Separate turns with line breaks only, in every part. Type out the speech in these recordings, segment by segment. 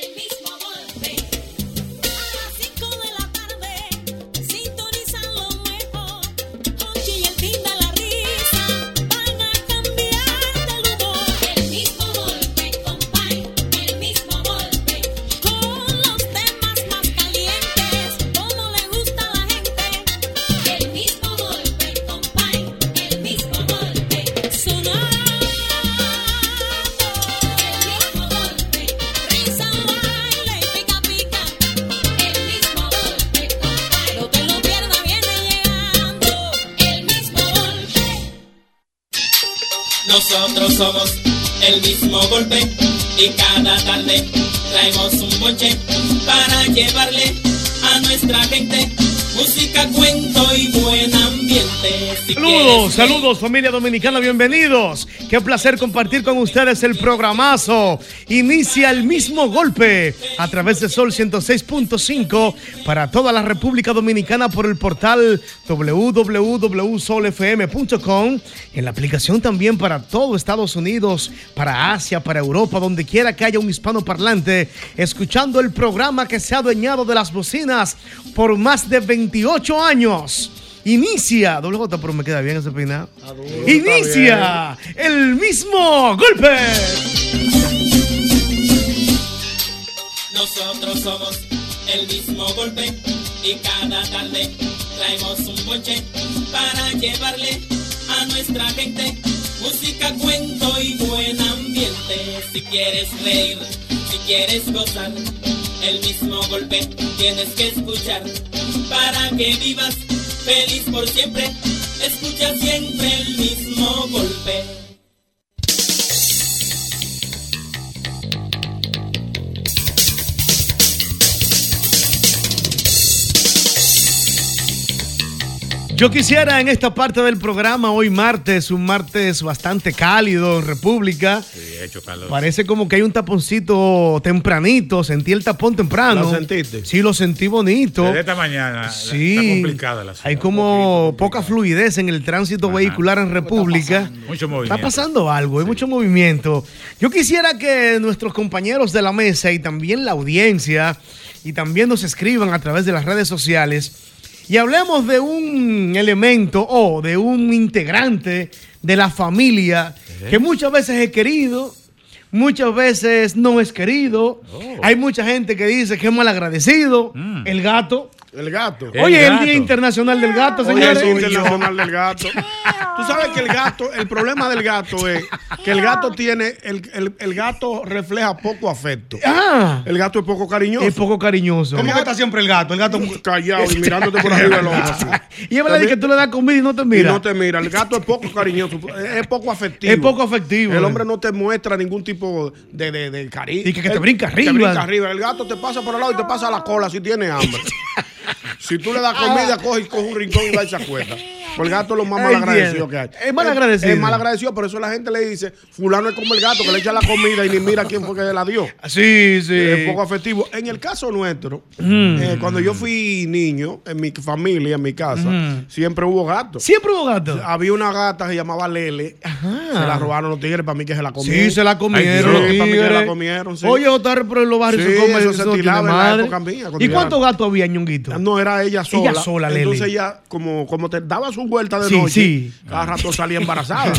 el mismo golpe. A las 5 de la tarde, sintonizan lo mejor. Hochi y el fin de la risa van a cambiar de humor. El mismo golpe, compay, el mismo golpe. Con los temas más calientes, como le gusta a la gente. El mismo golpe, compay, el mismo golpe. Sonando. El mismo golpe, risa, baile y pica pica. El mismo golpe, compadre. No te lo pierdas, viene llegando. El mismo golpe.
Nosotros somos el mismo golpe y cada tarde traemos un boche para llevarle a nuestra gente música, cuento y buen ambiente. Si
Saludos,
quieres-
saludos familia dominicana, bienvenidos. Qué placer compartir con ustedes el programazo. Inicia el mismo golpe a través de Sol 106.5 para toda la República Dominicana por el portal www.solfm.com, en la aplicación también para todo Estados Unidos, para Asia, para Europa, donde quiera que haya un hispano parlante, escuchando el programa que se ha adueñado de las bocinas por más de 28 años. Inicia, doble J, pero me queda bien ese peinado. Inicia el mismo golpe.
Nosotros somos el mismo golpe y cada tarde traemos un boche para llevarle a nuestra gente música, cuento y buen ambiente. Si quieres reír, si quieres gozar, el mismo golpe tienes que escuchar para que vivas feliz por siempre. Escucha siempre el mismo golpe.
Yo quisiera en esta parte del programa, hoy martes, un martes bastante cálido en República. Parece como que hay un taponcito tempranito. Sentí el tapón temprano.
¿Lo sentiste?
Sí, lo sentí bonito.
Desde esta mañana la-
Sí.
está complicada la ciudad.
Hay como poca fluidez en el tránsito vehicular en República.
Mucho
Está
movimiento.
pasando algo, hay mucho movimiento. Yo quisiera que nuestros compañeros de la mesa y también la audiencia y también nos escriban a través de las redes sociales y hablemos de un elemento o de un integrante de la familia que muchas veces es querido, muchas veces no es querido.
Oh.
Hay mucha gente que dice que es mal agradecido. El gato.
Mm. El gato.
Hoy es el Día Internacional del Gato,
Hoy es
señores.
el internacional del gato. Tú sabes que el gato, el problema del gato es que el gato tiene, el, el- el gato refleja poco afecto.
Ah,
El gato es poco cariñoso.
es poco cariñoso.
¿Cómo que está siempre el gato? El gato callado y mirándote por arriba del hombro. así.
Y es verdad que tú le das comida y no te
Y
mira.
no te mira. El gato es poco cariñoso, es es poco afectivo.
Es poco afectivo. eh.
El hombre no te muestra ningún tipo de, de, de cariño.
Y que- que te brinca arriba.
Te brinca arriba. El gato te pasa por el lado y te pasa la cola si tiene hambre. si tú le das comida, coge, coge un rincón y va y se acuesta. Pues el gato es lo más mal
Entiendo.
agradecido que hay.
Es malagradecido.
Es, mal agradecido, por eso la gente le dice, fulano es como el gato que le echa la comida y ni mira quién fue que la dio.
Sí, sí. Mm.
Es poco afectivo. En el caso nuestro, eh, cuando yo fui niño, en mi familia, en mi casa, siempre hubo gatos.
Siempre hubo gato.
Había una gata que se llamaba Lele. Se la robaron los tigres para mí que se la comieron.
Sí, se la comieron.
Ay, Dios. Sí, para mí que
tigres.
la comieron, sí.
Oye, Otar, pero en los barrios
Sí,
se come
eso
eso
se
tiene
tiraba en la
madre.
época mía, cuando
¿Y
yo
cuántos
era-
gatos había, ñonguito?
No, era ella sola.
Ella sola, Lele.
Entonces ella, como, como te daba su su vuelta de
Sí,
noche,
sí.
cada rato salía embarazada.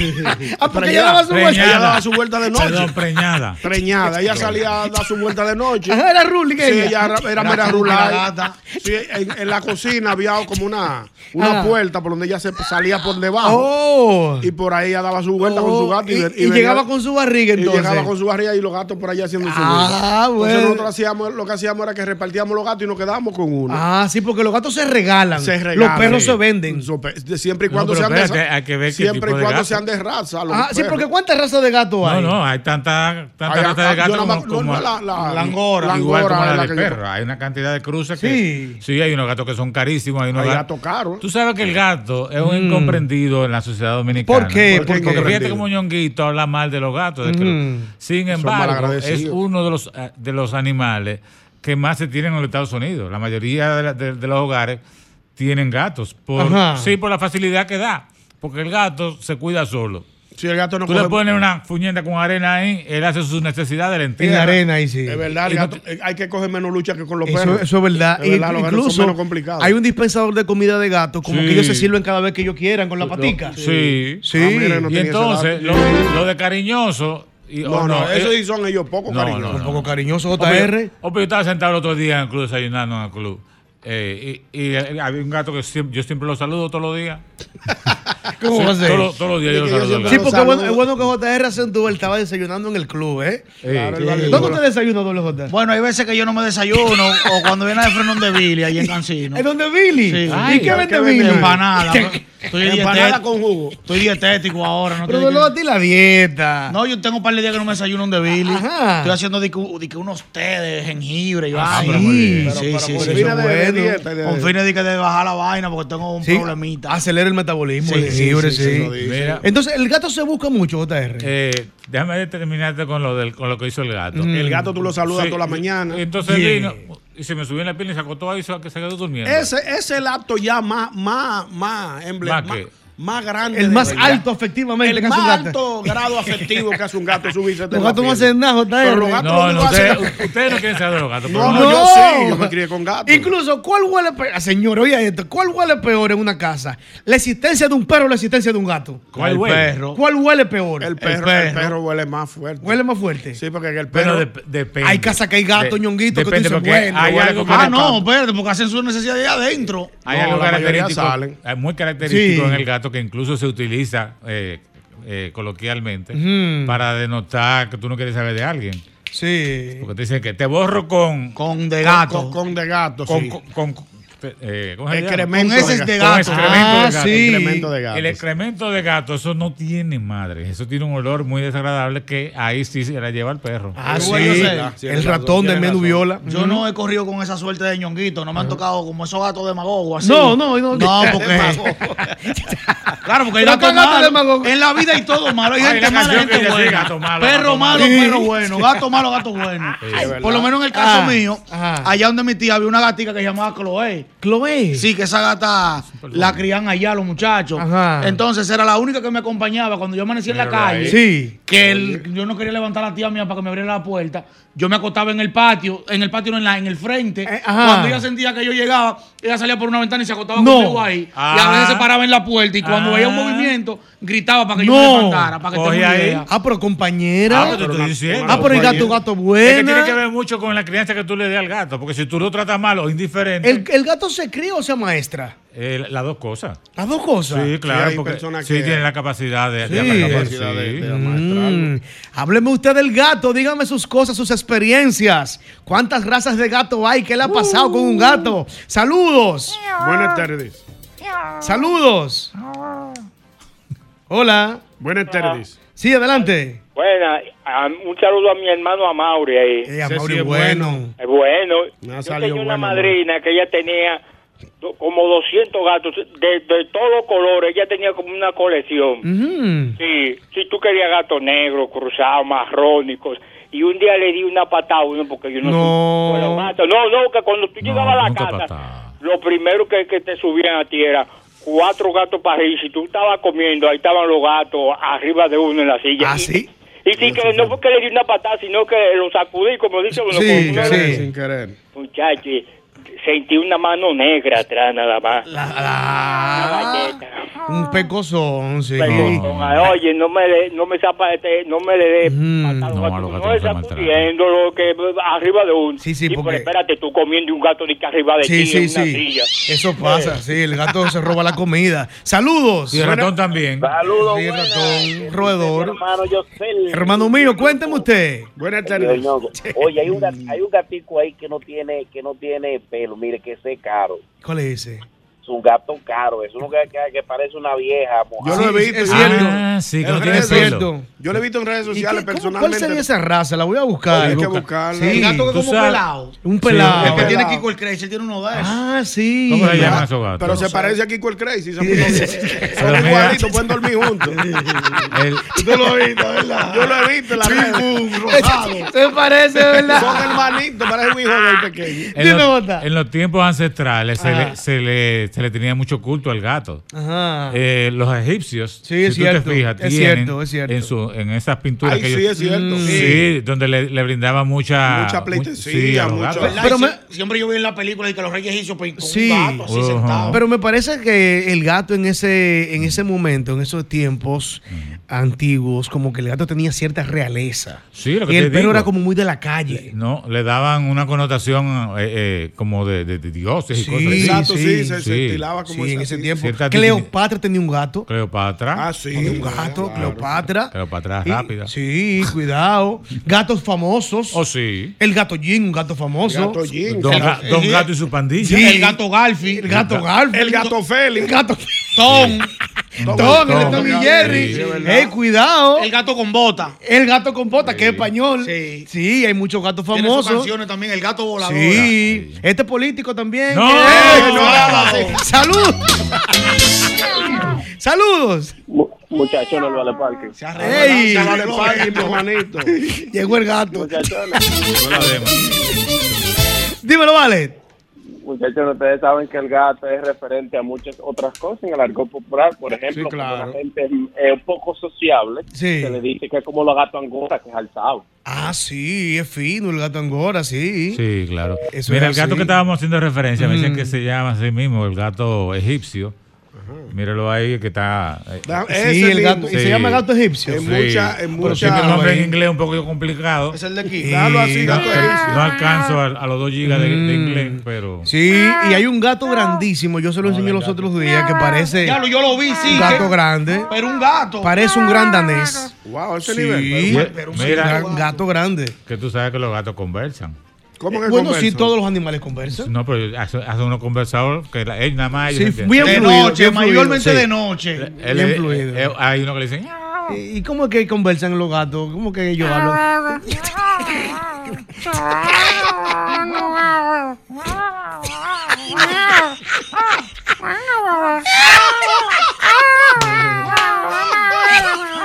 Ah, porque ella daba su
Preñada.
vuelta.
Ella daba su vuelta de noche.
Perdón, preñada.
Preñada, ella salía a dar su vuelta de noche.
Ajá, era ruling
Sí,
ella.
ella era, era
Era
mera
como
rular.
una gata.
Sí, en, en la cocina había como una, una
Ah.
puerta por donde ella se salía por debajo.
Oh.
Y por ahí ella daba su vuelta con su gato. Y,
y,
ve-
y
venía-
llegaba con su barriga
y
entonces.
llegaba con su barriga y los gatos por allá haciendo su
Ah,
vida. Entonces
bueno.
nosotros hacíamos, lo que hacíamos era que repartíamos los gatos y nos quedábamos con uno.
Ah, sí, porque los gatos se regalan.
Se regalan.
los perros
Sí.
se venden.
So- pe- de- Siempre y
No,
cuando
pero
sean de
espérate,
raza-
hay que ver qué
Siempre
tipo
y
de
cuando
gato.
sean de raza. los
Ajá, Ah, sí,
perros.
porque ¿cuántas razas de gato
No,
hay?
no, hay tanta, tanta
Hay-
raza de
hay-
gato
ah, yo nada
como,
más- no,
como-
no, la- la-
la angora,
la
igual
angora
como
es
la
la
de
que yo-
perro. Hay una cantidad de cruces que
Sí.
sí. hay unos gatos que son carísimos, hay unos
Hay
gatos-
gatos caros. ¿eh?
Tú sabes que el gato es un incomprendido en la sociedad dominicana.
¿Por qué?
¿Por qué
Porque fíjate
incomprendido?
cómo Ñonguito habla mal de los gatos. de que
Mm.
lo- Sin embargo,
malagradecidos.
es uno de los, eh, de los animales que más se tienen en los Estados Unidos. La mayoría de, la- de- de los hogares tienen gatos. Por,
Ajá.
sí, por la facilidad que da. Porque el gato se cuida solo.
Si el gato no
Tú le
coge-
pones una fuñenda con arena ahí, él hace sus necesidades, le
En
entierra.
la arena ahí sí.
Es verdad, el
Y no
gato- eh, hay que coger menos lucha que con los
Eso,
perros.
eso es verdad.
Es verdad,
Y-
los gatos son
Incluso
menos complicados.
hay un dispensador de comida de gato, como
Sí.
que ellos se sirven cada vez que ellos quieran con la patica.
Sí.
Sí.
Ah, mira, no
Y
tenía ese
entonces,
dato.
lo, lo de cariñoso. y-
No,
o
no, eso
eh,
sí son ellos poco
No,
cariñosos.
no,
Un
no.
poco cariñoso,
o, pero-
JR.
o, pero yo estaba sentado el otro día en el club desayunando en el club. Eh, y, y, eh, había un gato que siem- yo siempre lo saludo todos los días.
¿Cómo
Sí,
va a ser?
Todos, los- todos los días
Sí,
yo lo
que yo
saludo.
siempre
Sí,
Claro,
porque bueno,
saludos.
es bueno que JR acentúa, él estaba desayunando en el club, ¿eh?
Claro, el gato-
¿Dónde usted desayuna, doble J?
Bueno, hay veces que yo no me desayuno o cuando viene a Frenón de Billy ahí en Cancino.
¿Es donde Billy?
Sí.
¿Y qué vende
vende
Billy?
Empanada. Estoy,
Empanada
dietet-
con jugo.
estoy dietético ahora. No,
Pero
estoy-
doble J y la dieta.
no, yo tengo un par de días que no me desayuno un de Billy.
Ajá.
Estoy haciendo de que- de que unos té de jengibre y
Ah,
vaina.
pero muy bien.
Sí,
Pero
sí,
con
sí,
fines
eso
de-
es
de
bueno.
dieta y de-
Con fines de que de bajar la vaina porque tengo un
Sí,
problemita.
Acelera el metabolismo, el
Sí, sí,
jengibre,
sí,
sí.
sí, lo dice.
Mira,
Entonces, el gato se busca mucho, JR.
eh, déjame terminarte con lo, del, con lo que hizo el gato.
Mm.
El gato tú lo saludas
Sí,
toda la mañana.
Entonces
Yeah.
vino y se me subió en la pierna y se acotó ahí y se se quedó durmiendo.
Ese ese es el acto ya más, más, más, emble-
¿Más
más,
qué?
más grande.
el
de
más
verdad.
alto afectivamente
El
que hace un
más
gato.
alto grado afectivo que hace un gato es subirse.
Los gatos no hacen nada, JR.
Ah, Pero los gatos
No, no,
lo que hacen-
ustedes ustedes no quieren saber de los gatos.
No,
pero
no, yo sí, yo me crié con gatos.
Incluso, ¿cuál huele peor? Señor, oye esto. ¿Cuál huele peor en una casa? ¿La existencia de un perro o la existencia de un gato?
¿Cuál huele?
perro.
¿Cuál huele peor?
El perro, el perro huele más fuerte.
¿Huele más fuerte?
Sí, porque el perro.
Pero de- depende.
Hay casas que hay gato, ñonguito, que tú
depende
dices,
porque
bueno,
hay
huele
algo
como
Ah,
caracter-
no, espérate, porque hacen sus necesidades ahí adentro.
Hay
No,
algo
la mayoría
característico,
salen.
eh, muy característico
Sí.
en el gato que incluso se utiliza eh, eh, coloquialmente para denotar que tú no quieres saber de alguien.
Sí.
Porque te dicen que te borro con.
Con de
Con,
gato.
con de gato,
con,
sí.
con- con- eh, ¿cómo se llama?
Excremento
Con heces de gato.
Con excremento
Ah,
de gato.
sí.
Excremento de gato.
El excremento de gato, eso no tiene madre. Eso tiene un olor muy desagradable que ahí sí se la lleva el perro.
Ah,
Sí,
sí.
yo sé.
El ratón del menú viola.
Yo no he corrido con esa suerte de ñonguito, no me han tocado como esos gatos de magogo así.
No, no, no.
No, porque. claro, porque hay
Pero
gatos
¿qué gato
malos.
de magogo?
En la vida hay todo malo. Hay
Hay
gente
una
mala,
canción que
gente
dice,
buena.
"Gato malo,
perro
gato
malo,
malo".
perro bueno. Gato malo, gato bueno.
es verdad.
Por lo menos en el caso
Ah,
mío,
ajá.
allá donde mi tía había una gatica que se llamaba Chloe.
Chloe.
Sí, que esa gata la crían allá los muchachos.
Ajá.
Entonces era la única que me acompañaba cuando yo amanecí en la
Mírala
calle.
ahí.
Sí.
Que el- yo no quería levantar a la tía mía para que me abriera la puerta. Yo me acostaba en el patio, en el patio no en, la, en el frente.
Eh, ajá.
cuando ella sentía que yo llegaba, ella salía por una ventana y se acostaba
No.
conmigo ahí. Y a veces
Ah.
se paraba en la puerta y cuando
Ah.
veía un movimiento, gritaba para que yo
No.
me levantara, para que
Coge
tenga una
ahí.
idea.
Ah, pero compañera.
Ah, pero te estoy diciendo.
Ah, pero el gato, gato
Es que tiene que
bueno.
ver mucho con la crianza que tú le des al gato, porque si tú lo tratas mal o indiferente,
El, el gato se cría o sea maestra.
eh, las dos cosas.
Las dos cosas.
Sí, claro,
hay
porque
personas
sí
que-
tienen la capacidad de, de
Sí.
hablar con-
Capacidad de-
sí.
de amaestrarlo.
Mm. Hábleme usted del gato, dígame sus cosas, sus experiencias. ¿Cuántas razas de gato hay? ¿Qué le ha pasado con un gato? Saludos,
Buenas tardes.
saludos. Hola,
Buenas tardes.
sí, adelante.
Buena, a- un saludo a mi hermano Amaury ahí.
Eh,
Ese
Amaury,
sí es
bueno.
Eh, Bueno,
Me ha
yo
salido
tenía
bueno,
una madrina que ella tenía do- como 200 gatos de, de todos colores, ella tenía como una colección.
Mm.
Sí, si tú querías gatos negros, cruzados, marrónicos. Y un día le di una patada a uno porque yo no...
No.
supe, bueno, mato. No, no, que cuando tú
No,
llegabas a la
nunca
casa,
patada.
lo primero que, que te subían a ti era cuatro gatos para arriba. Y si tú estabas comiendo, ahí estaban los gatos arriba de uno en la silla.
¿Ah,
y,
sí?
Y sí, que no fue que le di una patada, sino que lo sacudí, como dice uno.
Sí,
con una-
sí.
Sin querer.
Muchacho, y
sentí una mano negra atrás nada más.
Un pecozón, sí.
Perdón, ay, oye, no me le, no me zapate, no me le dé patada,
no, a los gatos no se
sacudiendo lo que arriba de uno.
Sí, sí,
pero
porque-
espérate, tú comiendo un gato de que arriba de
Sí,
ti
sí,
en una
sí.
silla.
Eso pasa, sí. El gato se roba la comida. Saludos.
Eh. Y el ratón también.
Saludos,
Sí, el
buenas.
ratón, roedor.
Hermano Yosel.
Hermano mío, cuénteme usted.
Buenas
Señor
tardes.
Ñongo. Oye, hay un, gat- hay un gatico ahí que no tiene que no tiene pelo. Mire que ese es caro.
¿Cuál es ese?
Es un gato caro. Es uno que, que- que parece una vieja
Yo
mojada.
lo he
Sí,
visto.
es
yo-
cierto.
Ah, sí, que
Es
no tiene
redes,
pelo.
Yo lo he visto en redes
¿Y qué-
sociales
cómo-
personalmente.
¿Cuál sería esa raza? La voy a buscar.
Hay que
Busca-
buscarla.
Sí.
El
gato que
tú
como
sabes-
pelado.
Un
Sí,
pelado.
El que tiene
pelado.
Kiko el Crazy, él tiene uno de esos.
Ah, sí.
¿Cómo le llaman a
Ah,
esos gatos?
Pero se parece a Kiko el Crazy. Son son
mira-
igualitos, pueden dormir juntos.
El-
Tú lo has visto, ¿verdad? Yo lo he visto en la red.
Se parece,
Son
¿verdad?
hermanitos, parece un hijo del pequeño.
en,
Dime
los,
otra.
en los tiempos ancestrales se le, se, le, se le tenía mucho culto al gato.
Ajá.
Eh, los egipcios,
Sí, es
si tú
cierto,
te fijas,
es
tienen
cierto, Mm. es cierto.
En, su, en esas pinturas
Ahí
que
sí es
ellos- Mm.
cierto.
Sí, donde le, le brindaba mucha...
Mucha pleitesía,
mu- sí, a los
mucho-
gatos.
¿Verdad?
Pero
Y
me-
sie- siempre yo vi en la película y que los reyes egipcios pues, con
Sí.
un gato así
Ujú.
sentado.
Pero me parece que el gato en ese, en ese momento, en esos tiempos antiguos, como que el gato tenía cierta realeza.
Sí, lo que
y el
te
perro
digo.
era como muy de la calle.
No, le daban una connotación eh, eh, como de, de- de dioses y
Sí.
cosas así.
Exacto, sí, se,
sí,
se
sí.
estilaba como
Sí, en ese tiempo.
Cierta
Cleopatra tenía un gato.
Cleopatra.
Ah, sí.
Tenía un gato,
claro.
Cleopatra.
Cleopatra
Y-
rápida.
Sí, cuidado. Gatos famosos.
Oh, sí.
El gato Jin, un gato famoso.
Gato Jin.
Don, Ga- Don Gato y su pandilla.
El gato Garfi,
El gato Garfield.
El gato Félix.
El gato
Tom,
Tom,
Tom,
el de
Tom.
Tom y
Sí,
Jerry.
sí,
es verdad.
Ey, cuidado.
el gato con bota.
El gato con pota, que es español.
Sí.
Sí, hay muchos gatos
Tiene sus
famosos.
canciones también, el gato volador.
Sí. Este político también.
No.
Ey,
No.
Saludos. Saludos.
Mu- Muchachones del Vale Parque.
Se arregló.
Ey.
Se vale party, mi hermanito.
Llegó el gato.
Muchachones,
Yo la demo.
Dímelo, Vale.
muchachones, ustedes saben que el gato es referente a muchas otras cosas en el arco popular. Por ejemplo,
claro.
cuando la gente es es poco sociable,
Sí.
se le dice que es como los gatos angora, que es alzado.
Ah, sí, es fino el gato angora, sí.
Sí, claro.
Eso
Mira, el
es
gato
así.
que estábamos haciendo referencia, me dicen
Mm.
que se llama así mismo, el gato egipcio. Míralo ahí, que está. eh,
Da-
Sí,
ese
el gato.
mismo.
¿Se
Sí.
llama gato egipcio?
Es mucha- es
pero
mucha-
tiene un nombre en
ahí.
inglés un poco complicado.
Es el de aquí.
Dalo así, gato
No
egipcio.
alcanzo a, a los dos gigas de, de inglés, pero.
Sí, y hay un gato grandísimo. Yo se lo enseñé los otros días que parece
Diablo, yo lo vi, sí.
un gato
que-
grande.
Pero un gato.
Parece un gran danés.
Wow, ese
Sí.
nivel.
Mira,
pero un
mira,
Gran gato grande.
que tú sabes que los gatos conversan.
¿Cómo que
Eh, Bueno,
converso?
sí, todos los animales conversan.
No, pero hace, hace unos conversadores que la- él nada más.
Sí,
ellos entienden.
bien
de
fluido,
noche,
bien fluido,
mayormente
sí.
de noche.
Él-
bien
eh,
fluido.
eh, hay uno que le dicen.
¿Y y cómo es que conversan los gatos? ¿Cómo que ellos
Ah.
hablan?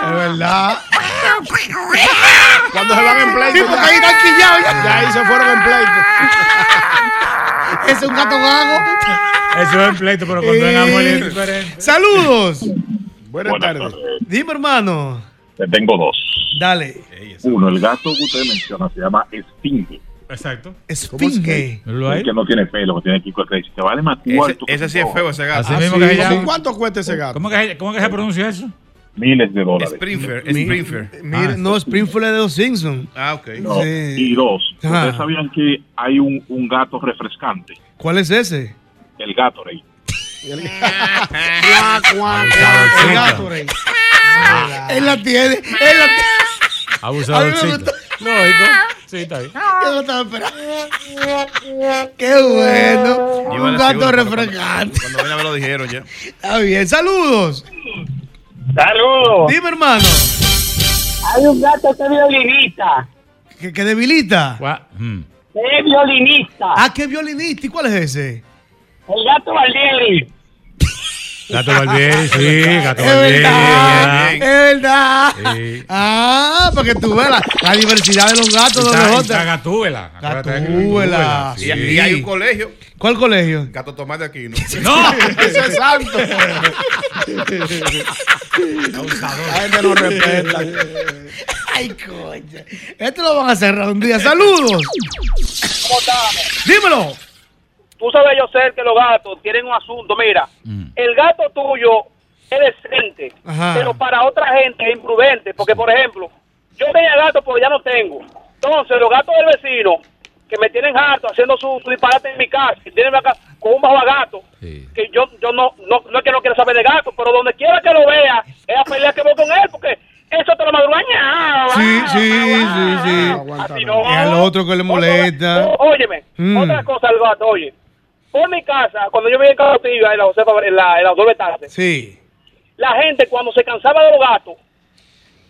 Es verdad. Cuando se van en pleito.
porque ahí
ya,
están quillados ya.
ya ahí se fueron en pleito.
Ese es un gato gago.
Eso es en pleito, pero cuando es amor es
Eh.
diferente.
Saludos.
Buenas, tardes.
Dime, hermano.
Te tengo dos.
Dale.
Uno, el gato que usted menciona se llama Esfinge,
Exacto.
Esfinge.
Míralo ahí.
que no tiene pelo, que tiene Kiko el Crazy. Te vale más cuarto. que
Ese sí es
todo.
feo, ese gato.
Así mismo
Sí,
que se
¿cómo
llama.
¿Cuánto
pues,
cuesta ese gato?
¿Cómo que, se- ¿Cómo que se pronuncia eso?
Miles de dólares.
Springfield,
Mi-
Springfield.
Mira,
Ah.
no, Springfield es de los Simpsons.
Ah, ok.
No.
Sí.
Y dos,
Ajá.
ustedes sabían que hay un, un gato refrescante,
¿Cuál es ese?
el gato rey.
Guac, guac, guac.
Abusadorcita.
El gato, rey.
Ah,
Él la tiene. Él la tiene. A mí me
Abusadorcita.
gustó.
Lógico. Sí, está bien.
Yo no estaba esperando. Qué bueno.
Yo
Un
iba a decir
gato
uno, pero
refrescante.
Cuando ven a ver lo dijeron ya.
Está bien. Saludos.
Saludos.
Dime, hermano.
Hay un gato que es violinista.
Que, que debilita.
Gua- mm.
Es violinista.
Ah, qué violinista. ¿Y cuál es ese?
El gato Valdieri.
Gato Valdieri, sí, Gato
Es
Valdieri.
verdad. Es
¿verdad?
verdad.
Sí.
Ah, para que tú veas la, la diversidad de los gatos.
Está-
Doble
está
J.
Gatúbela. Acuérdate de
Gatúbela.
Y,
Sí.
y hay un colegio,
¿Cuál colegio?
Gato Tomás de Aquino.
No,
Eso es santo. pues. La gente no respeta.
Ay, coño. Esto lo van a cerrar un día. Saludos. Dímelo.
tú sabes yo sé que los gatos tienen un asunto. Mira, el gato tuyo es decente,
Ajá.
pero para otra gente es imprudente. Porque, por ejemplo, yo tenía gato, pero ya no tengo. Entonces, los gatos del vecino, que me tienen harto haciendo su, su disparate en mi casa, que tienen acá con un bajo a gato, que yo, yo no, no, no es que no quiera saber de gato, pero donde quiera que lo vea, es a pelear que voy con él, porque eso te lo madrugaña.
Sí, sí, sí,
Ah,
sí. Y al otro que le molesta.
O- Óyeme,
Mm.
otra cosa del gato, oye. Por mi casa, cuando yo vivía en Carotillo, en la Josefa, en la, en la Dolores Tarde,
Sí.
la gente cuando se cansaba de los gatos,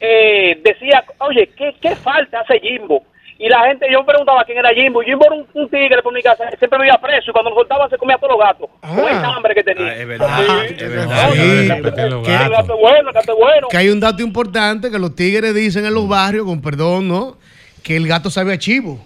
eh, decía, oye, ¿qué, ¿qué falta hace Jimbo? Y la gente, yo me preguntaba quién era Jimbo. Jimbo era un, un tigre por mi casa, que siempre me iba preso y cuando lo soltaba se comía a todos los gatos.
Ah.
Con el hambre que
Ah,
tenía. es verdad,
es
verdad.
El gato es bueno, el gato es bueno.
Ah, pues. Que hay un dato importante que los tigres dicen en los barrios, con perdón, ¿no? Que el gato sabe a chivo.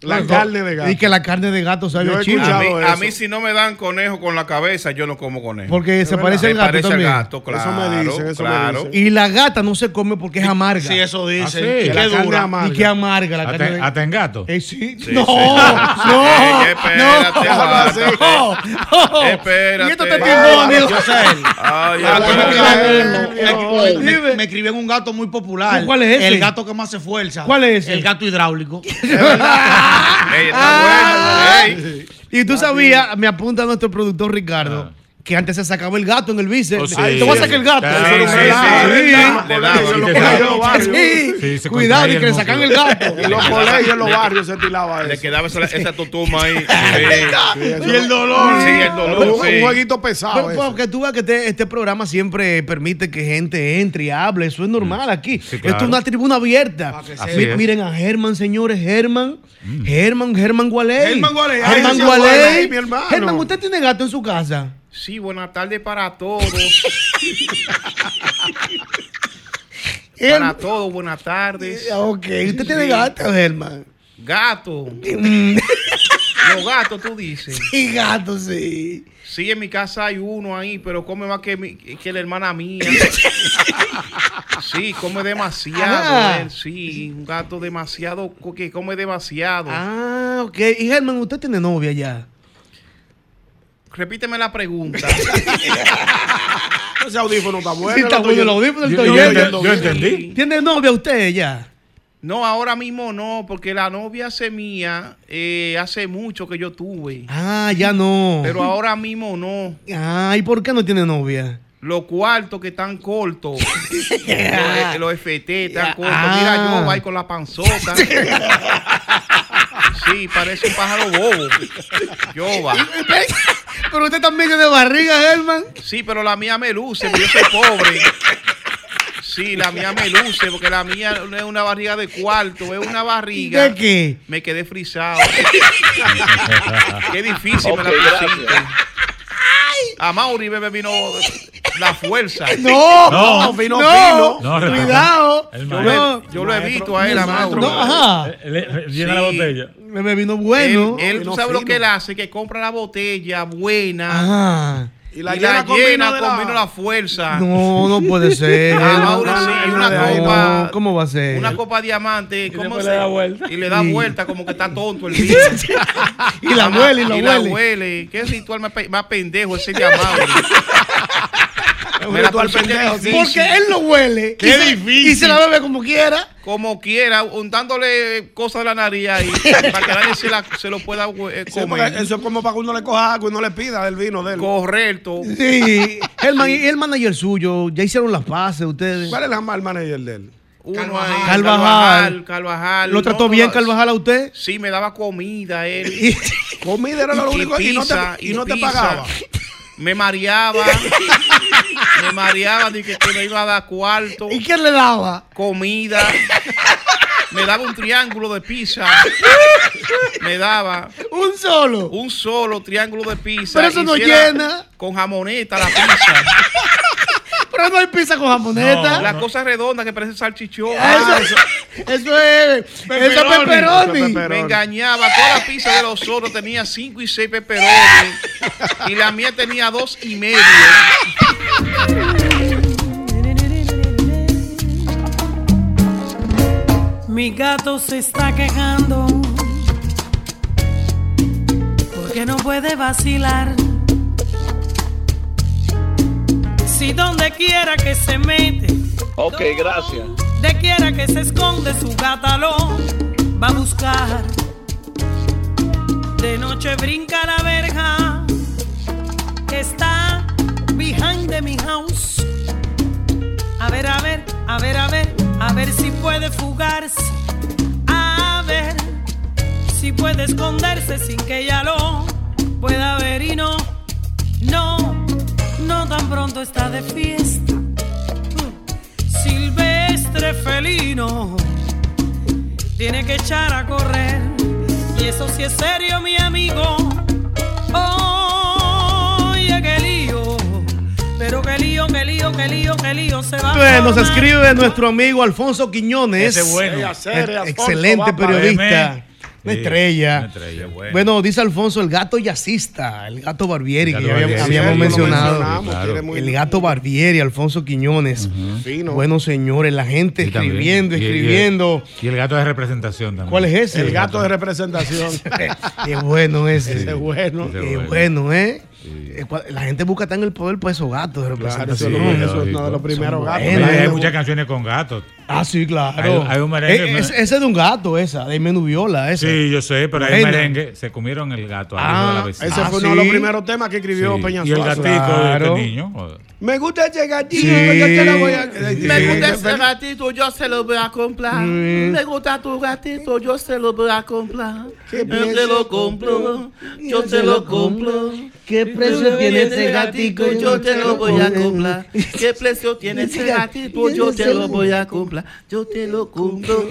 La
Los-
carne de gato.
Y que la carne de gato sabe
Yo
a
he
chivo.
escuchado A mí, a mí si no me dan conejo con la cabeza, yo no como conejo.
Porque se
Es
parece al
Se
gato
parece
también.
al gato, claro. claro.
Y la gata no se come porque es amarga.
sí, eso dicen.
Ah,
Y
La
que
carne
dura.
amarga. Y que amarga la
Hasta-
carne. de-
hasta en gato.
Eh, sí.
Sí,
No,
sí.
no.
Ey,
no,
espérate,
no, no.
Espérate.
Y estos testimonios.
Yo sé.
ya,
Aquí
pero-
me escriben- me- me- me- me escriben un gato muy popular.
¿Cuál es ese?
El gato que más se esfuerza.
¿Cuál es ese? Ah,
El gato hidráulico. Ah.
Y tú sabías, me apunta nuestro productor Ricardo, que antes se sacaba el gato en el bíceps.
Oh,
sí.
Ay, Te voy a sacar el gato.
Sí,
Eso era un
sí, sí.
relajo. Sí.
Le daba,
Sí,
le
lo
daba.
cogió el barrio.
Sí,
Sí,
se
Cuidado
contraía
y que le
el
sacan el
músculo.
gato.
En los colegios, en los
barrios se tiraba
Le quedaba esa, esa tutuma ahí. Sí.
Y el dolor.
Sí, el dolor.
Un-
sí.
un jueguito pesado
Pero,
ese.
pues, que tú veas que este, este programa siempre permite que gente entre y hable. Eso es normal aquí.
claro.
Esto es una tribuna abierta.
Así
Mi-
es.
miren a Germán, señores. Germán. Germán, Germán Gualey.
Germán Gualey. Ay,
Germán
ese
Gualey.
Gualey, mi hermano.
Germán, ¿usted tiene gato en su casa?
Sí, buenas tardes para todos. para todos, buenas tardes.
Eh, Ok. ¿Usted tiene gato, Germán? Mm.
Gato. Los gatos, tú dices.
Sí, gato, sí.
Sí, en mi casa hay uno ahí, pero come más que, mi- que la hermana mía. Sí, come demasiado.
Ah.
él, Sí, un gato demasiado, co- que come demasiado.
Ah, ok. Y Germán, ¿usted tiene novia ya?
Repíteme la pregunta.
Ese audífono está bueno.
Sí, está
lo
bueno el
estoy oyendo.
audífono, estoy
Yo- yo
oyendo.
entiendo bien.
¿Tiene novia usted ya?
No, ahora mismo no, porque la novia se mía eh, hace mucho que yo tuve.
Ah, ya no.
Pero ahora mismo no.
Ah, ¿y por qué no tiene novia?
Los cuartos que están cortos. los, los FT están cortos.
Ah.
Mira, yo voy con la panzota. sí, parece un pájaro bobo. Yo va.
Pero usted también tiene barriga, Germán.
Sí, pero la mía me luce, porque yo soy pobre. Sí, la mía me luce, porque la mía no es una barriga de cuarto, es una barriga.
¿De qué?
Me quedé frisado. qué difícil me
Ok,
la pusiste. A Mauri me vino la fuerza.
No, No, vino no, fino. cuidado.
Yo,
No.
lo he- yo lo he visto a él, a Mauri.
No, ajá.
llena la botella.
Me me vino bueno.
Él, tú sabes lo que él hace, que compra la botella buena.
Ajá.
Y la,
llena
llena
con
con,
vino de
vino
la-
la fuerza.
No, no puede ser.
Ah, Mauri, sí,
Germán.
una
No,
copa.
¿Cómo va a ser?
Una copa diamante, ¿cómo
después
se
le da vuelta.
Y le da
Sí.
vuelta como que está tonto el vino.
Y la huele, y la huele.
huele. Qué ritual más, pe- más pendejo ese de amable. Me la
ritual
puse
pendejo,
difícil.
Porque él lo huele.
Qué
Y se-
difícil.
Y se la bebe como quiera.
Como quiera, untándole cosas de la nariz ahí para que nadie se, la- se lo pueda eh,
Sí, porque
comer.
Eso es como para que uno le coja algo y no le pida del vino de él.
Correcto.
Sí. Germán, y el manager suyo, ya hicieron las paces ustedes.
¿Cuál es la mal manager de él?
Uno ahí,
Carvajal.
Carvajal, Carvajal.
¿Lo trató
No,
bien
no,
Carvajal a usted?
Sí, me daba comida eh. él.
Comida era lo único y no te- y no te
pizza.
pagaba.
Me mareaba. me mareaba de que, que me iba a dar cuarto.
¿Y quién le daba?
Comida. Me daba un triángulo de pizza. Me daba.
¿Un solo?
Un solo triángulo de pizza.
Pero eso no
Hiciera
llena.
Con jamoneta la pizza.
Pero no hay pizza con jamoneta.
la cosa redonda que parece salchichón.
Ah, eso, eso es. Eso es pepperoni.
Me engañaba. Toda la pizza de los otros tenía cinco y seis peperones. y la mía tenía dos y medio.
Mi gato se está quejando porque no puede vacilar. Si donde quiera que se mete,
Ok, gracias.
de quiera que se esconde su gata lo va a buscar. De noche brinca la verja que está behind de mi house. A ver, a ver, a ver, a ver, a ver si puede fugarse. A ver si puede esconderse sin que ella lo pueda ver y no, no, no tan pronto está de fiesta. Silvestre felino tiene que echar a correr. Y eso sí es serio, mi amigo. Oye, qué lío. Pero qué lío, qué lío, qué lío, qué lío se va. a
Nos
formar.
escribe nuestro amigo Alfonso Quiñones.
Ese bueno.
Eh,
Ese es Alfonso,
Excelente
va para
periodista.
M.
Una estrella.
Una estrella, bueno.
Bueno, dice Alfonso, el gato jazzista, el gato Barbieri,
El
que
gato
ya habíamos,
Barbieri,
habíamos
sí, lo
mencionado.
mencionamos, Claro. tiene muy-
El gato Barbieri, Alfonso Quiñones. Bueno, señores, la gente
También.
escribiendo,
Y- y-
escribiendo.
Y el gato de representación también.
¿Cuál es ese?
El gato
de
representación.
Qué bueno ese.
Ese es bueno.
Qué bueno, ¿eh? Eh, cua- La gente busca tan el poder por esos gatos de representación. Son buenos.
Hay muchas canciones con gatos.
Ah, sí, claro.
Hay, hay un merengue.
Eh, es- ese es de un gato, esa, de Menubiola, esa.
Sí, yo sé, pero hay
Morena.
merengue. Se comieron el gato. al hijo de
Ah,
la vecina.
Ese fue uno de los primeros temas que escribió
Sí.
Peña
Y el
Suazo.
gatito de este niño.
Me gusta ese gatito,
Sí.
yo te lo voy a...
Me gusta ese gatito, yo se lo voy a comprar.
Mm.
Me gusta tu gatito, yo se lo voy a comprar. Yo
precio
te lo compro,
Yo
yo te lo compro.
¿Qué precio tiene ese
gatito?
gatico?
Yo te lo voy a comprar. ¿Qué precio tiene ese gatito? Yo te lo voy a comprar. Yo te lo compro,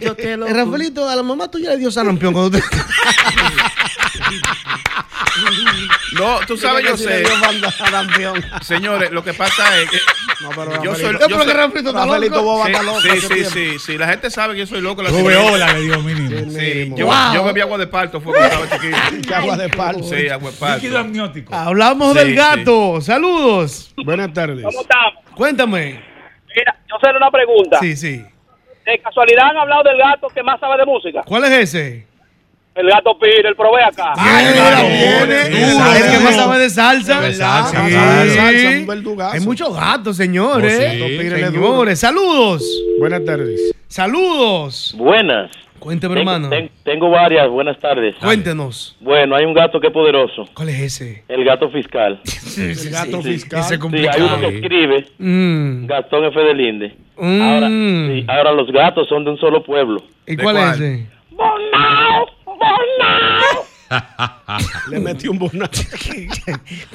yo te lo
Eh,
compro.
Rafaelito, a la mamá tuya le dio sarampión cuando te-
No, tú sabes,
Yo creo que
yo
sí
sé.
le dio banda
Señores, lo que pasa es que. yo soy
Rafaelito-
yo
No, pero
soy-
que Rafaelito está Rafaelito loco. Boba
Sí,
está loco
Sí,
hace
sí,
tiempo.
sí, sí. La gente sabe que yo soy loco. La
Rubeola le dio mínimo.
Sí, yo,
Wow.
yo bebí agua de parto, fue cuando estaba chiquito.
¿Qué agua de parto?
Sí, agua de parto.
Líquido amniótico.
Hablamos
Sí,
del gato. Saludos.
Buenas tardes.
¿Cómo estamos?
Cuéntame.
Mira, yo hacerle una pregunta.
Sí, sí.
De casualidad han hablado del gato que más sabe de música.
¿Cuál es ese?
El gato Piro, el prove acá.
Duro, el que más sabe de salsa. Sí.
salsa, un
Hay muchos gatos, señores.
Oh, sí. Gato Pires es duro.
Señores, saludos.
Buenas tardes.
Saludos.
Buenas.
Cuénteme,
Tengo-
hermano.
ten- tengo varias, buenas tardes.
Cuéntenos.
Bueno, hay un gato que es poderoso,
¿Cuál es ese?
el gato fiscal.
el gato
fiscal.
Ese es
hay
complicado.
uno que escribe, Gastón F. Delinde.
Mm.
Ahora, sí, ahora los gatos son de un solo pueblo.
¿Y cuál, es ese?
Le metí un bonazo.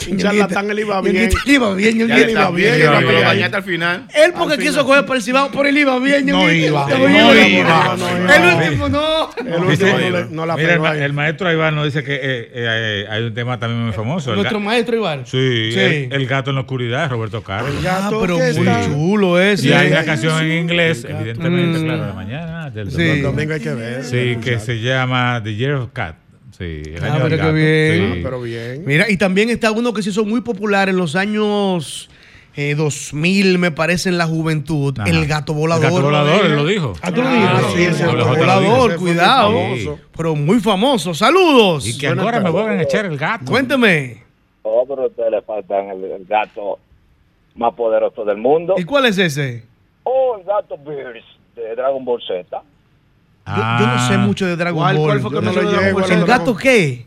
un charlatán, él iba bien.
Él iba bien,
Él
Ñonguito.
iba bien.
Él iba
pero
bien.
dañaste
al final.
Él porque quiso coger por el cibao, por él iba bien.
No
Ñonguito.
iba,
Te
no
voy
iba,
a ir.
no iba.
El último no.
Eh,
El último no le- no la
Mira,
pegó
el, ma-
ahí.
el maestro Iván nos dice que eh, eh, eh, hay un tema también muy famoso. el
Nuestro
ga-
maestro Iván.
Sí,
Sí.
El, el gato en la oscuridad, Roberto Carlos.
Ah, pero
que
muy
está-
chulo ese. Mm.
Y hay una canción en inglés, evidentemente, claro, de la mañana. Del
Sí.
domingo.
El domingo
hay que ver.
Sí, que se llama The Year of Cat. Sí, el
Ah,
año del
pero
gato.
qué bien.
Sí.
Mira, y también está uno que se hizo muy popular en los años eh, 2000, me parece, en la juventud. El gato volador.
El gato volador, él lo dijo.
Ah, tú lo
Ah,
dijiste.
sí, ese
El gato
fue.
volador,
Ese fue muy
cuidado.
famoso.
Pero muy famoso. Saludos.
Y que ahora me vuelven a echar el gato.
Cuénteme.
Oh, pero a ustedes le faltan el, el gato más poderoso del mundo.
¿Y cuál es ese?
Oh, el gato Beers de Dragon Ball Z.
Yo no
Ah.
sé mucho de Dragon
¿Cuál-
Ball.
cuál fue que
Yo
no
sé
le
de Dragon
llegó?
Ball. ¿El gato qué?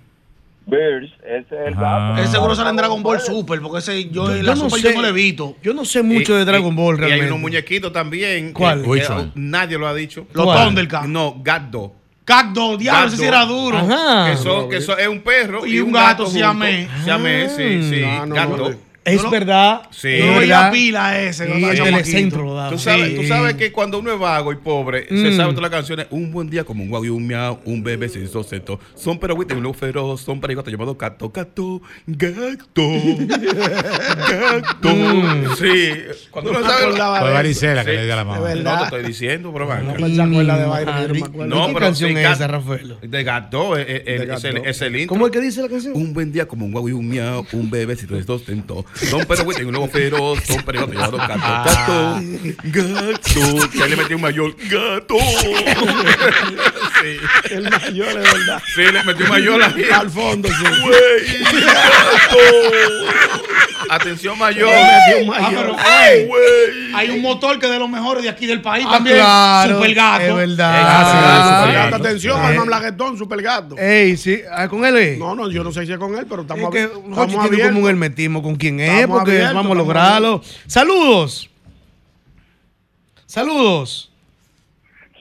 Beers, ese es el gato.
Ese seguro sale en Dragon Ball Super, porque ese yo, en la
yo no
Super
sé.
yo no le evito.
Yo no sé mucho
Y-
de Dragon Ball
Y hay unos
realmente.
muñequitos también.
¿Cuál?
que-
Which
que
one?
nadie lo ha dicho.
Los
¿Cuál?
Thundercats.
No, Gatdo.
Cacto, diablo, ese sí era duro.
Que son, que son- es un perro y,
Y un gato
junto.
siamés.
Siamés, sí, sí.
Ah, no,
gato.
no.
Es verdad.
Sí.
es
Yo lo veía
verdad.
pila ese,
Sí, el telecentro lo daba.
Tú sabes, tú
Sí.
sabes que cuando uno es vago y pobre, se
Mm.
sabe todas las canciones. Un buen día como un guau y un miau, un bebé sin soseto. Son perogüitas y un lobo feroz, son perigotas llamados gato, gato, gato. gato.
Mm.
Sí. Cuando uno
Ah,
No me
sabe.
acordaba Fue de eso. varicela que le dio a la mamá.
No,
verdad.
te estoy diciendo, bro. No,
me acuerdo de vaina, yo no me acuerdo. ¿De qué canción es esa,
Rafael? De gato, eh, eh, el-
De
es, el,
Gato.
es el intro.
¿Cómo es que dice la canción?
Un buen día como un guau y un miau, un bebé si tres dos tentó. Son perros y un lobo feroz, son perros y gato,
Uh,
gato, gato. Que ahí le metió un mayor gato.
El mayor es verdad.
Sí, le metió mayola.
Al fondo, sí.
Atención mayor.
Atención mayor.
Ay,
Hay un motor que es de los mejores de aquí del país
Ah,
también.
claro,
Super gato.
es verdad.
Ah,
Gracias,
sí,
Supergato.
Atención,
Ah, eh.
Alma Blaguetón, Supergato.
Ey, sí, ah, con él es.
No, no, yo no sé si es con él, pero
Es
estamos,
que
abi-
Jochi
estamos
tiene como
abiertos.
un hermetismo con quién es,
Estamos
porque
abiertos,
vamos a
estamos
lograrlo. Saludos. Saludos.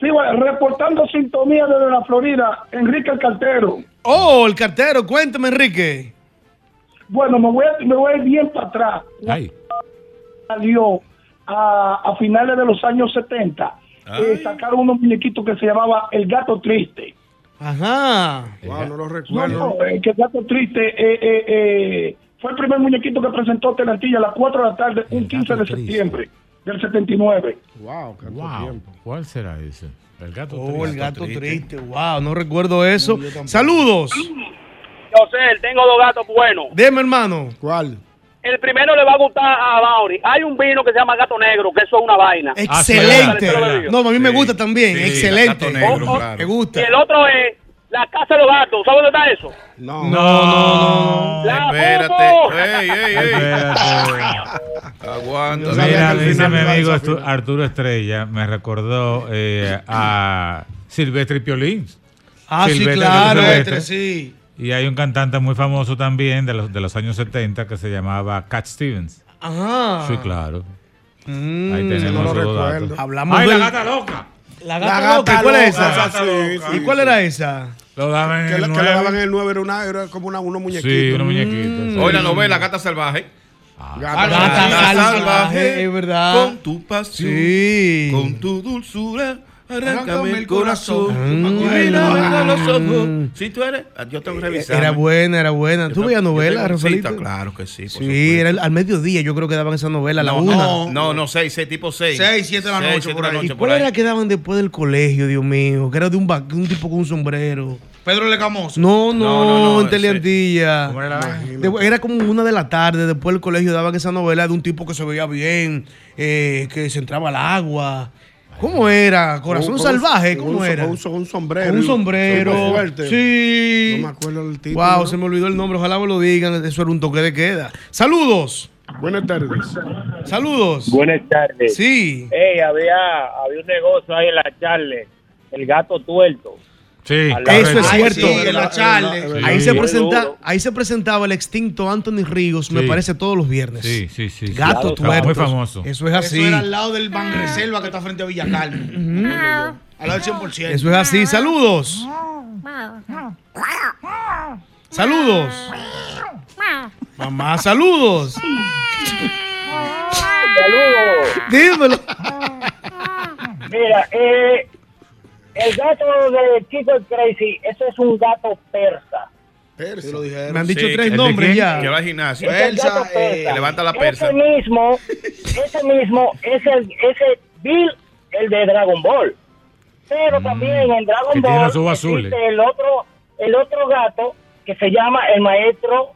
Sí, bueno, reportando sintonía desde la Florida, Enrique el Cartero.
Oh, el cartero, cuéntame, Enrique.
Bueno, me voy, a- me voy a ir bien para atrás. Salió a, a finales de los años 70. eh, sacaron unos muñequitos que se llamaba El Gato Triste.
Ajá.
Wow, no lo
No,
recuerdo.
no, eh, que El Gato Triste eh, eh, eh, fue el primer muñequito que presentó Telantilla a las 4 de la tarde, un 15 de septiembre del 79.
e-
Wow, qué
Wow. ¿Cuál será ese? El gato
Oh,
triste.
el gato triste. Wow, no recuerdo eso. Saludos.
Yo sé, tengo dos gatos buenos.
Deme, hermano.
¿Cuál?
El primero le va a gustar a Bauri. Hay un vino que se llama Gato Negro, que eso es una vaina.
Ah,
Excelente. no, a mí Ah, me gusta también. Excelente.
negro,
Oh, oh, Me gusta.
Y el otro es La Casa de los Gatos. ¿Sabes dónde está eso?
No,
no, no.
Espérate. Ey, ey, ey.
Yo
Aguanta.
sabía Mira, dice mi amigo Estu- Arturo Estrella, me recordó eh, a Silvestre y Piolín.
Ah, sí,
Silvestre y
claro,
Silvestre.
Silvestre, sí.
este? Y hay un cantante muy famoso también de los, de los años 70 que se llamaba Cat Stevens.
Ajá.
Sí, claro.
Mm,
Ahí
no
tenemos
lo
los
recuerdo.
datos.
Hablamos
Ay,
de
la gata loca.
La
La gata,
gata
loca, ¿y ¿cuál es
loca,
esa?
sí, sí,
¿Y
sí,
cuál era esa?
Lo daban en
Que, la-
el
que le
9.
daban en el 9 era, una, era como una, unos muñequitos.
Sí, unos
Mm.
muñequitos.
Hoy la novela Gata Salvaje.
Gata
Salvaje, es verdad.
Con tu pasión.
Sí.
Con tu dulzura. Arráncame
Arráncame
el corazón.
Mm.
Mírame a los ojos.
Mm.
Si tú eres. ah, Yo tengo que revisar.
Era buena, era buena. ¿Tú veías novela,
tengo cita,
Rafaelito?
claro que sí. por
Sí, era el- al mediodía yo creo que daban esa novela, a la
No,
una.
No, no, no, seis, seis, tipo seis.
Seis, siete de la
Seis,
noche,
siete
por
de
ahí.
la
¿Y
noche,
cuál era que daban después del colegio, Dios mío? Que era de un, va- un tipo con un sombrero.
Pedro Lecamoso.
No, no,
No, no, no,
en Teleantilla.
¿Cómo era la vaina?
De- Era como una de la tarde, después del colegio daban esa novela de un tipo que se veía bien, eh, que se entraba al agua. ¿Cómo era? Corazón
Con- con un-
salvaje,
con
¿cómo
un-
era?
con un so- un sombrero.
Con un sombrero.
Súper fuerte.
Sí.
No me acuerdo el título.
Wow, se me olvidó el nombre, ojalá me lo digan. Eso era un toque de queda. Saludos.
Buenas tardes.
Saludos.
Buenas tardes.
Sí.
Ey, había, había un negocio ahí en la Charle, el gato tuerto.
Sí,
Al lado
Eso
del-
es
Ay,
cierto.
sí, en la Charles.
Ahí,
Sí.
se
Muy
presenta,
duro.
ahí se presentaba el extinto Anthony Ríos, me
Sí.
parece, todos los viernes.
Sí, sí, sí. sí.
Gato
Estaba
tuerto.
Muy famoso.
Eso es así.
Eso era al lado del Banreserva que está frente a Villacarmen. al lado del 100%.
Eso es así. Saludos. Saludos. Mamá, saludos.
Saludos.
Dímelo.
Mira, eh, el gato de Chico el Crazy, eso es un gato persa.
Persa.
Me han dicho tres nombres ya.
Que va al gimnasio.
Es el gato Este persa.
que levanta la persa.
Ese mismo, ese mismo es el, ese Bill, el de Dragon Ball. Pero también en
Mm, que
Dragon
tiene
Ball
los ojos azules.
existe el otro, el otro gato que se llama el maestro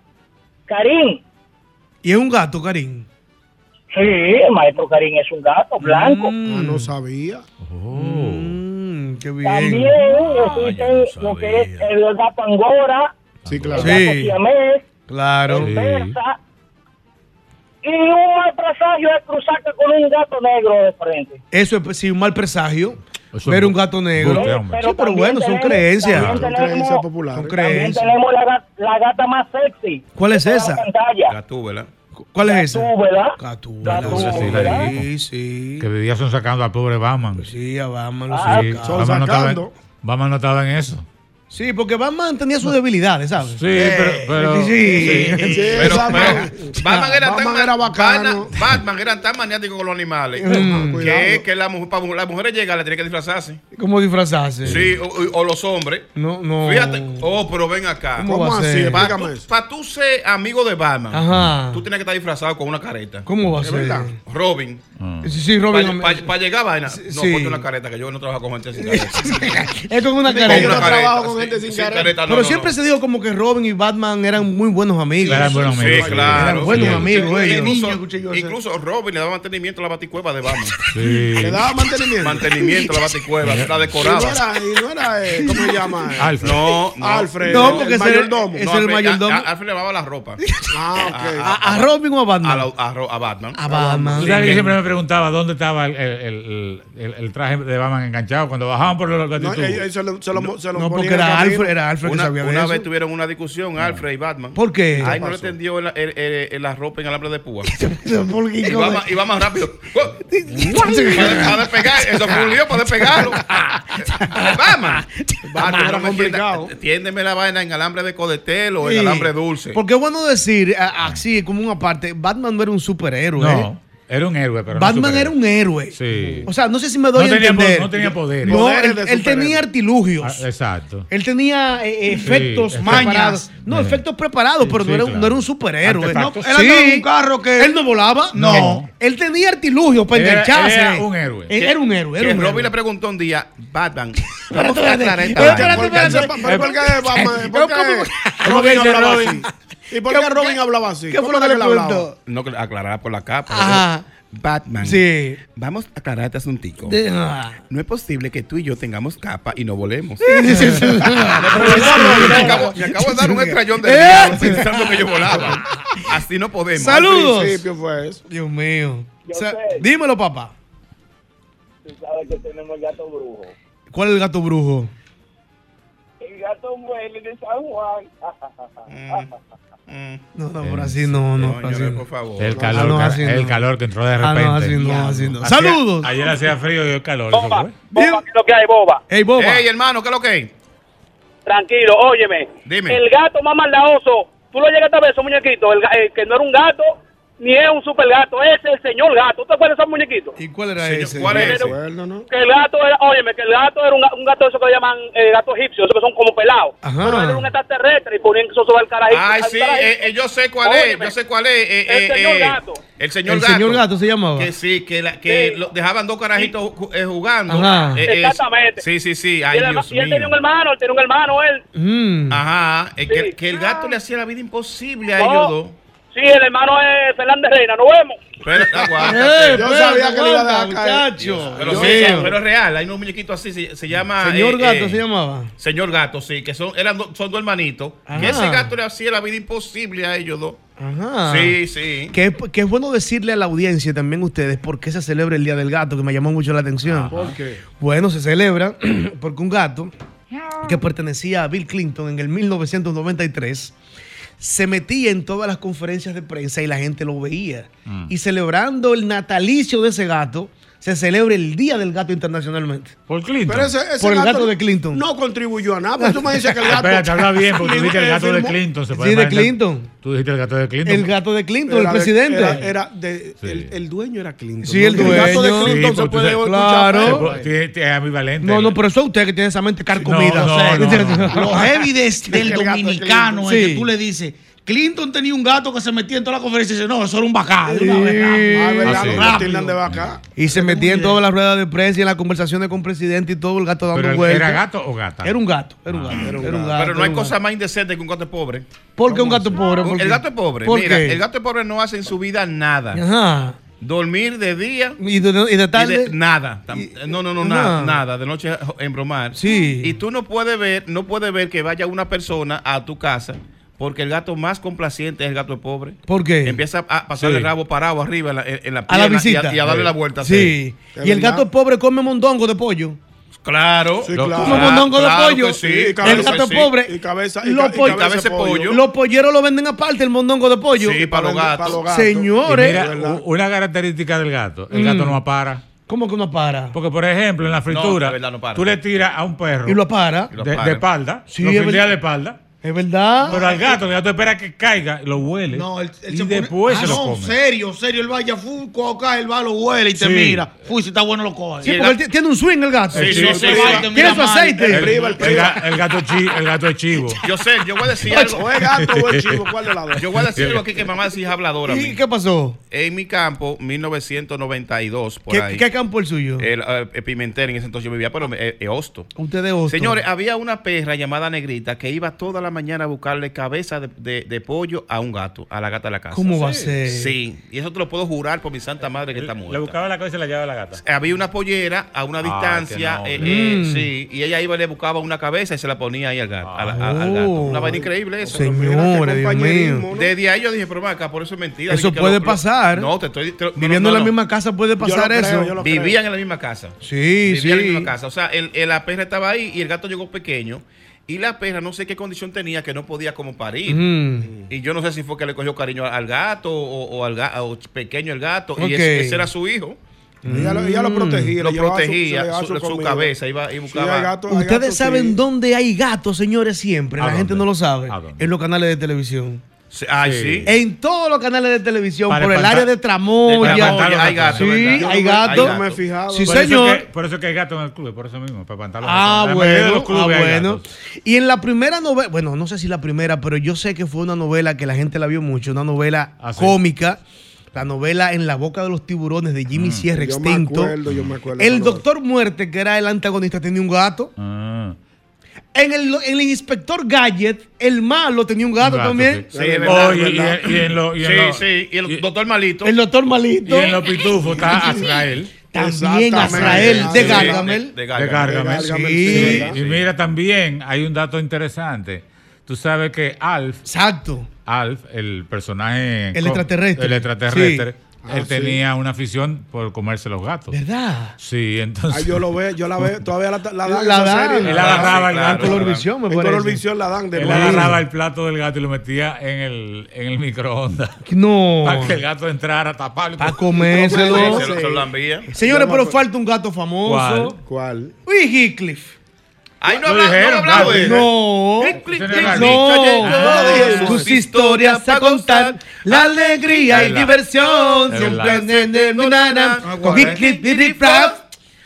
Karim.
Y es un gato, Karim.
Sí, el maestro Karim es un
Mm,
gato blanco.
Ah, No sabía.
qué bien.
También
Ah,
existen lo que es el gato angora,
Sí,
el
claro.
gato siamés,
Claro.
el persa. Y un mal presagio es cruzarte con un gato negro de frente.
Eso es sí, un mal presagio. Ver un gato negro.
Pero-
Sí,
pero
pero,
también
bueno, son
tenemos-
creencias.
también Son tenemos- creencias populares.
Son
También
creencias.
tenemos la, ga- la gata más sexy.
¿Cuál es
de la
esa?
pantalla.
Gatúbela.
¿Cuál es esa?
Gatúbela.
Gatúbela.
Gatúbela.
Sí, sí.
Que de día son sacando al pobre Batman.
Sí, a Batman lo
Sí,
sacaron.
Batman no estaba en- Batman no estaba en eso.
Sí, porque Batman tenía sus debilidades, ¿sabes?
Eh, Sí, pero- pero-
sí, sí.
Sí, pero,
Batman.
pero Batman era tan
Batman era
ma-
bacano.
Batman- Batman era tan maniático con los animales
Mm.
que, que la mujer, para las mujeres llegar le tiene que disfrazarse.
¿Cómo disfrazarse?
Sí, o, o- o los hombres.
No, no.
Fíjate, oh, pero ven acá.
¿Cómo ¿Cómo va a así? ser?
Para
Explícame
tú, pa' tú ser amigo de Batman,
Ajá.
tú tienes que estar disfrazado con una careta.
¿Cómo va a
Es
ser? Mm.
verdad. Robin.
Sí, sí, Robin.
Para llegar a vaina, no,
sí.
ponte una careta, que yo no trabajo con gente sin careta.
Es con una
Con una
careta.
careta, sí.
con gente sin, careta.
Pero siempre se dijo como que Robin y Batman eran muy buenos amigos.
Eran buenos
Sí,
amigos.
claro. Eran buenos
Sí.
amigos
Incluso-
ellos.
Incluso, incluso Robin le daba mantenimiento a la baticueva de Batman.
Le daba mantenimiento.
Mantenimiento a la baticueva, la
Y no
decoraba.
era, y no era eh, ¿cómo se llama? eh?
Alfred. No, no.
Alfred.
No,
el
porque ese
mayordomo.
era- ese era el
Alfred,
mayordomo.
a- a-
Alfred le lavaba la ropa.
Ah,
¿A, a Robin o a Batman?
A, la- a Ro- a Batman.
A Batman.
Tú sabes que yo siempre me preguntaba dónde estaba el, el- el- el- el traje de Batman enganchado cuando bajaban por los
ok. No,
gatitubos.
eh, eh, se lo, se lo, se lo
no,
ponía
porque
en el
era
camino.
Alfred, era Alfred que
Una,
sabía de
una
eso. Ah.
vez tuvieron una discusión Alfred y Batman.
¿Por qué?
Ahí
¿Qué
no le
pasó?
tendió el, el- el- el arropa en alambre de púa.
¿Por qué?
y, va, más- y va más rápido. para, para despegar, eso fue un lío para despegarlo. Batman. Batman, no me tienda- Tiéndeme la vaina en alambre de codetel o en
Sí.
alambre dulce.
Porque es bueno decir, a- así como una parte, Batman no era un superhéroe. ¿eh?
No, era un héroe, pero no
Batman
superhéroe.
era un héroe.
Sí.
O sea, no sé si me doy a
No tenía po-
entender.
no tenía poderes.
No,
Poderes
él,
de
él
superhéroe.
tenía
Ah,
artilugios.
Exacto.
Él tenía eh, eh,
Sí,
efectos
efectos.
preparados. No,
Mañas.
efectos preparados, pero
sí,
no, era, un-
claro.
no era un superhéroe. No,
Artefactos.
él
Sí.
andaba en un carro que. Él no volaba.
No.
Él, él tenía artilugios para
Era-
engancharse.
era un héroe.
Él era un héroe. Era
que
un
Robin
héroe.
le preguntó un día, Batman, vamos a
Espérate,
aclarar esta
espérate,
vaina.
espérate,
Porque-
espérate.
porque-
¿Por qué Batman? ¿Por qué
¿Cómo
Robin
que dice
hablaba
Robin?
así? ¿Y por qué Robin hablaba así?
qué fue
¿Cómo
lo que le
él hablaba?
preguntó?
No, que aclarar por la capa.
Ajá.
Batman.
Sí.
Vamos a aclarar este asuntico.
De- ah.
No es posible que tú y yo tengamos capa y no volemos.
Sí, sí, sí.
Me acabo- me acabo de dar un estrellón
Eh.
de diablo pensando que yo volaba. Así no podemos.
Saludos.
Al principio
fue eso.
Dios mío.
Yo
O sea,
sé.
dímelo, papá.
Tú sabes que tenemos el gato brujo.
¿Cuál es el gato brujo?
El gato muele de San Juan.
Mm.
No,
Eh,
no, por así no, no. por así no.
El
No,
calor,
no, así
el
no.
calor que entró de
Ah,
repente.
no, así no, así no.
Hacía-
Saludos.
Ayer hacía frío y hoy calor. eso fue.
Boba, ¿qué es lo que hay, boba?
Ey,
Ey, hermano, ¿qué es lo que hay?
Tranquilo, óyeme.
Dime.
El gato más maldadoso, tú lo llegaste a ver, ese muñequito, el, ga- el que no era un gato, ni es un super gato, es el señor gato. ¿Tú te acuerdas de esos muñequitos?
¿Y cuál era ese?
¿Cuál es ese?
Que el gato era, óyeme, que el gato era un, ga- un gato de esos que llaman eh, gato egipcio, esos que son como pelados.
Ajá.
Pero él era un extraterrestre y ponían eso sobre el carajito.
Ay,
al
sí,
carajito.
eh, eh, yo sé cuál es,
Óyeme,
yo sé cuál es. eh,
el
eh,
señor
eh,
gato.
El señor
El
gato.
señor gato se llamaba.
Que sí, que, la- que lo- dejaban dos carajitos ju- eh, jugando.
Ajá.
Eh, eh,
Exactamente.
sí, sí, sí.
y
Ay,
él, era-
Dios
y él
mío.
tenía un hermano, él tenía un hermano, él.
Ajá, eh, que, que el gato le hacía la vida imposible a
No.
ellos dos.
Sí, el hermano es Fernández Reina, nos vemos.
Pero, aguántate.
Eh,
Yo
pero
sabía que le iba a
aguanta,
dejar caer.
muchacho.
Pero,
Dios
sí,
mío.
pero es real, hay unos muñequitos así, se, se llama...
Señor
eh,
gato
eh,
se llamaba.
Señor gato, sí, que son, eran dos- son dos hermanitos.
Ajá.
Que ese gato le hacía la vida imposible a ellos dos.
Ajá.
Sí, sí.
Que, es- que es bueno decirle a la audiencia y también a ustedes por qué se celebra el Día del Gato, que me llamó mucho la atención.
¿Por qué?
Bueno, se celebra porque un gato que pertenecía a Bill Clinton en el 1993 se metía en todas las conferencias de prensa y la gente lo veía.
Mm.
Y celebrando el natalicio de ese gato, se celebra el Día del Gato internacionalmente.
¿Por Clinton?
Pero ese- ese
por el gato,
gato
de Clinton.
No contribuyó a nada. Pero Ah, pues tú me dices que el gato.
Espérate, habla bien, porque tú dijiste el gato de
Firmó-
Clinton. ¿se
Sí,
puede
de
imaginar?
Clinton.
Tú dijiste el gato de Clinton.
El gato de Clinton,
Era de-
el presidente.
Era, era de, el, el dueño era Clinton.
Sí, el dueño.
gato de Clinton
Sí,
se puede
pues,
escuchar.
claro.
pero-
Tiene- tiene ambivalente.
No, no, pero eso es usted que tiene esa mente carcomida.
No, no,
o sea,
no, no.
Lo heavy de- del
El gato de
dominicano
Clinton.
es que
Sí.
tú le dices, Clinton tenía un gato que se metía en toda la conferencia y dice, no, eso era un bacá. de una
Sí.
vez, nada
Ah,
más,
verdad,
así.
no
Rápido.
tildan de vaca.
Y se metía en todas las ruedas de prensa y en las conversaciones con presidente y todo el gato dando
Pero,
vueltas.
¿Era gato o gata? Ah,
Era un gato, era un gato, era un gato.
Pero no hay
cosa
cosa más indecente que un gato pobre.
¿Por qué un gato pobre? ¿Por
El
qué?
gato es pobre.
¿Por
Mira,
qué?
el gato pobre no hace en su vida nada.
Ajá.
Dormir de día.
¿Y de, y de tarde?
nada. Tam- eh, no, no, no, nada,
Ajá.
nada. De noche en bromar.
Sí.
Y tú no puedes ver, no puedes ver que vaya una persona a tu casa. Porque el gato más complaciente es el gato pobre.
¿Por qué?
Empieza a pasar el
Sí.
rabo parado arriba en la, en- en la
A la
pierna y
visita.
a- Y, a darle la vuelta.
Sí. Y el gato pobre come mondongo de pollo.
Claro.
Lo- Come mondongo de pollo. el gato pobre.
Y cabeza.
los
ca-
poll-
cabeza de pollo.
Los polleros lo venden aparte, el mondongo de pollo.
Sí,
para los gatos.
Para los gatos.
Señores.
Y mira, u- una característica del gato. El gato
Mm.
no apara.
¿Cómo que no para?
Porque, por ejemplo, en la
No,
fritura,
de verdad no para.
tú le tiras a un perro
Y lo para.
de, de espalda,
Sí,
lo
es
fildea
verdad.
de espalda,
Es verdad.
Pero al gato, ya tú esperas que caiga, lo huele.
No, él, él
y
se pone-
después
Ah,
se lo
no,
come.
serio, serio. Él vaya, fu, cuando cae, él va, lo huele y te
Sí.
mira. Fui, si está bueno, lo coge.
Sí, porque él ti- tiene un swing el gato.
Sí, sí, sí, sí.
Tiene su aceite.
El, el ga- el gato chi- el gato es chivo.
Yo sé, yo voy a decir algo.
¿O es gato o es chivo? ¿Cuál de las dos?
Yo voy a decir algo aquí que mamá sí es habladora. a mí.
¿Y qué pasó?
En mi campo, 1992, por
¿Qué,
ahí.
qué campo el suyo?
El, eh, Pimentel, en ese entonces yo vivía, pero eh, eh, Hosto.
Ustedes hostos.
Señores, había una perra llamada Negrita que iba toda la mañana a buscarle cabeza de, de- de pollo a un gato, a la gata de la casa.
¿Cómo va a ser?
Sí, y eso te lo puedo jurar por mi santa madre que está
Eh, Le
muerta. Eh,
buscaba la cabeza y la llevaba la gata.
Había una pollera a una
Ay,
distancia,
qué
eh,
noble.
eh,
Mm.
sí, y ella iba y le buscaba una cabeza y se la ponía ahí al gato. a la- a- al gato. Una vaina increíble eso.
Señores, Oh. Dios mío.
Desde ahí yo dije, pero ven acá, por eso es mentira.
Eso
Dije que
puede
lo- lo-
pasar.
No, te estoy. te lo- no,
Viviendo
no,
en la
no.
misma casa puede pasar eso.
Vivían en la misma casa.
Sí,
Vivían en
sí.
la misma casa. O sea, el- el- la perra estaba ahí y el gato llegó pequeño. Y la perra no sé qué condición tenía que no podía como parir.
Mm.
Y yo no sé si fue que le cogió cariño al- al gato o, o al ga- o pequeño el gato.
Ok. Mm.
Y ese, ese era su hijo.
Ella lo- ella lo protegía,
Lo
le llevaba su- se
protegía,
le llevaba
su,
su
su
comida.
cabeza. Iba y buscaba.
hay gato-
Ustedes saben dónde hay gatos, señores, siempre.
¿A
La gente no lo sabe.
dónde?
En los canales de televisión.
Sí, ay, sí.
En todos los canales de televisión,
Para
por el
espantar-
área de Tramoya.
de espantar los
hay
gatos,
gatos. Sí,
¿verdad? Yo
hay
no me- hay
gatos.
gatos. No me he
fijado. Sí,
por eso
señor.
que- por eso es que hay gatos en el club, por eso mismo, para espantar los
Ah,
gatos. En la mayoría de
bueno,
los clubes
ah,
hay
bueno.
gatos.
Y en la primera novela, bueno, no sé si la primera, pero yo sé que fue una novela que la gente la vio mucho, una novela
Ah,
cómica, la novela En la boca de los tiburones de
Mm.
Jimmy Sierra
Yo me
Extinto.
acuerdo, yo me acuerdo.
el doctor Muerte, que era el antagonista, tenía un gato.
Ah.
En el, en el inspector Gadget, el malo tenía un gato,
Un gato,
también.
sí. Sí, es verdad, Oye, es verdad. y- y en lo- y en
sí,
lo-
sí. Y el doctor malito.
El doctor malito.
Y en los pitufos está Azrael.
También Azrael, de Gargamel.
De
De Gargamel.
Sí.
Sí. Y mira, también hay un dato interesante. Tú sabes que Alf.
Exacto.
Alf, el personaje.
El extraterrestre.
El extraterrestre.
Sí.
Él
Ah, sí.
tenía una afición por comerse los gatos.
¿Verdad?
Sí, entonces.
Ay, yo lo veo, yo la veo, todavía la, la dan.
La
esa
dan.
serie.
Él agarraba el
Sí, claro,
gato. Color
la dan.
visión, me
En
parece.
Color visión la dan de
Él
nuevo.
agarraba el plato del gato y lo metía en el, en el microondas.
No.
Para que el gato entrara tapado. Para
comérselo. Sí, se lo- se lo Señores, pero falta un gato
¿Cuál?
famoso. Uy, Heathcliff.
Ahí
no habla- no dijeron, hablamos claro, de él.
No.
no.
No. Tus historias a contar. La alegría y
Es la-
diversión.
es
Siempre
la-
en el munana. Con Heathcliff y Riff Raff,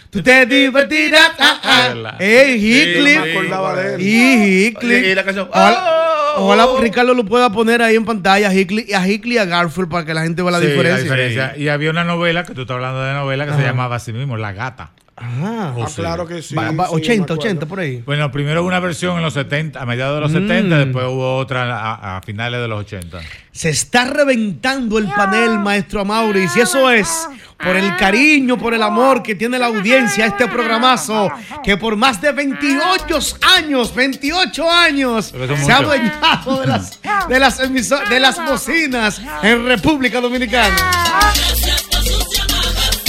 Tú te divertirás. Ah, ah. Ey, Heathcliff. Y Heathcliff.
Y la canción,
Ojalá, ojalá Ricardo lo pueda poner ahí en pantalla a Heathcliff y a, Heathcliff y a Garfield para que la gente vea la
Sí,
diferencia.
Y había una novela, que tú estás hablando de novela, que se
Ajá.
llamaba así mismo, La Gata.
Ah,
O sea,
claro que sí.
Va- va-
sí,
80,
me acuerdo.
80 por ahí.
Bueno, primero una versión en los 70, a mediados de los
Mm.
70, después hubo otra a, a finales de los 80.
Se está reventando el panel, maestro Amauris, y eso es por el cariño, por el amor que tiene la audiencia a este programazo, que por más de 28 años, 28 años,
Pero son
se ha
muchos.
adueñado de las, de las, emiso- de las bocinas en República Dominicana.
Gracias por sus llamadas,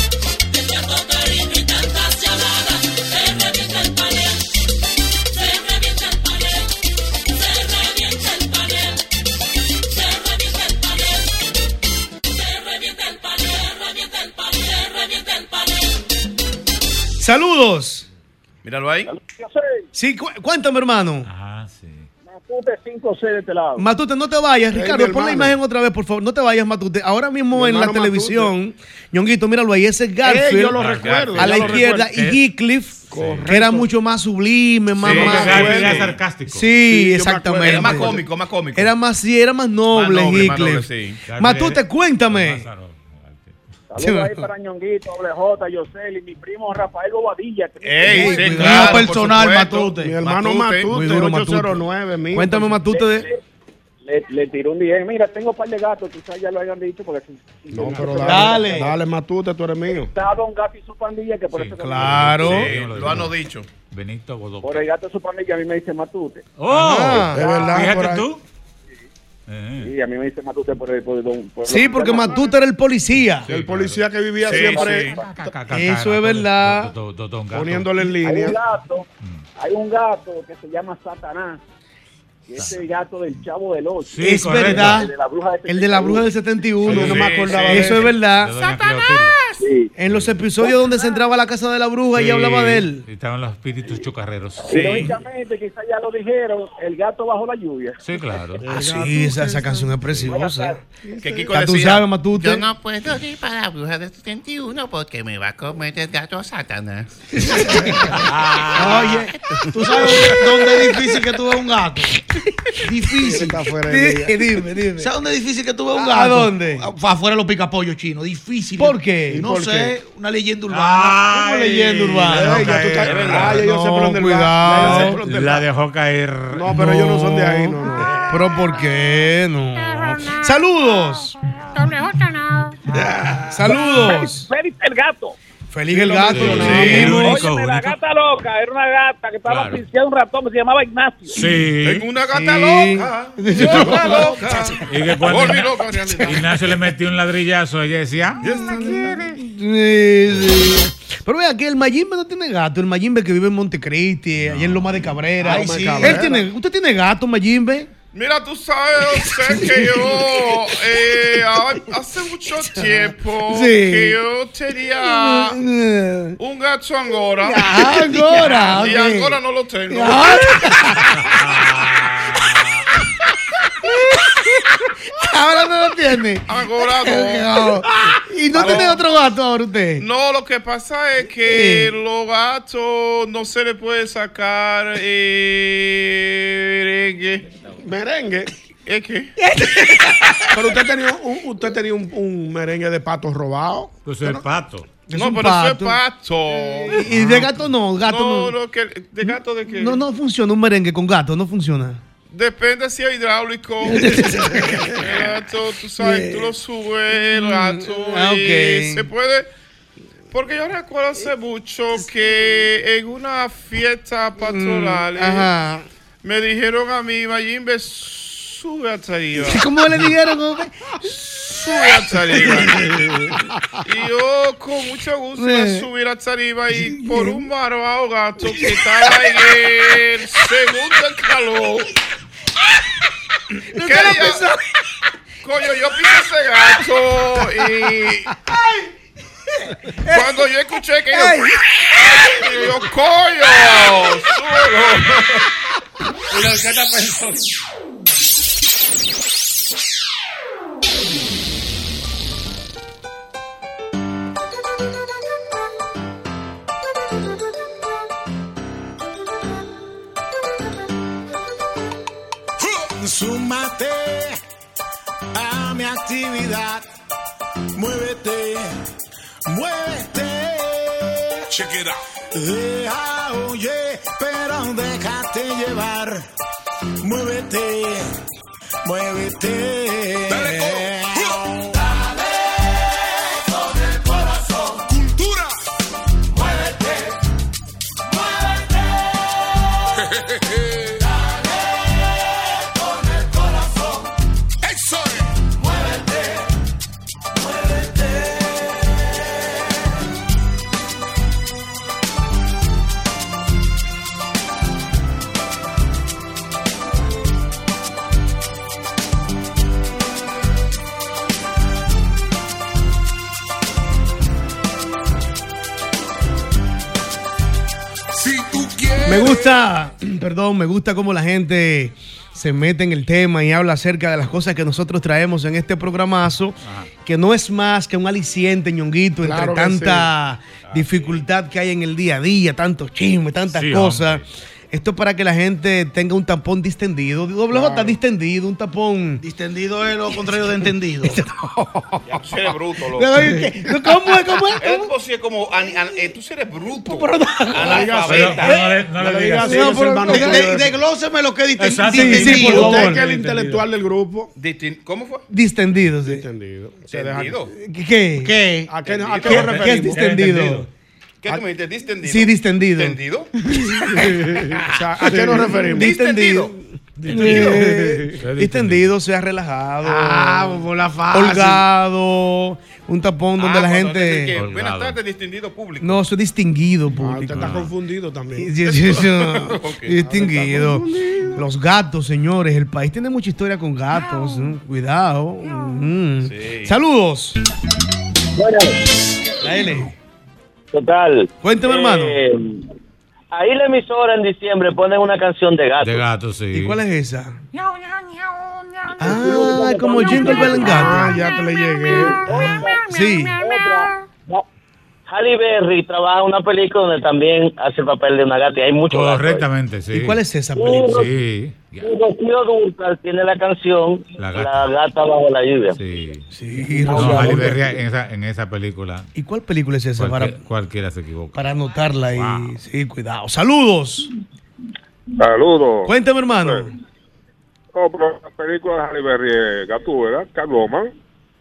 el tanto cariño y tantas llamadas. Se revienta el panel, se revienta el panel, se revienta el panel, se revienta el panel, se revienta el panel, revienta el panel, se revienta el panel.
Saludos.
Míralo ahí.
Sí, cu- cuéntame, hermano.
Matute 5 C de este lado.
Matute, no te vayas,
Ey,
Ricardo,
mi
pon la
hermano.
imagen otra vez, por favor, no te vayas, Matute. Ahora mismo
Mi
en la
hermano
televisión, Ñonguito, míralo ahí, ese es Garfield,
Ey, yo lo Ah, recuerdo,
a
yo
la
lo
izquierda,
recuerdo.
y Heathcliff, que era mucho más sublime, más...
Sí,
más-
porque Garfield era
Sí,
yo
sarcástico.
exactamente.
Era más cómico, más cómico.
Era más, sí, era más noble,
Más noble, más noble,
Heathcliff.
sí. Garfield
Matute,
era-
cuéntame.
Saludos ahí para Ñonguito, Blejota, Yosel y mi primo Rafael Bobadilla.
Ey,
Uy,
sí,
cuidado,
claro, por
personal,
supuesto.
Matute.
Mi hermano Matute,
Muy duro, Matute.
809, mi.
Cuéntame, pues, Matute, de...
Le, le tiró un día. Mira, tengo un par de gatos, quizás ya lo hayan dicho. Porque si, si-
No,
si-
pero
si-
dale. Dale, Matute, tú eres mío.
Está Don Gato y su pandilla, que por eso. que-
claro.
Sí, lo han dicho.
Benito Godó.
Por el gato y su pandilla, a mí me dice Matute.
¡Oh!
Ah,
es verdad, Fíjate por ahí. tú. eh.
Sí, a mí me dice Matute por el. Por don- por
Sí,
don-
porque Matute era el policía.
El policía que vivía
Sí,
siempre
sí.
Eso es verdad.
poniéndole en
Hay un
línea. Mm.
gato, hay un gato que se llama Satanás. Y es el gato del chavo del ocho.
Sí, es verdad.
El de la bruja del
El de la bruja del 71.
Sí,
no me
sí,
acordaba.
sí.
Eso es
De
verdad.
doña
¡Satanás! En los episodios donde se entraba a la casa de la bruja y
Sí,
hablaba de él.
Estaban los espíritus chocarreros.
Irónicamente, quizás ya lo dijeron, el gato bajo la lluvia.
Sí, claro.
Ah, sí, esa, esa canción es preciosa.
Que Kiko
Ya tú
decía,
sabes, Matute.
Yo no puedo ir para la bruja de 71 porque me va a comer el gato Satanás.
Oye, ¿tú sabes dónde es difícil que tú veas un gato? Difícil.
de ella. Dime, dime.
¿Sabes dónde es difícil que tú veas un gato?
¿A dónde?
Fue afuera de los picapollos chinos. Difícil.
¿Por qué?
No
¿Por
sé,
qué?
una leyenda urbana.
Ay, leyenda urbana.
Ay, ya tú estás-
Ay, ya yo sé por dónde él va. Ya yo sé por dónde él
La
va.
dejó caer.
No, pero ellos no son de ahí, no, Pero ¿por qué? No. Saludos. Saludos.
Félix el gato.
Feliz el gato. Leonardo.
Óyeme, la gata loca era una gata que estaba
Claro.
asfixiada un ratón que se llamaba Ignacio.
Sí. Tengo
una gata loca.
Loca,
loca.
Y que cuando
Volví loco, en realidad.
Ignacio le metió un ladrillazo, ella decía. "Ah".
Sí, sí. Pero vea que el Mayimbe no tiene gato. El Mayimbe que vive en Montecristi, allá en Loma de Cabrera.
Ay, sí.
Él tiene, ¿Usted tiene gato, Mayimbe?
Mira, tú sabes, José, que yo eh, a- hace mucho tiempo
Sí.
que yo tenía un gato angora.
Ah, angora,
Y
ok.
angora no lo tengo.
Ah. Ahora no lo tiene.
Angora
No.
no.
Y no
Aló.
tiene otro gato ahora usted.
No, lo que pasa es que los gatos no se le puede sacar eh, merengue.
Merengue.
¿Es qué?
Pero usted tenía un, usted tenía un, un merengue de pato robado.
Pues el pato.
No,
No,
pero
pero eso es
pato.
pato.
Y de gato no, gato no.
No, no, que, ¿de gato de qué?
No, no funciona un merengue con gato, no funciona.
Depende si es hidráulico. El gato, tú sabes, tú lo subes, el gato.
ah,
y
ok.
se puede. Porque yo recuerdo hace mucho que en una fiesta patronal eh,
Mm, ajá.
me dijeron a mí, Mayimbe, sube hasta arriba.
¿Cómo le dijeron? ¿Cómo que?
Sube hasta arriba. y yo con mucho gusto iba a subir hasta arriba y por un barbado gato que estaba en el segundo escalón. ¿Qué día? Coño, yo pise ese gato y cuando yo escuché que yo, y yo coño, solo.
Súmate a mi actividad. Muévete, muévete. Check it out. Deja, oye, pero déjate llevar. Muévete, muévete.
Eh.
Dale con el corazón. Cultura. Muévete, muévete. con el corazón. ¡Eso! ¡Muévete! ¡Muévete! Si tú quieres.
Me gusta, perdón, me gusta cómo la gente se mete en el tema y habla acerca de las cosas que nosotros traemos en este programazo, que no es más que un aliciente, ñonguito,
Claro que
entre tanta dificultad que hay en el día a día, tantos chismes, tantas
Sí,
cosas. Esto es para que la gente tenga un tampón distendido, doble J distendido, un tapón.
Distendido es lo contrario de entendido.
Tú sí eres bruto, loco.
No, oye, ¿qué? ¿Cómo es? ¿Cómo es?
Esto sí es como, an- an- eh, tú sí eres bruto.
Pero no
eh,
le- no le digas así, es hermano
de-
tuyo.
de- Desglóseme lo que diste.
Exacto.
diste-
Sí, sí, por
diste-
favor.
que el
Entendido.
intelectual
del grupo.
¿Cómo fue?
Distendido, sí.
Distendido.
¿Qué?
¿Qué?
¿A qué, a
Distendido.
qué
¿Qué-
nos
qué es
referimos?
distendido?
¿Qué tú me dijiste? ¿Distendido?
Sí, distendido.
¿Distendido?
O sea, ¿a qué nos referimos?
Distendido.
Distendido.
Eh, Distendido, sea relajado.
Ah, por la fácil.
Holgado. Un tapón donde
Ah,
la
cuando dice
gente.
que, Buenas tardes, distinguido público.
No, soy distinguido público.
Ah, Está confundido también.
Sí, sí, sí, no. Distinguido. Los gatos, señores. El país tiene mucha historia con gatos. ¿no? Cuidado. Mm. Saludos.
Bueno,
La N.
¿qué tal? Eh,
Cuéntame, hermano.
Ahí la emisora en diciembre ponen una canción de gato.
De gato, sí.
¿Y cuál es esa? Ah, como Jingle Bell and Gato. Ah, ya te le llegué. Sí.
Halle Berry trabaja en una película donde también hace el papel de una gata y hay mucho gato ahí.
Correctamente, sí.
¿Y cuál es esa película?
Sí.
Y Rocío Dúrcal tiene la canción La
La
gata,
gata.
bajo la lluvia.
Sí.
Sí,
No,
Rocío
Halle
Dúrcal.
Berry en esa, en esa película.
¿Y cuál película es esa?
cualquiera,
Para,
cualquiera se equivoca.
para anotarla y. Sí, cuidado. Oh, Saludos.
Saludos.
Cuéntame, hermano.
No, pero la película de Halle Berry, eh, Gatú, ¿verdad? Catwoman.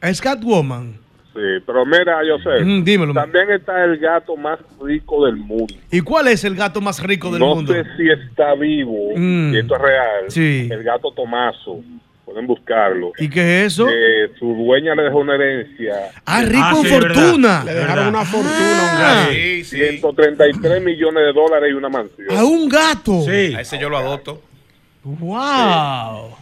Es Catwoman.
Sí, pero mira, yo sé.
Mm, dímelo.
También está el gato más rico del mundo.
¿Y cuál es el gato más rico del
no
mundo?
sé si está vivo,
Mm.
y esto es real.
Sí.
El gato Tomaso. Pueden buscarlo.
¿Y qué es eso?
Eh, su dueña le dejó una herencia.
Ah, rico en fortuna.
Le dejaron una
Ah.
fortuna. Sí, 133 millones de dólares y una mansión.
A un gato.
A ese yo lo adopto.
Wow.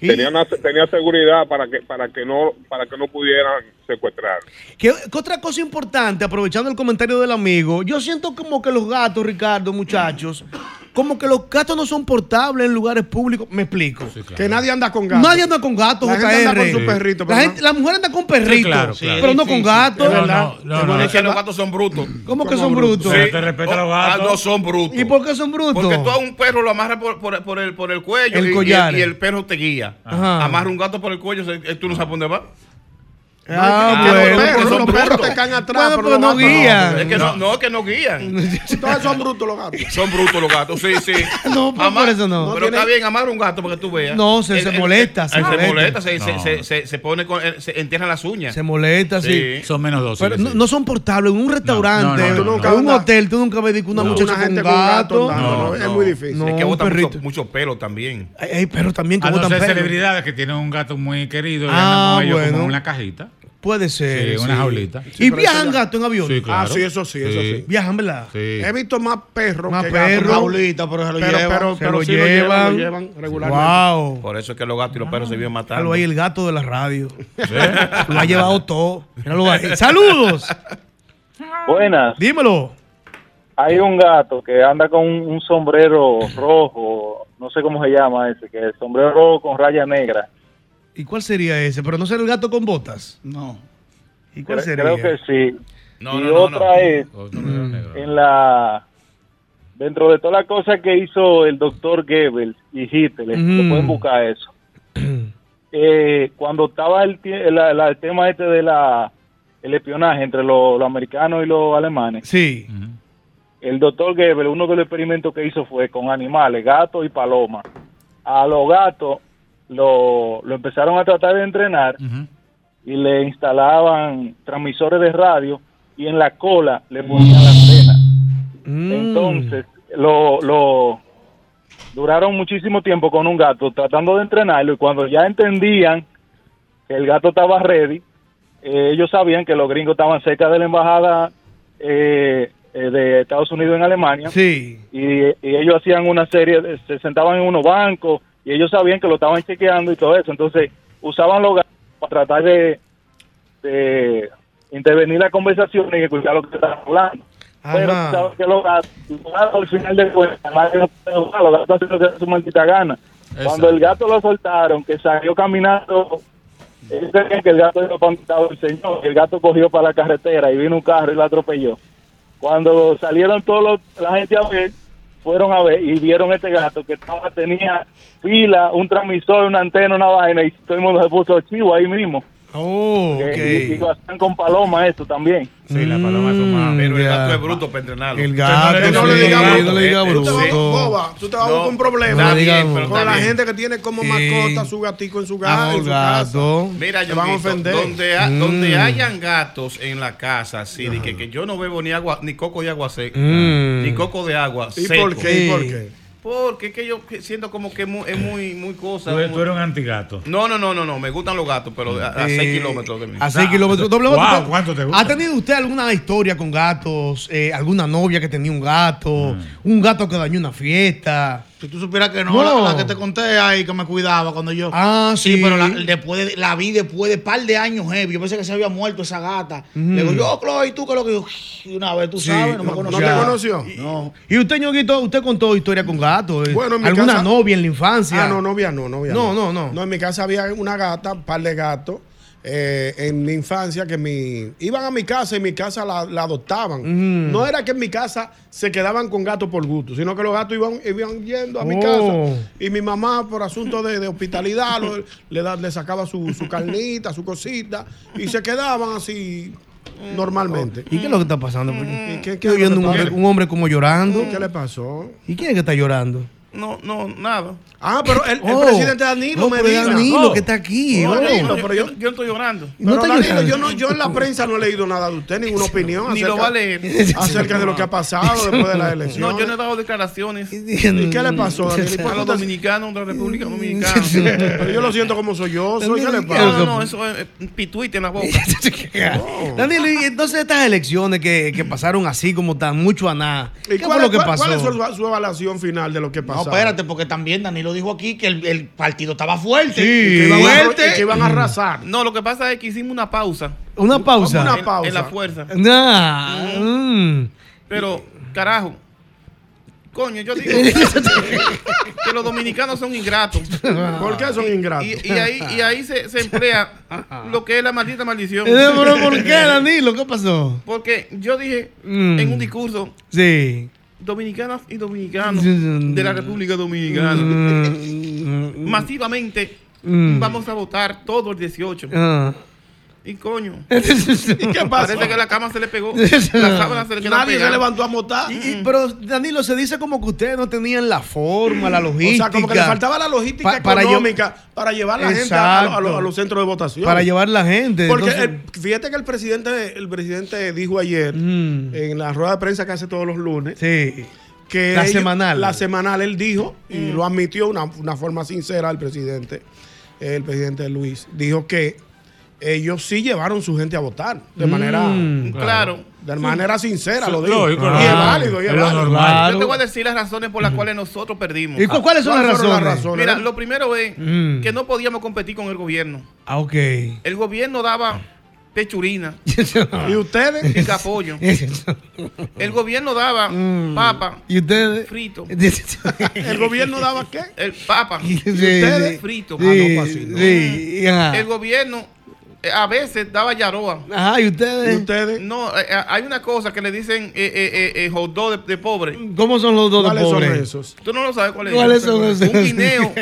Tenía, una- tenía seguridad para que para que no para que no pudieran secuestrar.
¿Qué, qué otra cosa importante, aprovechando el comentario del amigo, yo siento como que los gatos, Ricardo, muchachos, como que los gatos no son portables en lugares públicos. Me explico.
Que nadie anda con gatos.
Nadie anda con gatos,
La gente anda
JR.
con su perrito,
La,
pero
gente- la mujer anda con perritos,
Sí, claro, claro.
Pues pero no con gatos.
No, no, no, no, es que los gatos son brutos.
¿Cómo que son brutos?
Sí.
Pero te respeta los gatos.
Ah, no son brutos.
¿Y por qué son brutos?
Porque tú a un perro lo amarras por, por- por el, por el cuello
El
y- y,
collar.
y el perro te guía.
Ajá.
Amarra un gato por el cuello, se- eh, tú no sabes por dónde va.
Ah,
No, es que- es que
bueno.
los perros,
Los
son
perros
brutos.
te caen atrás, pero,
Bueno,
pues
pero
los
no
gatos
guían.
Es que no, no, es que no guían.
Todos son brutos los gatos.
Son brutos los gatos, sí, sí.
No, por-
Amar-
por eso no.
Pero
No tiene-
está bien amar un gato para que tú veas.
No, se- se molesta, se
Se
molesta.
molesta, se, se-
No.
se- se- se pone con, eh, se entierran las uñas.
Se molesta, sí.
Son menos
Pero no, no son portables. En un restaurante,
no, no,
en
no, no.
un hotel, tú nunca ves una
No.
muchacha
Una
con
gente
un
con
gato.
gato andando, no, es muy difícil.
No,
es que
un
botan
perrito.
mucho, mucho pelo también.
Hay, hay perros Eh, también que
A Ah, no
botan
ser
pelo.
celebridades que tienen un gato muy querido y
Ah,
andan con ellos como
bueno.
en una cajita.
Puede ser.
Sí, una jaulita. Sí,
y
pero
viajan
eso ya-
gatos en avión.
Sí, claro.
Ah, sí, eso sí, eso sí.
Viajan, ¿verdad?
Sí.
He visto más perros
Más
que gatos.
perros.
Jaulita, pero se lo
Pero-
llevan.
pero-
se
pero
lo
sí
llevan,
lo llevan.
lo llevan regularmente.
Wow.
Por eso es que los gatos y los perros se viven matando. ¿Eh?
Míralo ahí, el gato de la radio. Lo ha llevado todo. Míralo ahí. ¡Saludos!
Buenas.
Dímelo.
Hay un gato que anda con un, un sombrero rojo, no sé cómo se llama ese, que es sombrero rojo con raya negra.
¿Y cuál sería ese? ¿Pero no será el gato con botas? No. ¿Y cuál
Cre-
sería?
Creo que sí.
No,
y
no, no,
otra
no.
es en la dentro de todas las cosas que hizo el doctor Goebbels y Hitler,
Mm.
lo pueden buscar eso. Eh, cuando estaba el, tie- la- la- el tema este de la el espionaje entre los los americanos y los alemanes.
Sí.
El doctor Goebbels, uno de los experimentos que hizo fue con animales, gatos y palomas. A los gatos lo, lo empezaron a tratar de entrenar y le instalaban transmisores de radio y en la cola le ponían la antena. Entonces, lo, lo duraron muchísimo tiempo con un gato tratando de entrenarlo y cuando ya entendían que el gato estaba ready, eh, ellos sabían que los gringos estaban cerca de la embajada eh, eh, de Estados Unidos en Alemania
Sí.
y, y ellos hacían una serie, de- se sentaban en unos bancos y ellos sabían que lo estaban chequeando y todo eso. Entonces usaban los gatos para tratar de, de intervenir la conversación y escuchar lo que estaban hablando. Pero
Ajá.
tú sabes que los gatos, los gatos al final de cuentas, nadie los puede jugar, los gatos hacen lo que su maldita gana. Cuando el gato lo soltaron, que salió caminando, ellos creían que el gato iba para un lado del señor, el gato cogió para la carretera y vino un carro y lo atropelló. Cuando salieron todos los- la gente a ver, fueron a ver y vieron este gato que estaba, tenía fila, un transmisor, una antena, una vaina y todo el mundo se puso chivo ahí mismo.
Oh,
Eh, y, y lo hacían con paloma esto también.
Sí, la paloma es humana.
Pero el gato es bruto para entrenarlo.
El gato,
Entonces,
Ah, sí, no le diga
Eh, eh,
bruto.
sí.
Boba, tú te vas a buscar un problema.
está bien, pero
con
está
la
bien.
gente que tiene como
Sí.
mascota su gatico en su,
Ah,
gato, en su
gato.
casa.
Mira,
Te
yo
van a
ofender.
ofender.
Donde, ha-
Mm.
donde hayan gatos en la casa, sí, de que, que yo no bebo ni agua, ni coco de agua seca,
Mm.
ni coco de agua
¿Y
seco.
por qué? ¿Y por qué?
Porque es que yo que siento como que es muy, es muy, muy cosa.
Tú, Pues tú
muy-
eres un antigato.
No, no, no, no, no, me gustan los gatos, pero a, a
Eh,
6 kilómetros de mí.
A 6 kilómetros. Doble
Wow,
botella.
¿cuánto te gusta?
¿Ha tenido usted alguna historia
Mm.
con gatos? Eh, ¿Alguna novia que tenía un gato? ¿Un gato que dañó una fiesta?
Si tú supieras que no,
No.
La, la que te conté ahí, que me cuidaba cuando yo.
Ah, sí.
pero la, después de- la vi después de par de años heavy. Yo pensé que se había muerto esa gata.
Mm.
Le digo, yo, Chloe, ¿tú qué es lo que yo? Y una vez, tú
Sí,
sabes, no me
no-
conoció.
no te conoció.
No.
Y usted, ñoguito, usted contó historia con gatos. eh.
Bueno, en mi
Alguna
casa-
novia en la infancia.
Ah, no, novia no, novia
No,
no, no. No, en mi casa había una gata, un par de gatos. eh, en mi infancia que mi iban a mi casa y mi casa la, la adoptaban.
Mm.
No era que en mi casa se quedaban con gatos por gusto, sino que los gatos iban, iban yendo a mi
Oh.
casa y mi mamá por asunto de, de hospitalidad lo- le, da- le sacaba su, su carnita, su cosita y se quedaban así
Mm.
normalmente.
¿Y qué es lo que está pasando?
qué- qué
Estoy
es lo
oyendo un
que
hombre,
pasa?
un hombre como llorando.
¿Qué le pasó?
¿Y quién es que está llorando?
No, no, nada. Ah, pero el, el
Oh,
presidente Danilo
oh,
me
pero
dijo.
Danilo, que está aquí, oh.
Danilo, pero yo,
Yo estoy llorando.
pero
está
Danilo,
llorando.
yo, no, yo en la prensa no he leído nada de usted, ninguna opinión.
Ni lo va a leer.
Acerca de lo que ha pasado después de la elección.
No, yo no he dado declaraciones.
¿Y qué le pasó, Danilo? ¿Y por qué
A los
usted-
dominicanos de la República Dominicana.
Pero yo lo siento como soy yo, soy ¿qué le pasa?
No, no, no, eso es eh, pituite en la boca.
Danilo, y entonces estas elecciones que, que pasaron así como tan mucho a nada.
¿Y
¿Qué
cuál,
fue lo que
cuál-
pasó?
cuál es su, su evaluación final de lo que
No,
pasó?
espérate, porque también Danilo dijo aquí que el, el partido estaba fuerte.
Sí.
Y que iban a-
Fuerte.
y que iban a arrasar.
No, lo que pasa es que hicimos una pausa.
Una pausa.
En- En, la fuerza.
Nah, mm.
Pero, carajo. Coño, yo digo que los dominicanos son ingratos.
¿Por qué son ingratos?
Y, y ahí, y ahí se, se emplea lo que es la maldita maldición.
Eh, pero ¿por qué, Danilo? ¿Qué pasó?
Porque yo dije
Mm.
en un discurso,
Sí.
dominicanas y dominicanos
Mm.
de la República Dominicana,
Mm, mm,
masivamente
Mm.
vamos a votar todo el 18.
ah.
Y coño.
¿Y qué
pasó?
Parece que la cama se le pegó. La sábana se le quedó
Nadie se
pegada.
levantó a motar.
Y- y- pero Danilo, se dice como que ustedes no tenían la forma, la
O
logística.
sea, como que le faltaba la logística
Pa- para lle-
económica para llevar la gente a, a- a los- a los
Exacto.
centros de votación.
Para llevar la gente.
Porque
entonces-
el- fíjate que el presidente, el presidente dijo ayer
Mm.
en la rueda de prensa que hace todos los lunes. Que
La
ellos-
semanal. Mm.
La semanal, él dijo, y lo admitió una, una forma sincera el presidente, el presidente Luis, dijo que ellos sí llevaron su gente a votar de
Mm,
manera
claro.
de manera sincera lo dijo
Lógico,
y es
claro.
válido y es,
Es lo
válido.
normal.
Yo te voy a decir las razones por las cuales nosotros perdimos.
¿Y cu- cuáles son las
¿cuáles fueron las
razones?
razones?
Mira, lo primero es
Mm.
que no podíamos competir con el gobierno.
Ah, ok.
El gobierno daba pechurina,
¿Y ustedes?
pica pollo. El gobierno daba papa
Mm. ¿Y ustedes?
frito.
¿El gobierno daba qué?
El papa.
Sí,
¿Y ustedes?
sí.
frito.
Sí,
Ah, no, pues así, ¿no?
sí, ajá.
El gobierno eh, a veces daba yaroa.
Ajá, ¿y ustedes?
No, eh, eh, hay una cosa que le dicen eh, eh, eh, eh, hot dog de, de pobre.
¿Cómo son los dos de
¿Cuáles son
pobres?
esos?
Tú no lo sabes cuál es.
¿Cuáles son esos?
Un guineo.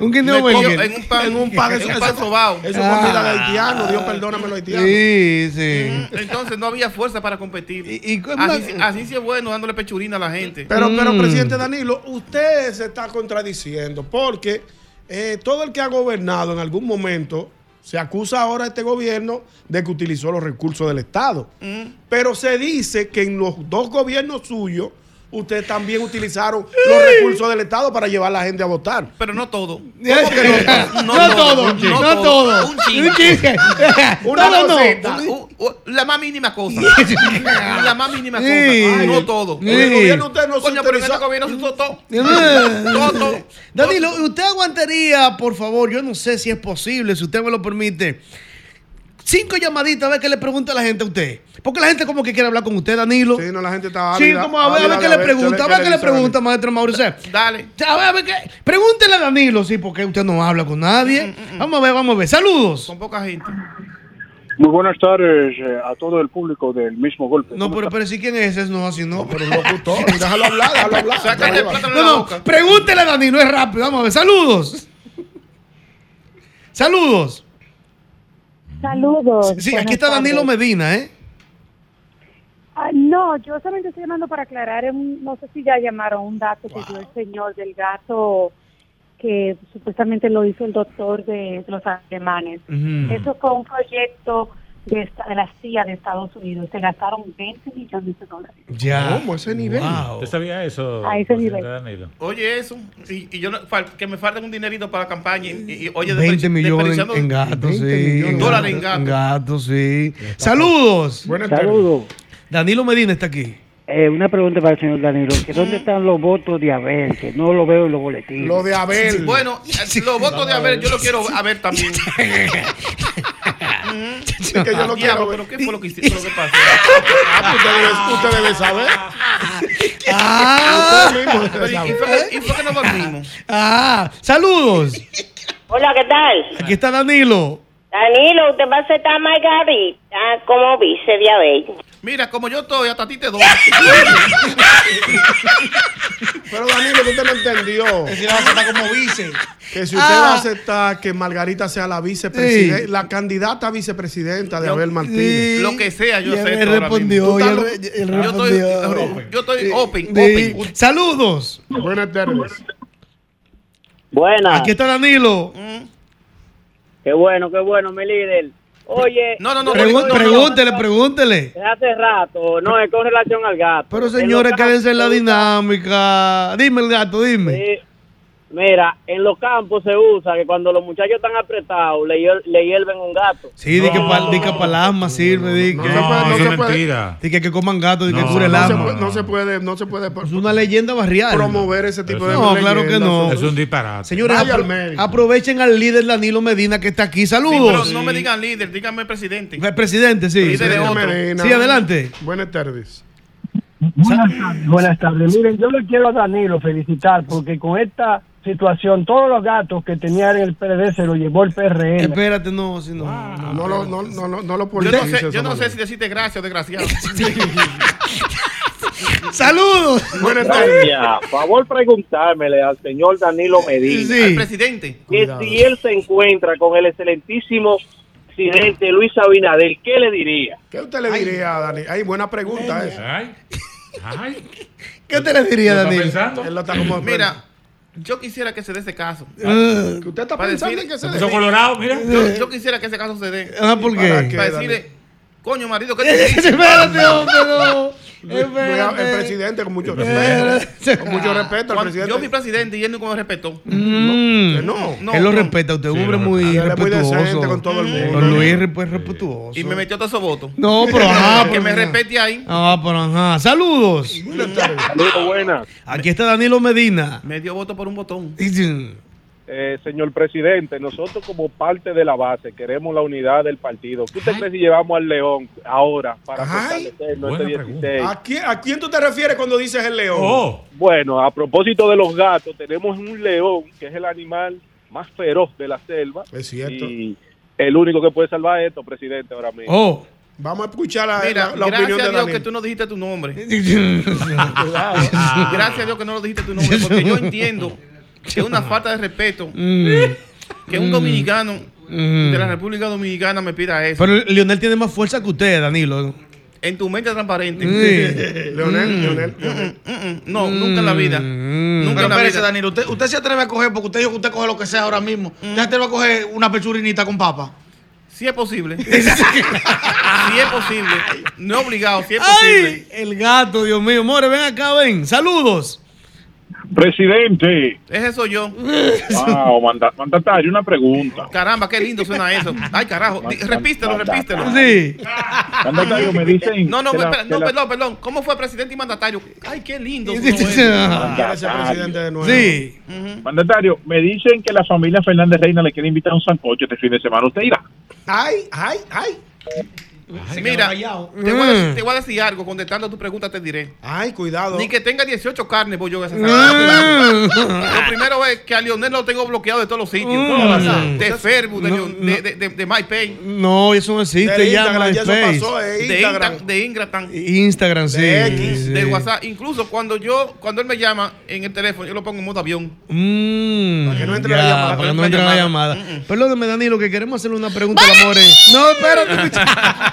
Un guineo belga.
en un pan.
en un pan, eso,
en un
eso-
pan sobao.
eso es comida de
Ah.
haitiano Dios perdóname los haitianos
Sí, sí.
Entonces no había fuerza para competir.
cómo-
así, así sí es bueno dándole pechurina a la gente.
Pero, pero,
Mm.
presidente Danilo, usted se está contradiciendo porque eh, todo el que ha gobernado en algún momento se acusa ahora a este gobierno de que utilizó los recursos del Estado. Pero se dice que en los dos gobiernos suyos, ustedes también utilizaron los recursos del Estado para llevar a la gente a votar.
Pero no todo.
¿Cómo que no?
No todo,
un chin.
no todo.
Un chin.
Un chin.
Una
No, no, no.
cosita, u- u- la más mínima cosa. la más mínima cosa.
Sí.
Ay, no todo.
Sí. El gobierno
usted no se
Coño, pero en
interesa-
este gobierno se usó todo.
Ah.
Todo.
Danilo, ¿usted aguantaría, por favor? Yo no sé si es posible, si usted me lo permite. Cinco llamaditas a ver qué le pregunta la gente a usted. Porque la gente como que quiere hablar con usted, Danilo.
Sí, no, la gente está
Sí,
ávida,
como a ver, a
ávida
ver qué
de
le pregunta, a ver qué le
dice la gente.
pregunta, maestro Mauricio.
Dale.
A ver, a ver qué. Pregúntele a Danilo, sí, porque usted no habla con
Mm,
nadie. Vamos a ver, vamos a ver. Saludos.
Con poca gente.
Muy buenas tardes eh, a todo el público del mismo golpe.
No, Ah, pero, pero sí, ¿quién es ese? No, así no. Pero
locutor, déjalo hablar, déjalo hablar.
Sácate el plátano de la
No,
boca.
no, pregúntele a Danilo, es rápido. Vamos a ver, saludos. Saludos.
Saludos.
Sí,
buenas
aquí está
tardes.
Danilo Medina, ¿eh?
Ah, no, yo solamente estoy llamando para aclarar, un- no sé si ya llamaron un dato que dio el señor del gato que supuestamente lo hizo el doctor de, de los alemanes.
Ujú.
Eso fue un proyecto de, esta- de la CIA de Estados Unidos. Se gastaron 20 millones de dólares.
Ya.
¿Cómo ese nivel?
¿Usted sabía eso?
A ese
presidente
nivel.
Danilo?
Oye, eso. Y, y yo no- fal- que me falten un dinerito para la campaña. Y, y- oye,
20
desperdici-
millones en,
desperdiciando
en gatos, sí.
20 millones. Dólares en gatos.
gatos, sí. Saludos.
Buenas
Saludos. Danilo Medina está aquí.
Eh, una pregunta para el señor Danilo, que ¿dónde están los votos de Abel? Que no lo veo en los boletines.
Lo de Abel.
Bueno, eh, los votos de Abel, yo lo quiero a ver también.
que yo lo
Ah, Diablo,
quiero
pero ¿qué fue lo que, hici- lo que pasó?
Ah, pues usted debe- usted debe saber.
Ah.
Usted mismo debe
Pero, ¿y- y
saber.
fue que- ¿Eh? ¿Y fue que no dormimos?
Ah, saludos.
Hola, ¿qué tal?
Aquí está Danilo.
Danilo, usted va a ser tan margarita como vice de Abel.
Mira, como yo estoy, hasta a ti te doy.
Pero Danilo, que usted no entendió. Que si la va a aceptar como vice. Que si usted
Ah.
va a aceptar que Margarita sea la vicepresidenta,
Sí.
la candidata a vicepresidenta de
Lo-
Abel Martínez.
Lo que sea, yo
Y él
acepto
me
ahora
respondió,
mismo.
y él
Tú
re-
estás-
él
yo estoy,
respondió.
open, yo estoy open,
Sí.
open.
Saludos.
Buenas tardes.
Buenas.
Aquí está Danilo.
Qué bueno, qué bueno, mi líder. Oye,
no,
Pregú- pregúntele, pregúntele.
hace rato, no, es con relación al gato.
Pero señores,
En los
quédense en la
campos-
dinámica. Dime el gato, dime.
Sí. Mira, en los campos se usa que cuando los muchachos están apretados, le, hiel- le hierven un gato.
Sí, di que para el alma sirve. di que-
no se puede.
Di que, que coman gato, di que cure el
no, se
alma.
puede, no se puede, no se puede
Es una leyenda barrial.
promover ese tipo de
No, claro que
leyendas.
no.
Es un disparate.
Señores,
Vaya
apro-
al médico.
aprovechen al líder Danilo Medina que está aquí.
Sí, pero
Saludos.
no me digan líder, díganme presidente.
Pre- Eh, Presidente, sí.
Líder de otro.
Sí, adelante.
Buenas tardes.
Buenas tardes, buenas tardes. Miren, yo le quiero a Danilo felicitar porque con esta situación todos los gatos que tenía en el PRD se lo llevó el PRM.
Espérate, no, si no.
No lo, no, no, no, no lo
Yo no
politices,
sé, yo no
Omar.
sé si decirte gracias o desgraciado.
Saludos.
Buenas
tardes.
favor preguntármele al señor Danilo Medina.
Al presidente.
que si él se encuentra con el excelentísimo presidente Luis Abinader, ¿qué le diría?
¿Qué usted le diría a Dani? Ay, buena pregunta esa.
¿Qué usted le diría,
Lo está
Danilo?
pensando. Él lo está como-
Mira, yo quisiera que se dé ese caso.
Ah.
Que usted está
Para
pensando
decir-
en que se
Yo-
dé.
Yo, yo quisiera que ese caso se dé.
Eh, Ah, ¿por qué?
Para,
¿Para qué,
decirle, coño, marido, ¿qué te dije?
Espérate, hombre, no.
Voy a- El
Espérate.
presidente con mucho respeto. Con mucho respeto al
Cuando
presidente.
Yo fui presidente y él nunca me respetó.
Mm.
que no, no,
Él lo
no.
respeta, usted es un hombre muy
respeta. Él es muy
respetuoso.
decente con todo el mundo.
Don Luis es pues, respetuoso.
Y me metió todo esos votos.
No, pero pues, ajá,
Que
pero
me
ajá.
respete ahí.
Ah, pero ajá. Saludos.
Saludos, buenas.
Aquí está Danilo Medina.
Me dio voto por un botón.
Eh, señor presidente, nosotros como parte de la base queremos la unidad del partido. ¿Qué usted cree si llevamos al León ahora para fortalecernos este 16?
¿A quién, ¿A quién tú te refieres cuando dices el león?
Oh, Bueno, a propósito de los gatos, tenemos un león que es el animal más feroz de la selva.
Es cierto.
Y el único que puede salvar esto, presidente, ahora mismo.
Oh.
Vamos a escuchar Ah, la,
Mira,
la- la
gracias
opinión
a
de
Dios que
Danilo.
tú no dijiste tu nombre.
Ah.
Gracias a Dios que no lo dijiste tu nombre, porque yo entiendo que es una falta de respeto que un
Mm.
dominicano
Mm.
de la República Dominicana me pida eso.
Pero Lionel tiene más fuerza que usted, Danilo.
En tu mente transparente.
Sí. Leonel, Leonel,
Mm, mm, mm, mm. No, nunca en la vida. Nunca
Pero
en la
espérese,
vida.
Danilo, usted, usted se atreve a coger, porque usted dijo que usted coge lo que sea ahora mismo. Usted se atreve a coger una pechurinita con papa.
Si es posible. Si es posible. No obligado, si es posible.
¡Ay! El gato, Dios mío. More, ven acá, ven. Saludos.
Presidente.
Ese soy yo.
Wow, manda- mandatario, una pregunta.
Caramba, qué lindo suena eso. Ay, carajo. Di- Repítelo, repítelo.
Sí. Mandatario, me dicen.
No, no,
que la-
espera,
que
no,
la-
perdón, perdón. ¿Cómo fue presidente y mandatario? Ay, qué lindo.
Sí,
sonó
sí, sí.
eso.
Sí.
Mm.
Mandatario, me dicen que la familia Fernández Reina le quiere invitar a un sancocho este fin de semana. ¿Usted irá?
Ay, ay, ay.
Mira, te
callado.
voy, a decir,
Mm.
te voy a decir algo, contestando tu pregunta te diré.
Ay, cuidado.
Ni que tenga 18 carnes voy yo a esa
Mm.
Lo primero es que a Lionel lo tengo bloqueado de todos los sitios.
Mm.
De Facebook, de, Leon- de, de, de, de MyPay.
No, eso no existe. Ya, MySpace.
De eh, Instagram. De Instagram.
Instagram, sí.
de X,
sí.
de WhatsApp. Incluso cuando yo, cuando él me llama en el teléfono, yo lo pongo en modo avión.
Mm,
Para que no entre
ya,
la llamada. Mm,
Para que no entre la llamada. Perdóneme, Danilo, que queremos hacerle una pregunta a la More. No, espérate, muchacha.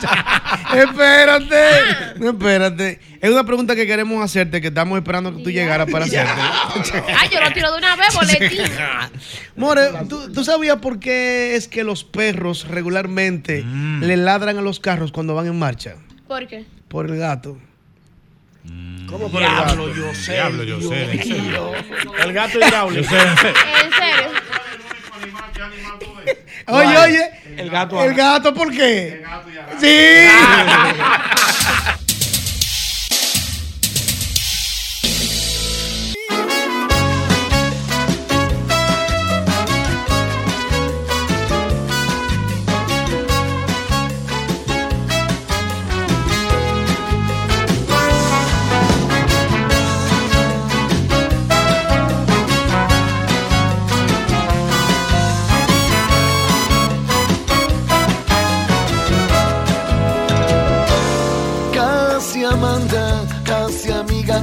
espérate. No, espérate. Es una pregunta que queremos hacerte, que estamos esperando que tú llegaras para hacerte.
Ay, yo lo tiro de una vez, boletín.
More, ¿tú, tú sabías por qué es que los perros regularmente le ladran a los carros cuando van en marcha?
¿Por qué?
Por el gato.
¿Cómo
por el gato?
yo sé.
Diablo, yo sé. en serio.
El gato hidráulico.
En serio.
Oye, oye.
El gato.
¿El gato por qué? Sí.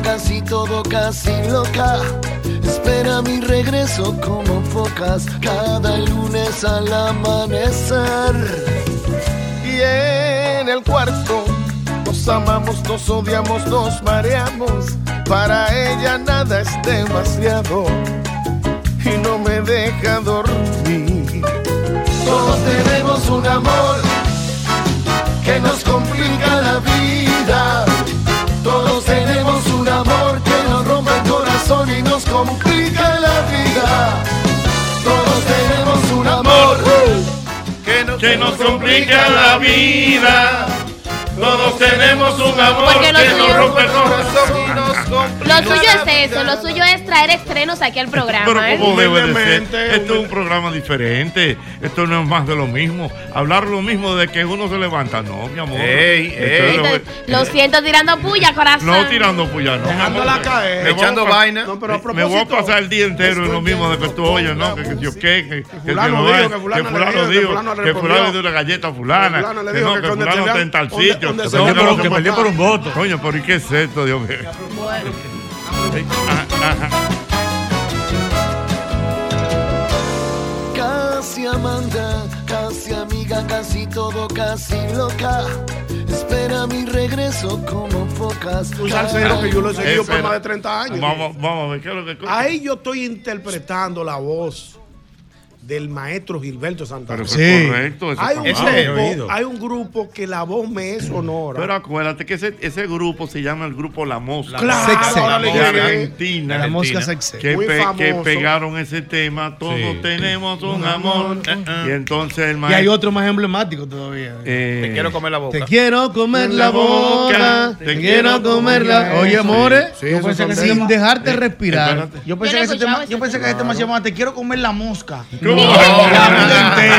casi todo casi loca. Espera mi regreso como focas cada lunes al amanecer.
Y en el cuarto nos amamos, nos odiamos, nos mareamos. Para ella nada es demasiado y no me deja dormir. Todos tenemos un amor que nos complica la vida. Todos tenemos un amor que nos rompe el corazón y nos complica la vida. Todos tenemos un amor que nos,
Que nos complica la vida. Todos tenemos un amor
Porque lo
que nos
suyo-
rompe el corazón y nos
Lo
complica.
suyo es eso, lo suyo es traer estrenos aquí al programa. ¿eh?
Pero como debe de ser, esto es un programa diferente, esto no es más de lo mismo, hablar lo mismo de que uno se levanta, no, mi amor. Ey, Esto
ey.
es lo-
Lo siento tirando puya, corazón.
Pues, eh, no tirando puya, no.
Dejándola caer.
Me voy a
Echando
pas-
vaina. No, pero a
me voy a
propósito,
pasar el día entero en lo mismo de que tú oyes, ¿no? Que, que yo qué, que, que
fulano
si no
dijo,
es,
que fulano
que
le
fulano
dijo, que
dijo,
fulano
que
respondió.
fulano dio una galleta a fulana,
Que fulano le
que
dijo
no,
que
que
donde
fulano
se
está
vean-
en tal
donde-
sitio.
donde
que
se
fulano
vean-
lo
que
que
perdió por un
voto. Coño, pero ¿y qué es esto, Dios mío? Ey, ah, ajá, ajá.
Casi amanda, casi amiga, casi todo, casi loca. Espera mi regreso como focas.
Un salsero que yo lo he seguido por
Espera.
más de 30 años.
Vamos, vamos a ver qué es lo que.
Ahí yo estoy interpretando la voz del maestro Gilberto Santana.
Pero eso es Sí. correcto, eso
Hay un,
está mal. Ese
grupo,
oído.
hay un grupo que la voz me es sonora.
Pero acuérdate que ese, ese grupo se llama el grupo La Mosca.
Claro, Sexe. ahora le
de
llegué.
Argentina.
La Mosca
Argentina,
Sexe.
Que,
Muy
pe-
famoso.
que pegaron ese tema. Todos
Sí.
tenemos un amor. Y entonces el
Y hay
maestro.
otro más emblemático todavía.
eh,
Te quiero
comer la
Te quiero comer la boca. Te quiero comer la. Oye, amores.
Sí, eso
sin
son temas.
dejarte
Eh,
respirar.
espérate.
Yo pensé que
Yo no
ese
escuchaba
tema, yo pensé que ese tema se llamaba Te quiero comer la mosca.
No.
entera.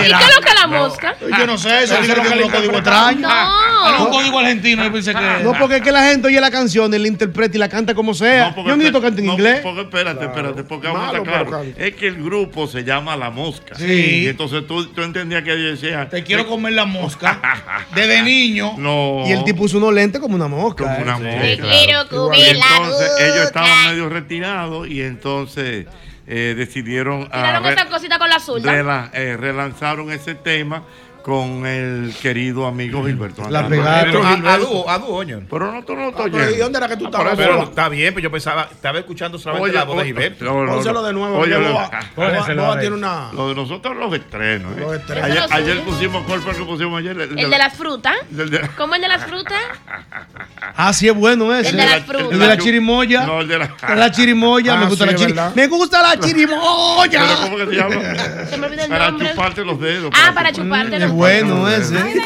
¿Y qué es lo que la mosca? Ah,
Yo no sé, eso
Pero
dijeron
que
que
lo
era un código
interpretaron.
extraño.
No.
Era un código argentino, yo pensé que.
No,
Ah,
porque es que la gente oye la canción y la interpreta y la canta como sea. Yo necesito que cante en
no,
inglés.
Porque espérate, espérate, porque vamos a
Malo,
estar
pero
claro. Es que el grupo se llama La Mosca.
Sí.
Y entonces tú, tú entendías que yo decía.
Te quiero comer la mosca. Desde niño.
No.
Y el tipo usa unos lentes como una mosca.
Como
¿eh?
una mosca.
quiero comer
Y
la
entonces
boca.
ellos estaban medio retirados y entonces eh, decidieron a
Tiraron
re-
esa cosita con la zurda.
rela- eh, relanzaron ese tema con el querido amigo Gilberto.
La
Santana.
pegaron.
Pero,
Gilberto.
ah,
Gilberto.
ah, a dúo, oño. Pero no, tú no estás oyendo.
¿Y dónde era que tú
Ah,
estabas?
pero-
Boba?
está bien,
pues
pero yo pensaba, estaba escuchando
solamente la voz de Gilberto. Pónselo de nuevo, porque Boba- Boba- Pónselo Boba a tiene ver. una-
Lo de nosotros los estrenos. ¿eh?
Los estrenos.
Ayer,
Eso lo
ayer
suyo.
pusimos, ¿cuál fue el que pusimos ayer?
El de las frutas.
del de-
¿Cómo el de las frutas?
Ah, sí es bueno ese.
El de las frutas.
El de la chirimoya.
No, el de la,
La chirimoya, me
Ah,
gusta
sí,
la
es
chirimoya.
verdad.
Me gusta la chirimoya.
¿Pero cómo que se llama?
Se me olvidó el
Para
nombre.
chuparte los dedos.
Ah, para chuparte
Es
los
bueno ese.
Óyelo,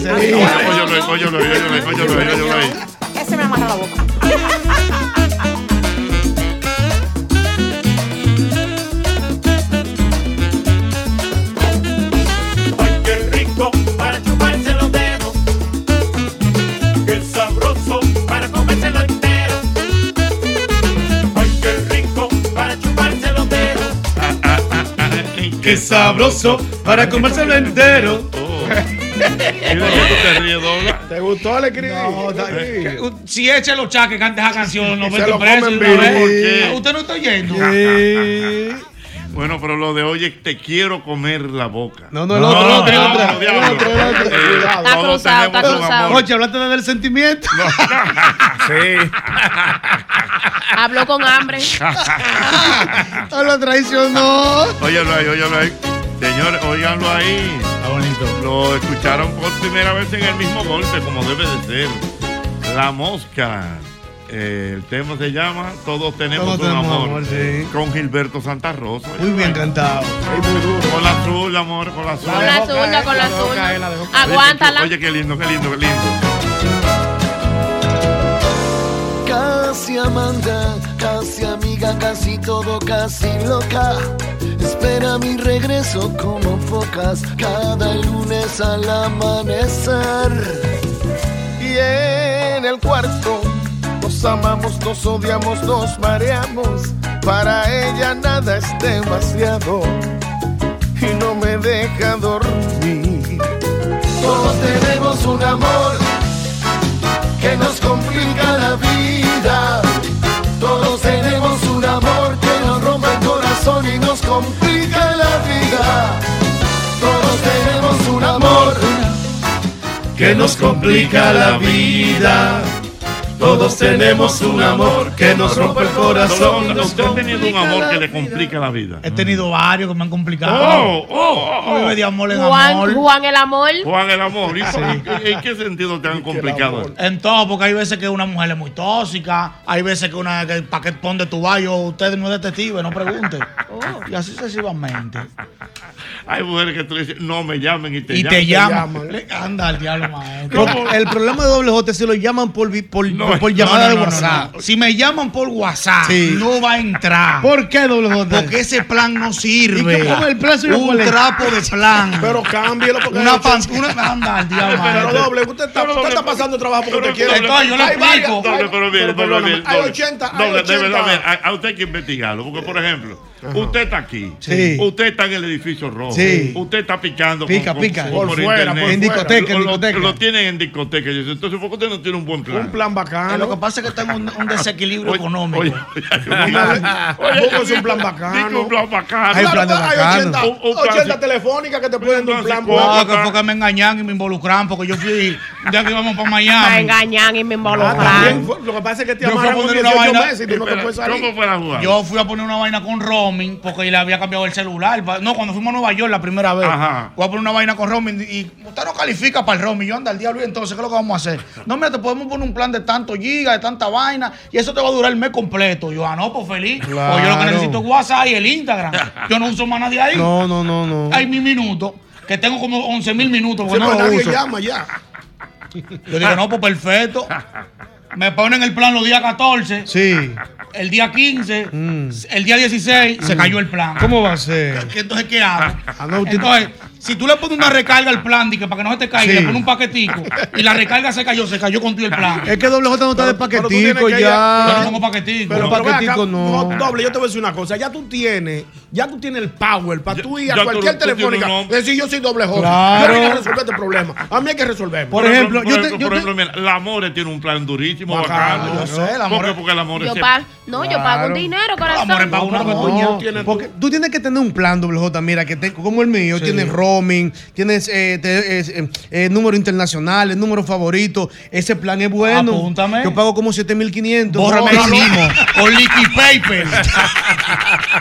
óyelo, óyelo, óyelo, óyelo ahí.
Ese me amarra la boca.
Ay, qué rico para chuparse los dedos. Qué sabroso para comérselo entero. Ay, qué rico para chuparse los dedos.
Ah,
Qué sabroso para comérselo entero.
¿Te gustó el escribí?
Eh, uh, Si echa los chaques, canta esa canción, no
Se
vete
lo
preso.
comen
de una
vivo.
vez.
¿Por qué?
Usted no está oyendo.
Bueno, pero lo de hoy es te quiero comer la boca.
No, no, el otro, el otro, el otro.
diablo, diablo.
El otro, el otro.
Eh,
Cuidado.
todos tenemos un amor.
Oye, hablaste del sentimiento.
Sí.
Habló con hambre.
No lo traicionó.
Óyalo ahí, óyalo ahí. Señores, óiganlo ahí. Está bonito. Lo escucharon por primera vez en el mismo golpe, como debe de ser. La mosca. Eh, el tema se llama Todos tenemos
Todos
un
tenemos
amor.
amor, sí.
Con Gilberto Santa Rosa.
Muy bien cantado.
Con la azul, amor, con la azul.
Con la zurda, con la zurda. Aguántala.
Oye, qué lindo, qué lindo, qué lindo.
Casi amanda, casi amiga, casi todo, casi loca. Espera mi regreso como focas cada lunes al amanecer.
Y en el cuarto nos amamos, nos odiamos, nos mareamos. Para ella nada es demasiado y no me deja dormir. Todos tenemos un amor que nos complica la vida.
que nos complica la vida. Todos tenemos un amor que nos rompe el corazón.
Usted-
nos
Usted ha tenido un
complica
amor
la
que le complica la vida.
He tenido varios que me han complicado.
Oh, oh, oh.
Yo vive de amor en
Juan,
amor.
Juan el amor.
Juan el amor. ¿Y por- ¿En qué sentido te han complicado?
En todo, porque hay veces que una mujer es muy tóxica, hay veces que una que para qué pon de tu baño, usted no es detective, no pregunte.
Oh.
Y así sucesivamente.
Hay mujeres que tú le dices, no me llamen y te
Y
llaman.
te llaman. Le- Anda al diablo, maestro.
Pero El problema de doble J es si lo llaman por, vi- por,
No,
por
no,
llamada
no, no,
de
no,
WhatsApp.
no. Si me llaman por WhatsApp,
Sí.
no va a entrar.
¿Por qué doble J?
Porque ese plan no sirve.
¿Y qué pone el plazo y no
Un
cuál es?
trapo de plan.
Pero cámbielo porque
una
hay
pan, una anda al diablo,
Pero
maestro.
doble, usted está, usted está pasando trabajo porque usted quiere.
Entonces, yo le
Hay varias-
explico. Doble, pero bien, doble, bien,
Hay
doble.
80, hay
Doble, de
80.
verdad, a ver, a- a usted hay que investigarlo. Porque, por ejemplo, usted está aquí.
Sí.
Usted está en el edificio rojo.
Sí.
Usted está picando.
Pica, pica. Por fuera,
internet.
por En fuera. discoteca, en
Lo- lo-
discoteca.
Lo, tienen en discoteca. yo sé. Entonces, ¿por qué usted no tiene un buen plan?
Un plan bacano.
Eh, Lo que pasa es que tengo un, un desequilibrio económico.
Oye,
Búsquese un plan bacano.
Un plan bacano.
Hay planes bacanos. Hay 80,
Un- un plan
80 telefónicas que te pueden dar un plan
No, que
bueno.
fue que me engañan y me involucran porque yo fui ya que íbamos para
Me
Miami.
engañan y me
Ah, también
involucran.
fue-
Lo que pasa es que te
Yo fui a
amarran
poner
con
una
18
vaina.
meses y tú no te puedes salir.
Yo fui a poner una vaina con roaming porque le había cambiado el celular. Pa- No, cuando fuimos a Nueva York la primera vez.
Ajá.
Voy a poner una vaina con roaming y usted no califica para el roaming. Yo anda al diablo y entonces, ¿qué es lo que vamos a hacer? No, mira, te podemos poner un plan de tanto gigas, de tanta vaina y eso te va a durar el mes completo. Yo, ah, no, pues feliz.
Claro.
Pues yo lo que necesito es WhatsApp y el Instagram. Yo no uso más nadie ahí.
No, no, no, no.
Hay mi minuto, que tengo como 11 mil minutos
Sí,
porque no
pero
lo
nadie
uso.
llama ya.
Yo digo, no, pues perfecto. Me ponen el plan los días 14.
Sí. Mm.
El día 15, el día 16, se cayó el plan.
¿Cómo va a ser? Ah,
¿Qué- Entonces, ¿qué hago?
no, usted-
Entonces, si tú le pones una recarga al plan, di que para que no se te caiga,
Sí.
le pones un paquetico y la recarga se cayó, se cayó contigo el plan.
Es que doble J no está de
Pero tú tienes
paquetico
que
ya.
Yo no pongo paquetico.
Pero,
No,
pero ven acá,
paquetico no.
Doble, yo te voy a decir una cosa. Ya tú tienes, ya tú tienes el power para tú ir
ya
a
tú-
cualquier
tú tienes
telefónica.
un nombre.
Decir yo soy doble J.
Claro.
Yo vine a resolver este problema. A mí hay que resolverlo.
Por, ejemplo, por ejemplo, por ejemplo, mira, la More tiene un plan durísimo,
Bacano,
bacano.
yo sé, la
¿Por qué?
More-
Porque la More
Yo
se-
pa- no, yo pago un
Claro.
dinero,
No,
corazón.
pero
No,
no, porque tú tienes que tener un plan doble J, mira, que te- como el mío, tienes roaming, tienes eh, te- es, eh, eh, número internacional, el número favorito, ese plan es
Ah, pues,
bueno.
Apúntame.
Yo pago como 7500.
Bórrame el
Bórralo.
mismo. Con liquid paper.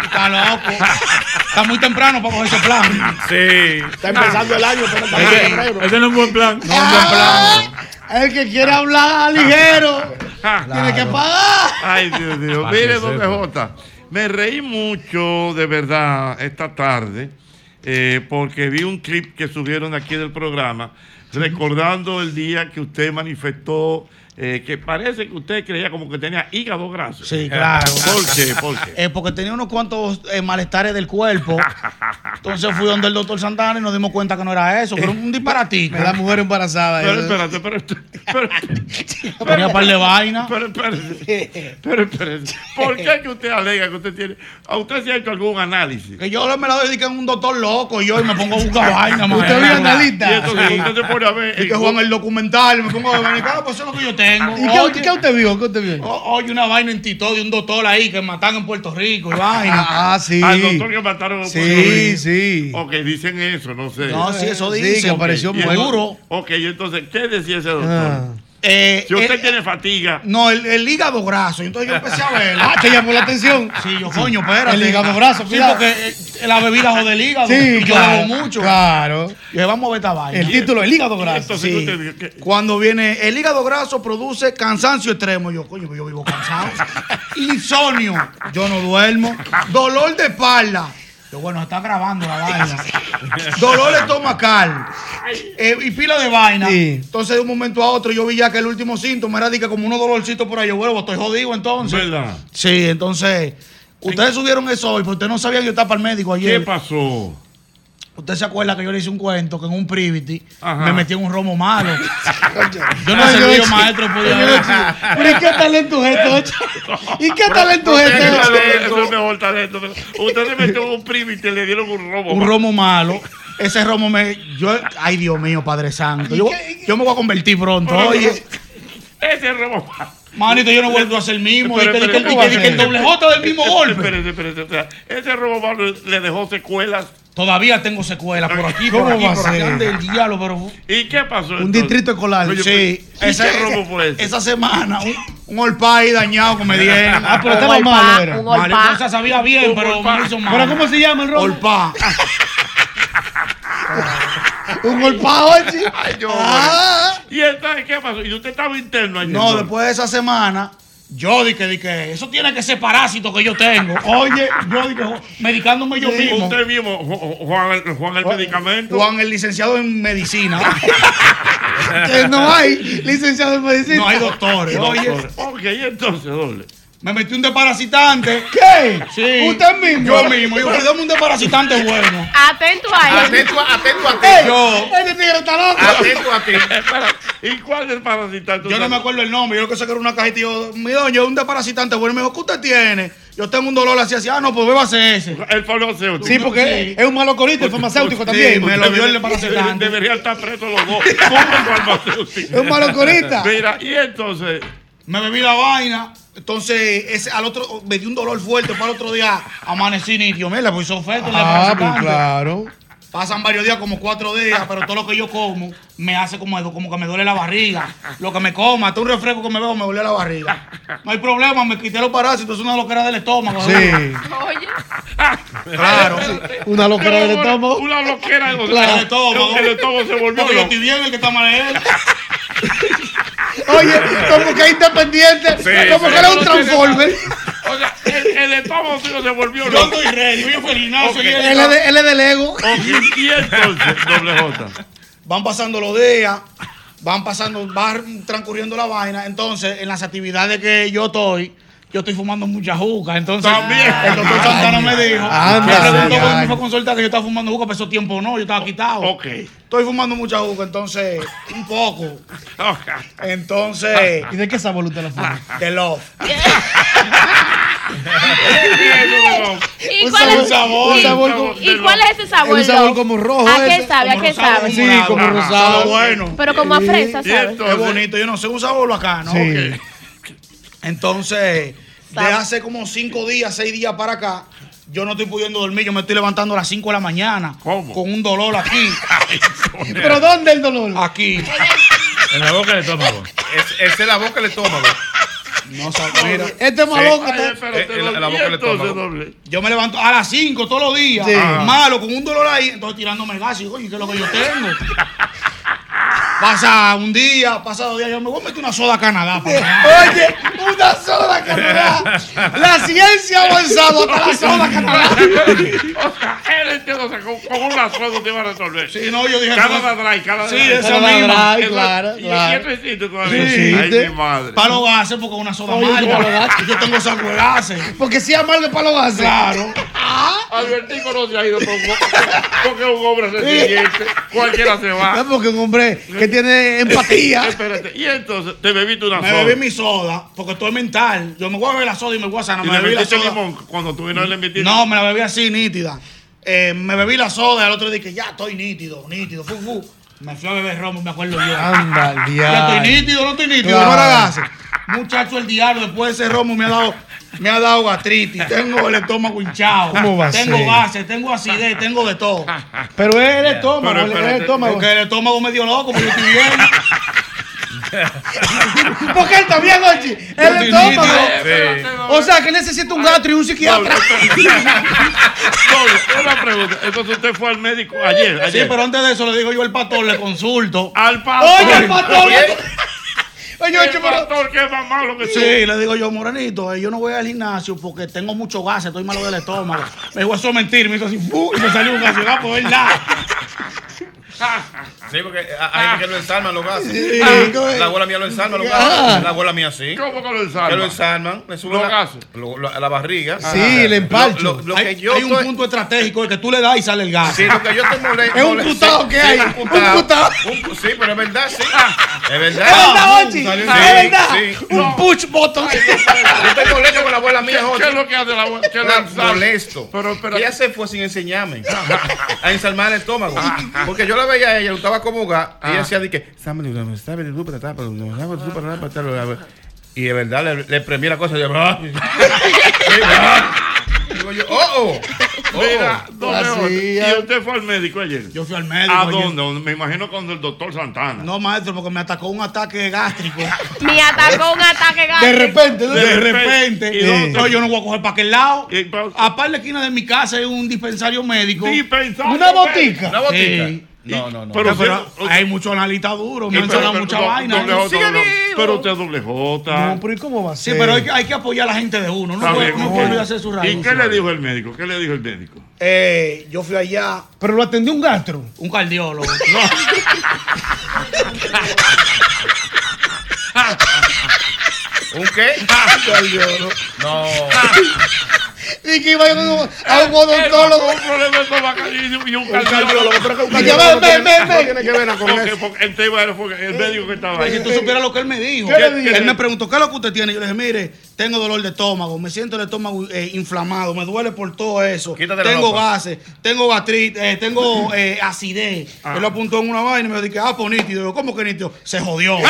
Está loco. Está muy temprano para coger ese plan.
Sí.
Está empezando el año, pero está en febrero.
Ese no es un buen plan.
No, un buen plan.
El que quiere hablar ligero tiene que pagar.
Ay, Dios mío.
Para
Mire,
que
don
sepa.
J. Me reí mucho, de verdad, esta tarde, eh, porque vi un clip que subieron aquí del programa, recordando el día que usted manifestó eh, que parece que usted creía como que tenía hígado graso.
Sí, claro.
¿Por qué? ¿Por qué?
Eh, porque tenía unos cuantos eh, malestares del cuerpo. Entonces fui donde el doctor Santana y nos dimos cuenta que no era eso, que era un disparatico.
La mujer embarazada.
Pero
eh.
espérate, pero. pero,
Tenía par de vaina.
Pero espérate. Pero espérate. ¿Por qué que usted alega que usted tiene. ¿A usted se ha hecho algún análisis?
Que yo me la dediqué a un doctor loco y yo y me pongo a buscar vaina,
Usted
maestro.
es analista. Y entonces
Sí.
usted se pone a ver.
Y que juegan el documental, me pongo a ver, ah, pues eso es lo que yo tengo.
¿Y qué,
Oye, Oh,
qué usted vio? ¿Qué usted vio?
o- oye, una vaina en Tito de un doctor ahí que matan en Puerto Rico y vaina.
Ah, sí.
Al doctor que mataron.
Sí,
sí. Ok, dicen eso, no sé.
No, sí, eso
Sí,
dice.
que apareció
y
muerto.
entonces- Ok, y entonces, ¿qué decía ese doctor?
Ah.
Eh,
si usted
eh,
tiene fatiga.
No, el, el hígado graso. Entonces yo empecé a ver.
Ah, te llamó la atención.
Sí, yo, coño, espérate.
El hígado graso,
Sí,
cuidado.
porque eh, la bebida jode el hígado.
Sí,
y yo
claro,
bebo mucho.
claro.
Y yo, vamos a ver esta vaina.
El título, el hígado graso.
Sí. Cuando viene el hígado graso produce cansancio extremo. Yo, coño, pues yo vivo cansado. Insomnio. Yo no duermo. Dolor de espalda. Yo, bueno, está grabando la vaina. Dolor estomacal. Eh, y pila de vaina.
Sí.
Entonces, de un momento a otro, yo vi ya que el último síntoma era de que como unos dolorcitos por ahí. Yo, huevo, estoy jodido entonces.
¿Verdad?
Sí, entonces. Ustedes subieron eso hoy, porque ustedes no sabían que yo estaba para el médico ayer.
¿Qué pasó?
Usted se acuerda que yo le hice un cuento que en un privity
Ajá.
me metí en un romo malo. yo no
Ay,
sé
yo
yo,
sí.
maestro, podía
Yo
ver.
sí. Pero ¿y qué talento es esto? ¿Y qué talento es
Usted
esto?
es el mejor talento. Usted le metió un primo y te le dieron un robo.
Un romo malo. Ese romo me. Yo, ay, Dios mío, Padre Santo. Yo, yo me voy a convertir pronto.
Pero-
Oye,
Ese robo.
manito, yo no vuelvo a ser el mismo. Y que,
Pero,
di que el-
pero,
y que di que el doble J del mismo golpe.
Espérate, espérate, espérate. Ese robo malo le dejó secuelas
Todavía tengo secuela por aquí, por
¿Cómo
aquí,
va a
por acá.
ser?
Ande el diablo, pero
¿Y qué pasó?
Un distrito escolar.
Oye,
sí.
pero, ¿y qué robo fue ese?
esa semana, un, un all pie dañado que me dieron.
Ah, pero estaba Un all malo, pie, era. un all
Mal,
pie.
entonces sabía bien,
Un
pero
all pie.
me hizo mal.
¿Pero cómo
se llama el robo? Olpa. un olpa, oye. Ah.
Ay, yo. ¿Y entonces qué pasó? ¿Y usted estaba interno ayer?
No, después de esa semana, yo dije, dije, eso tiene que ser parásito que yo tengo. Oye, yo dije, jo- medicándome yo
Sí,
mismo.
usted mismo, Juan, el medicamento.
Juan el licenciado en medicina. que
Eh,
no hay licenciado en medicina. No hay doctores. Oye,
Ok, entonces, doble.
me metí un desparasitante. ¿Qué? Sí.
¿Usted mismo?
Yo mismo. Yo pero dame un desparasitante bueno.
Atento a él.
Atento a- atento a ti. Yo.
Este tigre está loco.
Atento a ti. Espera, ¿y cuál desparasitante?
Yo no me acuerdo el nombre. Yo lo que sé que era una cajita. y Yo, mi doña, un desparasitante bueno. Y Me dijo, ¿qué usted tiene? Yo tengo un dolor así, así. Ah, no, pues bébase ese.
El farmacéutico.
Sí, porque es un malo corito, el farmacéutico
Sí,
también. Me lo dio el
debería-
desparasitante.
Debería estar preso los dos. Como el farmacéutico.
Es un malocorista.
Mira, y entonces.
Me bebí la vaina. Entonces, ese, al otro, me dio un dolor fuerte. Para el otro día amanecí nítido. Mira, pues hizo oferta.
Ah, pues claro.
Pasan varios días, como cuatro días, pero todo lo que yo como me hace como, como que me duele la barriga. Lo que me coma, hasta un refresco que me veo me duele la barriga. No hay problema, me quité los parásitos, es una loquera del estómago.
Sí.
Claro.
Una loquera del estómago.
Una loquera del
Claro. El estómago.
El estómago se volvió
Porque
loco.
yo estoy bien, el que está mal es él.
Oye,
como que es independiente,
Sí,
como
sí.
que era
No
un
tiene nada.
transformer.
O sea, el, el estómago suyo se volvió
Yo
loco.
estoy ready, yo fui al gimnasio
Ok.
y él- Él es de- él es del ego.
Ok, Y entonces, doble J.
Van pasando los días, van pasando, va transcurriendo la vaina. Entonces, en las actividades que yo estoy, yo estoy fumando mucha juca. Entonces, el doctor Santana me dijo,
Anda,
me preguntó
ay,
cuando
ay.
me fue a consultar que yo estaba fumando juca, pero eso tiempo no, yo estaba quitado.
Ok.
Estoy fumando mucha juca, entonces, un poco. Entonces,
¿Y de qué sabor usted la fuma?
de love.
¿Y
Un
cuál
sabor-
es-
sabor-
y-
un sabor como-
¿Y cuál es ese sabor?
Un sabor
Lord?
como rojo
¿A qué
ese?
sabe? ¿A qué sabe?
Sí, como
Ajá.
rosado.
Sabe bueno.
Pero como a fresa,
Sí.
¿sabes?
Es bonito, yo no sé, un sabor bacano.
Sí.
ok. Entonces, de
Sab-
hace como cinco días, seis días para acá, yo no estoy pudiendo dormir, yo me estoy levantando a las 5 de la mañana con un dolor aquí.
¿Pero dónde el dolor?
Aquí.
En la boca del estómago.
Es, es en la boca el estómago.
No sabes, mira.
Este es malo que
Ay,
está-
espérate,
Eh, en
la- en la boca el estómago.
Yo me levanto a las 5 todos los días,
Sí.
ah, malo, con un dolor ahí, entonces tirándome el gas y digo, oye, ¿qué es lo que yo tengo? Pasa un día, pasa dos días, yo me voy a meter una soda a Canadá.
Oye,
una soda Canadá. La ciencia ha avanzado hasta la soda Canadá.
O sea, él entiende, o sea, con, con un lazo no te iba a resolver.
Sí, no, yo dije,
Cada
pues,
drive, cada
sí,
drive.
esa Canada misma. Dry,
Eso-
claro,
y-
claro.
¿Y esto hiciste todavía?
Sí.
Ay, mi madre.
Palo gases porque es una soda
Oye, palo
amarga.
gases.
Yo tengo soda gases.
Porque si amargo es para los gases.
Claro. Ah.
Albertico no se ha ido por- porque es un hombre resiliente. Cualquiera se va.
No, porque un hombre que tiene empatía.
Espérate. Y entonces, te bebiste una
Me
soda.
bebí mi soda porque todo es mental. Yo me voy a beber la soda y me voy a sanar.
Y
Me
le
bebí la
metiste
soda.
limón cuando tú viniste le metiste.
No, me la bebí así, nítida. Eh, me bebí la soda y al otro día dije, ya estoy nítido, nítido. Fu, fu. Me fui a beber romo, me acuerdo yo.
Anda, el
Ya estoy
diablo.
nítido, no estoy nítido,
Claro.
no era gases. Muchacho, el diablo, después de ese romo me ha dado, me ha dado gastritis, tengo el estómago hinchado,
¿Cómo va a
tengo
ser?
gases, tengo acidez, tengo de todo.
Pero es el estómago,
Pero
el- el
espérate,
estómago.
Porque el estómago me dio loco, porque yo estoy bien.
Porque él está bien, Ochi. El
Sí.
estómago.
Eh,
Sí.
O sea, que él necesita un gato y un psiquiatra.
No, una pregunta. Entonces usted fue al médico ayer. ayer.
Sí, pero antes de eso le digo yo al pastor, le consulto.
Al pastor.
Oye, al pastor.
Oye,
Oye,
el pastor que es más malo que tú.
Sí, le digo yo, Morenito, eh, yo no voy al gimnasio porque tengo mucho gas, estoy malo del estómago. Me dijo, eso es mentir, me hizo así, ¡fu! y me salió un gas, yo, ah, pues verdad.
Sí, porque hay que lo ensalman los gases.
Sí.
Ah, la abuela mía lo ensalma los
Ah.
gases. La abuela mía sí.
¿Cómo que lo
Que lo
ensalman?
ensalman, le suben
Los
la-
gases.
lo- lo- a la barriga.
Sí, el empalcho.
Lo, lo- lo que
Hay,
yo
hay un
estoy-
punto estratégico el que tú le das y sale el gas.
Sí, lo que yo te mole-
Es un
mole-
putado
sí,
que
sí,
hay,
Un putado.
un putado. Ah.
Un pu- sí, pero es verdad, sí. Es verdad.
Es verdad, Ochi,
Sí,
es
sí,
verdad.
sí.
Un push button.
Yo estoy molesto con la abuela mía,
¿Qué,
Ochi.
¿Qué es lo que hace la abuela? ¿Qué
Yo
le
la-
ensalma?
molesto.
Pero espérate.
Ella se fue sin enseñarme a ensalmar el estómago.
Ah,
Porque yo la veía a ella, le gustaba como gas. Y ella hacía de que. "Sámale, no, sámale, tú, para, para, para, para, para, para, para, para, para". Y de verdad le, le premié la cosa. y yo, "Ah". Digo yo, oh, oh,
Mira, don León, ¿y usted fue al médico ayer?
Yo fui al médico.
¿A
ayer.
dónde? Me imagino con el doctor Santana.
No, maestro, porque me atacó un ataque gástrico.
Me atacó un ataque
De
gástrico.
repente,
De
de,
repente.
repente.
¿Y dónde?
Eh, No, yo no voy a coger para aquel lado. A par de la esquina de mi casa hay un dispensario médico. Una
médico.
botica.
Una botica.
Sí.
No, no, no.
Pero,
Pero
pero
usted-
hay muchos analistas duros, me han
Pero-
sonado
pero-
mucha
do-
vaina.
doble J,
Sigue
doble J.
vivo.
Pero usted es doble J.
No,
pero ¿y cómo va a
Sí,
ser?
pero hay, que- hay que apoyar a la gente de uno. No
Está
puede
bien,
no
ok.
puede olvidarse de su raíz.
¿Y qué le dijo el médico? ¿Qué le dijo el médico?
Eh, yo fui allá.
Pero lo atendió un gastro.
Un cardiólogo.
¿Un qué? No.
Y que iba a un- a un odontólogo.
Eh, Un problema de tabacarismo y un
Un
cardiólogo.
cardiólogo, pero que un cardiólogo no tiene- no
tiene que ver nada con
Porque-
eso.
porque El tema era porque el médico que estaba
Pero
ahí. Eh,
si
Eh,
tú supieras lo que él me dijo.
¿Qué le dijo?
Él me preguntó, ¿qué es lo que usted tiene? Yo le dije, mire, tengo dolor de estómago, me siento el estómago eh, inflamado, me duele por todo eso.
la
tengo
ropa.
gases, tengo gastritis, eh, tengo eh, acidez.
Ah.
Él lo apuntó en una vaina y me dijo, ah, pues nítido. Yo, ¿cómo que nítido? Se jodió.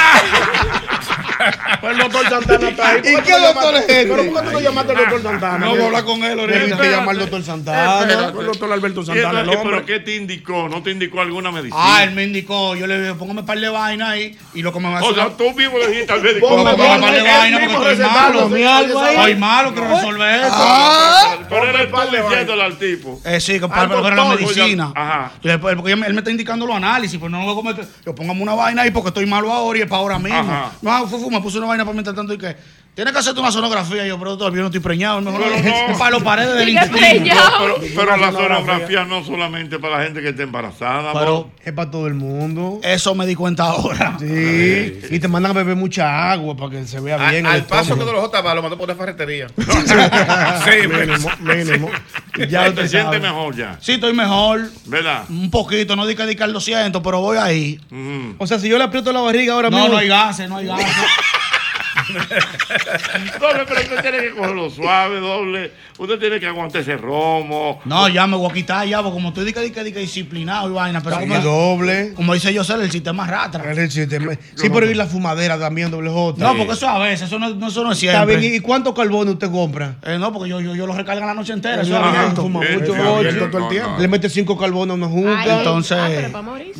Pues el doctor Santana está ahí.
¿Y
¿Por
qué
tú no
doctor
llamaste-
es este?
¿Pero por qué tú no llamaste al doctor Santana? Eh,
No voy a hablar con él ahorita.
Tienes que llamar al doctor
Santana.
Espérate.
El doctor Alberto
Y
Santana,
entonces,
el eh, hombre.
¿Pero qué te indicó? ¿No te indicó alguna medicina?
Ah, él me indicó, yo le dije, póngame un par de vainas ahí y lo que me va a hacer.
O sea, tú mismo le dijiste al médico.
Póngame
Póngame
un par de
él
vainas
mismo
porque estoy
recetando,
malo.
mi algo ahí. Ah.
Estoy malo, quiero resolver esto.
Ah.
Pero eres tú diciéndole al tipo.
Eh, sí, compadre,
Al
pero era la
doctor,
medicina.
oye, ajá.
Yo después- porque él me- él me está indicando los análisis, pues no lo voy a comer. Yo póngame una vaina ahí porque estoy malo ahora y es para ahora mismo.
Ajá.
No, ah, fufu, me puso una vaina para mientras tanto y que. Tienes que hacerte una sonografía. Y Yo, pero doctor, yo no estoy preñado. Mejor
No, no.
para los paredes del
No, Pero, pero la
sonografía
sonografía no solamente para la gente que está embarazada. amor.
Pero es para todo el mundo. Eso me di cuenta ahora.
Sí. Y te mandan a beber mucha agua para que se vea
A-
bien. el
al paso que
estómago.
de los J va, lo mandó por una ferretería.
sí, pues.
Mínimo, mínimo. Ya
Ya
usted
te sientes
sabe.
mejor ya.
Sí, estoy mejor.
¿Verdad?
Un poquito, no di que di que al 200, pero voy ahí.
O sea, si yo le aprieto la barriga ahora
no,
mismo.
no hay gases, no hay gases.
Doble, pero usted tiene que cogerlo suave, doble. Usted tiene que aguantar ese romo.
No, ya me voy a quitar ya, porque como estoy dica, dica, dica, disciplinado y vaina, pero
Sí,
como,
doble.
como dice yo, el sistema rata.
El sistema- Sí, pero y la fumadera también, doble J.
No, porque eso es a veces, eso no, no, eso no es
Está
siempre.
bien, ¿Y cuánto carbono usted compra?
Eh, no, porque yo, yo, yo lo recargo la noche entera, eso es
Ajá,
abierto.
fuma mucho, ocho. Le mete cinco carbonos a una junta.
Entonces,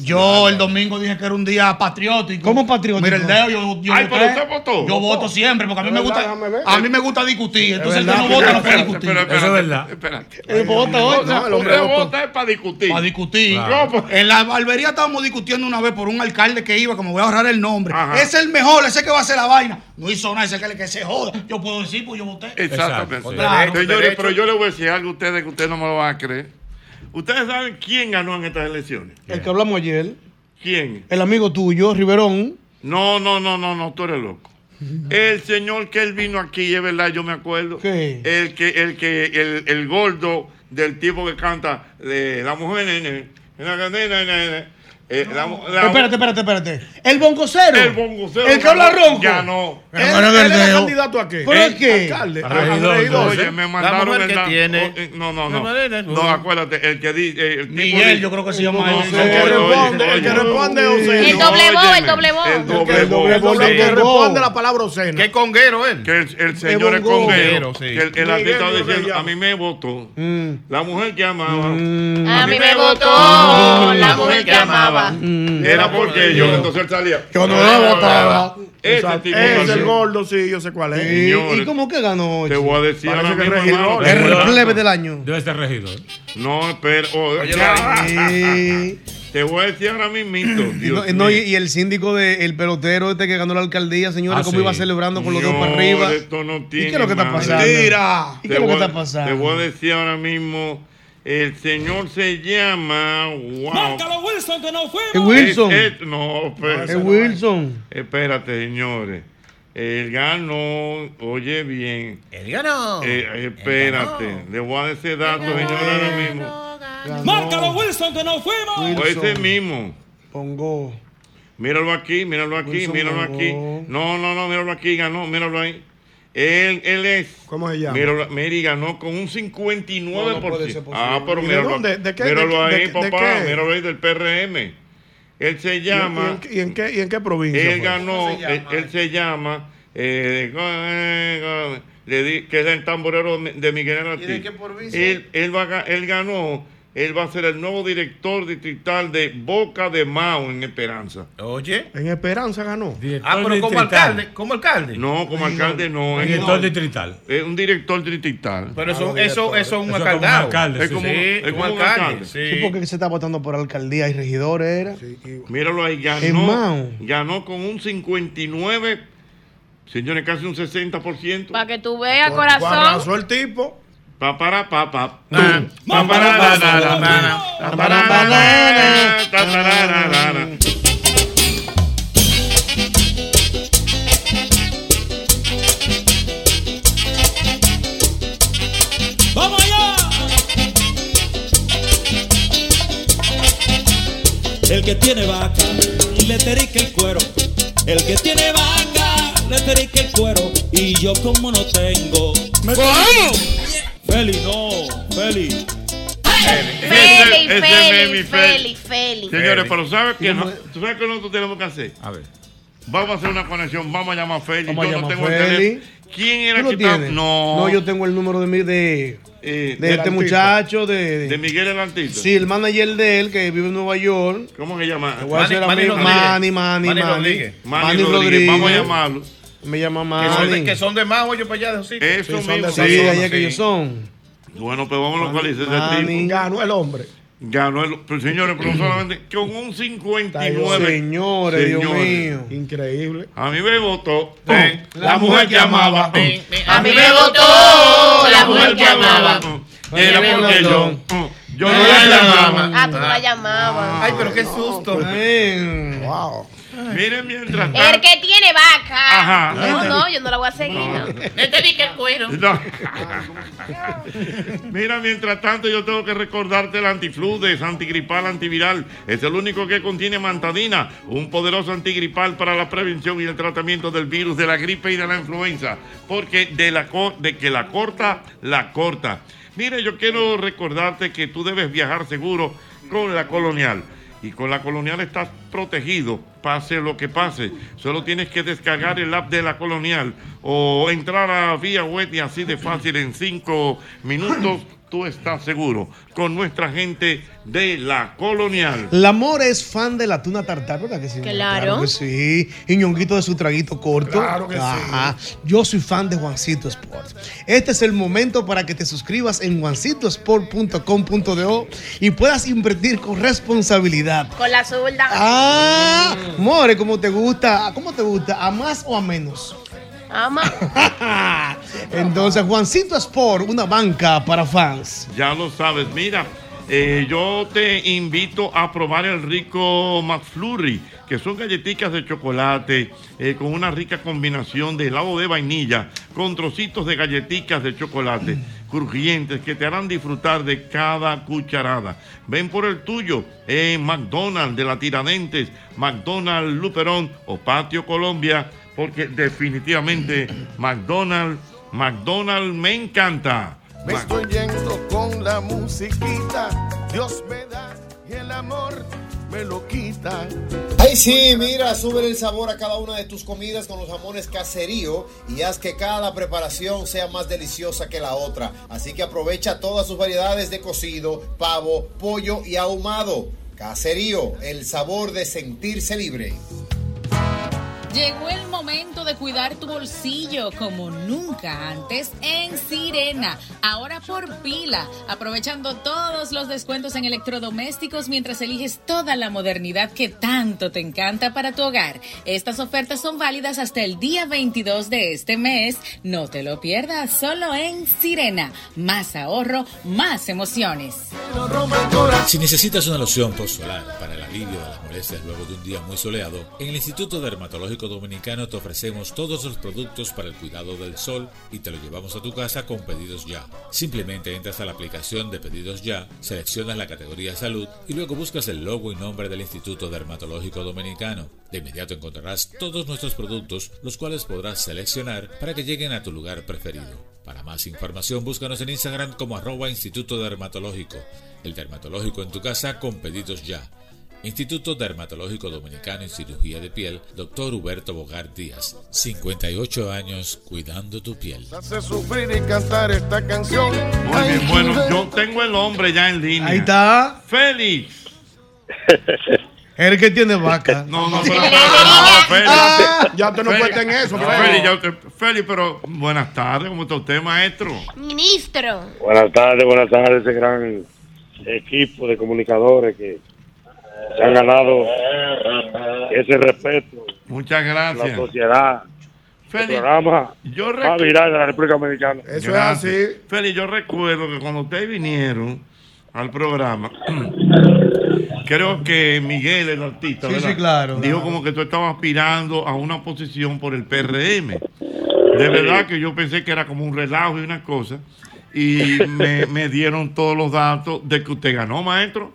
yo el domingo dije que era un día patriótico. ¿Cómo
patriótico?
Mira el dedo, yo, yo
Ay,
voté.
pero usted votó.
Yo voto siempre, porque a mí
Es
me
verdad,
gusta,
déjame ver.
a mí me gusta discutir. Entonces el que
verdad.
no vota no puede
Espérate,
discutir.
espérate, espérate, Espérate.
El voto,
O
hoy.
sea, usted vota es para discutir.
Para discutir.
Claro.
No, pues, En la barbería estábamos discutiendo una vez por un alcalde que iba, que me voy a ahorrar el nombre.
Ajá.
Es el mejor, ese que va a hacer la vaina. No hizo nada, ese que, le- que se joda. Yo puedo decir, pues yo voté.
Exactamente.
Claro.
Señores, pero yo les voy a decir algo a ustedes que ustedes no me lo van a creer. Ustedes saben quién ganó en estas elecciones.
El que hablamos ayer,
¿Quién?
el amigo tuyo, Riverón.
No, no, no, no, no, tú eres loco. El señor que él vino aquí, es verdad, yo me acuerdo.
¿Qué?
El que, el que, el, el gordo del tipo que canta de la mujer en el- en la cadena. en el- eh, la mu- la-
Espérate, espérate, espérate. El bongocero.
El bongocero.
El que habla
Ganó,
ronco.
ganó.
Él- Hermano él era Verdeo.
candidato a qué?
¿Pero a qué?
¿Eh? Alcalde.
A regidor, entonces.
Oye, me
La
mandaron
mujer
el
que
da-
tiene.
o- eh, No, no,
La mujer
no.
es-
No, acuérdate, el que dice. El tipo
Miguel,
di-
yo creo que se llama
No,
él.
no,
El que
oye,
responde,
oye,
el que
oye.
responde es
Oye,
Ocelo.
El doble bo, el
óyeme.
doble bo.
El doble
El doble
bo,
bo,
sí.
el doble bo.
Responde la palabra obscena.
¿Qué conguero él?
Que el, el señor es
bongo.
conguero.
Sí.
Que el, el
Miguel
artista estaba
Borrell
diciendo,
llama.
a mí me votó.
Mm.
La mujer que amaba.
A mí me votó la mujer que amaba.
Mm. Era porque yo, entonces él salía.
Mm. Yo no la votaba.
Ese
Exacto.
tipo
Ese, el
salió.
gordo, sí, yo sé cuál es.
Sí,
¿Y cómo que ganó?
Te voy a decir ahora
Parece que
mismo,
regidor.
hermano.
El repleve del año.
Debe ser regidor.
No, espera. oh, ya. Te voy a decir ahora mismito.
Y no-
Dios
y no, y,
mío.
y el síndico del pelotero este que ganó la alcaldía, señores,
Ah,
cómo
sí.
iba celebrando con los dos para
Señores,
arriba.
Esto no tiene
qué es lo que está
madre.
pasando? Mentira. ¿Y qué
Te
es lo que
voy a-
está pasando?
Te voy a decir ahora mismo. El señor se llama. Wow.
Wilson, que no fue.
Es Eh, Wilson.
Es- es- no,
Es
espérate.
Wilson.
Espérate, señores. Él ganó. Oye bien.
Él ganó.
Eh, espérate. Le voy a dar ese dato, señor, ahora mismo.
Márcalo, Wilson, que no fuimos.
O Pues ese mismo.
Pongo.
Míralo aquí, míralo aquí,
Wilson
míralo
Mongó.
aquí. No, no, no, míralo aquí, ganó, míralo ahí. Él, él es.
¿Cómo se llama?
Míralo, mira, y ganó con un 59%.
No, no puede ser posible.
ah, pero
¿Y de
míralo.
dónde? ¿De qué?
Míralo
¿De
ahí,
qué? ¿De qué?
papá. Míralo ahí del PRM. Él se
¿Y en-
llama.
¿Y en qué, y en qué provincia?
Él
fue?
ganó. Él él se llama. eh, le di- que era el tamborero de de Miguel Hernández. él, él, va a ga- él ganó, él va a ser el nuevo director distrital de Boca de Mao en Esperanza.
Oye.
En Esperanza ganó.
Ah, pero como alcalde, como alcalde.
No, como alcalde no.
Director
distrital. Es un director distrital.
Pero eso- Ah, eso- director. eso es un Eso es como un alcaldado. alcalde,
Es
sí,
como,
sí.
es
Un
como un
alcalde,
alcalde.
sí.
Sí, porque se está votando por alcaldía y regidores era.
Míralo ahí, ganó,
Hermano.
ganó con un 59, señores, casi un 60%.
Para que tú veas,
Por-
corazón.
arrasó el tipo. Pa para pa pa.
Ma,
para na, na,
pa,
na, na, na, ta, para, na, na, ta, para, na, na, na.
¡Vamos allá!
El que tiene vaca le terica el cuero. El que tiene vaca le terica el cuero. Y yo como no tengo. Me
¿Cómo?
Feli, no, Feli.
Feli,
Ese- ese
Feli,
meme,
Feli,
Feli.
Feli.
Señores, pero ¿sabes qué? no- ¿Tú sabes qué nosotros tenemos que hacer? A ver. Vamos a hacer una conexión, vamos a llamar a Félix.
Vamos a
Yo no
llamar a
tengo el
Félix.
teléfono. ¿Quién era
¿Tú lo
que estaba-
tienes?
No.
No, yo tengo el número de mi, de,
Eh, del
de este
artista.
muchacho, de,
De Miguel el artista.
sí, el manager de él que vive en Nueva York.
¿Cómo se llama?
Te voy a hacer amigo. Manny, Manny, Manny.
Manny
Manny
Rodríguez. Vamos a
Rodríguez.
llamarlo.
Me llama
Que son, de,
Manny.
que son de más, oye, para allá de esos sitios.
Eso
Sí, son de
mismo.
esa zona, allá que ellos son.
Bueno, pues vamos a localizar ese
Manny.
tipo.
Ganó el hombre.
Ganó el. Pero señores, pero no solamente. Con un 59.
Señores, Dios
Señores.
Increíble.
A mí me votó. eh,
La mujer que amaba.
eh, eh,
A mí me votó la mujer que amaba.
eh, Era
Oye,
porque
no.
yo. eh, Yo no la llamaba.
Ah, tú la llamabas.
Ay, pero qué susto.
Wow. Miren
Ah.
mientras
El
tanto.
que tiene vaca.
Ajá.
No, no, yo no la voy a seguir. No.
Le terica el cuero.
No. Mira, mientras tanto yo tengo que recordarte el antifludes, antigripal, antiviral. Es el único que contiene mantadina, un poderoso antigripal para la prevención y el tratamiento del virus, de la gripe y de la influenza. Porque de, la, co- de que la corta, la corta. Mira, yo quiero recordarte que tú debes viajar seguro con la colonial. Y con la colonial estás protegido, pase lo que pase. Solo tienes que descargar el app de la colonial o entrar a vía web y así de fácil en cinco minutos tú estás seguro con nuestra gente de la colonial.
La More es fan de la tuna tartar, ¿verdad que sí?
Claro.
que sí. Y Ñonguito de su traguito corto.
Claro que sí.
sí. Yo soy fan de Juancito Sport. Este es el momento para que te suscribas en juancitosport.com.do y puedas invertir con responsabilidad.
Con la zurda.
Ah, More, ¿cómo te gusta? ¿Cómo te gusta? ¿A más o a menos?
Ama.
Entonces, Juancito Sport, una banca para fans.
Ya lo sabes, mira, eh, yo te invito a probar el rico McFlurry, que son galletitas de chocolate eh, con una rica combinación de helado de vainilla con trocitos de galletitas de chocolate crujientes que te harán disfrutar de cada cucharada. Ven por el tuyo en McDonald's de la Tiradentes, McDonald's Luperón o Patio Colombia, porque definitivamente McDonald's, McDonald's me encanta.
Me estoy yendo con la musiquita. Dios me da y el amor me lo quita.
Ay, sí, mira, sube el sabor a cada una de tus comidas con los jamones caserío y haz que cada preparación sea más deliciosa que la otra. Así que aprovecha todas sus variedades de cocido, pavo, pollo y ahumado. Caserío, el sabor de sentirse libre.
Llegó el momento de cuidar tu bolsillo como nunca antes en Sirena. Ahora por pila, aprovechando todos los descuentos en electrodomésticos mientras eliges toda la modernidad que tanto te encanta para tu hogar. Estas ofertas son válidas hasta el día 22 de este mes. No te lo pierdas solo en Sirena. Más ahorro, más emociones.
Si necesitas una loción post-solar para el alivio de las molestias luego de un día muy soleado, en el Instituto Dermatológico Dominicano te ofrecemos todos los productos para el cuidado del sol y te lo llevamos a tu casa con pedidos ya. Simplemente entras a la aplicación de pedidos ya, seleccionas la categoría salud y luego buscas el logo y nombre del Instituto Dermatológico Dominicano. De inmediato encontrarás todos nuestros productos, los cuales podrás seleccionar para que lleguen a tu lugar preferido. Para más información, búscanos en Instagram como arroba Instituto Dermatológico. El dermatológico en tu casa con pedidos ya.
Instituto Dermatológico Dominicano en Cirugía de Piel, Dr. Huberto Bogar Díaz, 58 años cuidando tu piel.
Hace sufrir y cantar esta canción.
Muy bien, bueno, yo tengo el hombre ya en línea. Ahí está. Félix.
El que tiene vaca.
No, no, pero. Ah, Félix.
Ah, ya usted no
Félix.
puede en eso,
No,
Félix.
Félix, ya usted- Félix, pero buenas tardes, ¿cómo está usted, maestro?
Ministro.
Buenas tardes, buenas tardes, ese gran equipo de comunicadores que se han ganado ese respeto.
Muchas
La
gracias.
sociedad.
Félix,
el programa
yo
más
recu-
viral de la República Dominicana.
Gracias. Félix, yo recuerdo que cuando ustedes vinieron al programa, creo que Miguel, el artista,
Sí,
¿verdad?
sí, claro,
dijo
claro.
como que tú estabas aspirando a una posición por el PRM. De verdad que yo pensé que era como un relajo y una cosa. Y me, me dieron todos los datos de que usted ganó, maestro.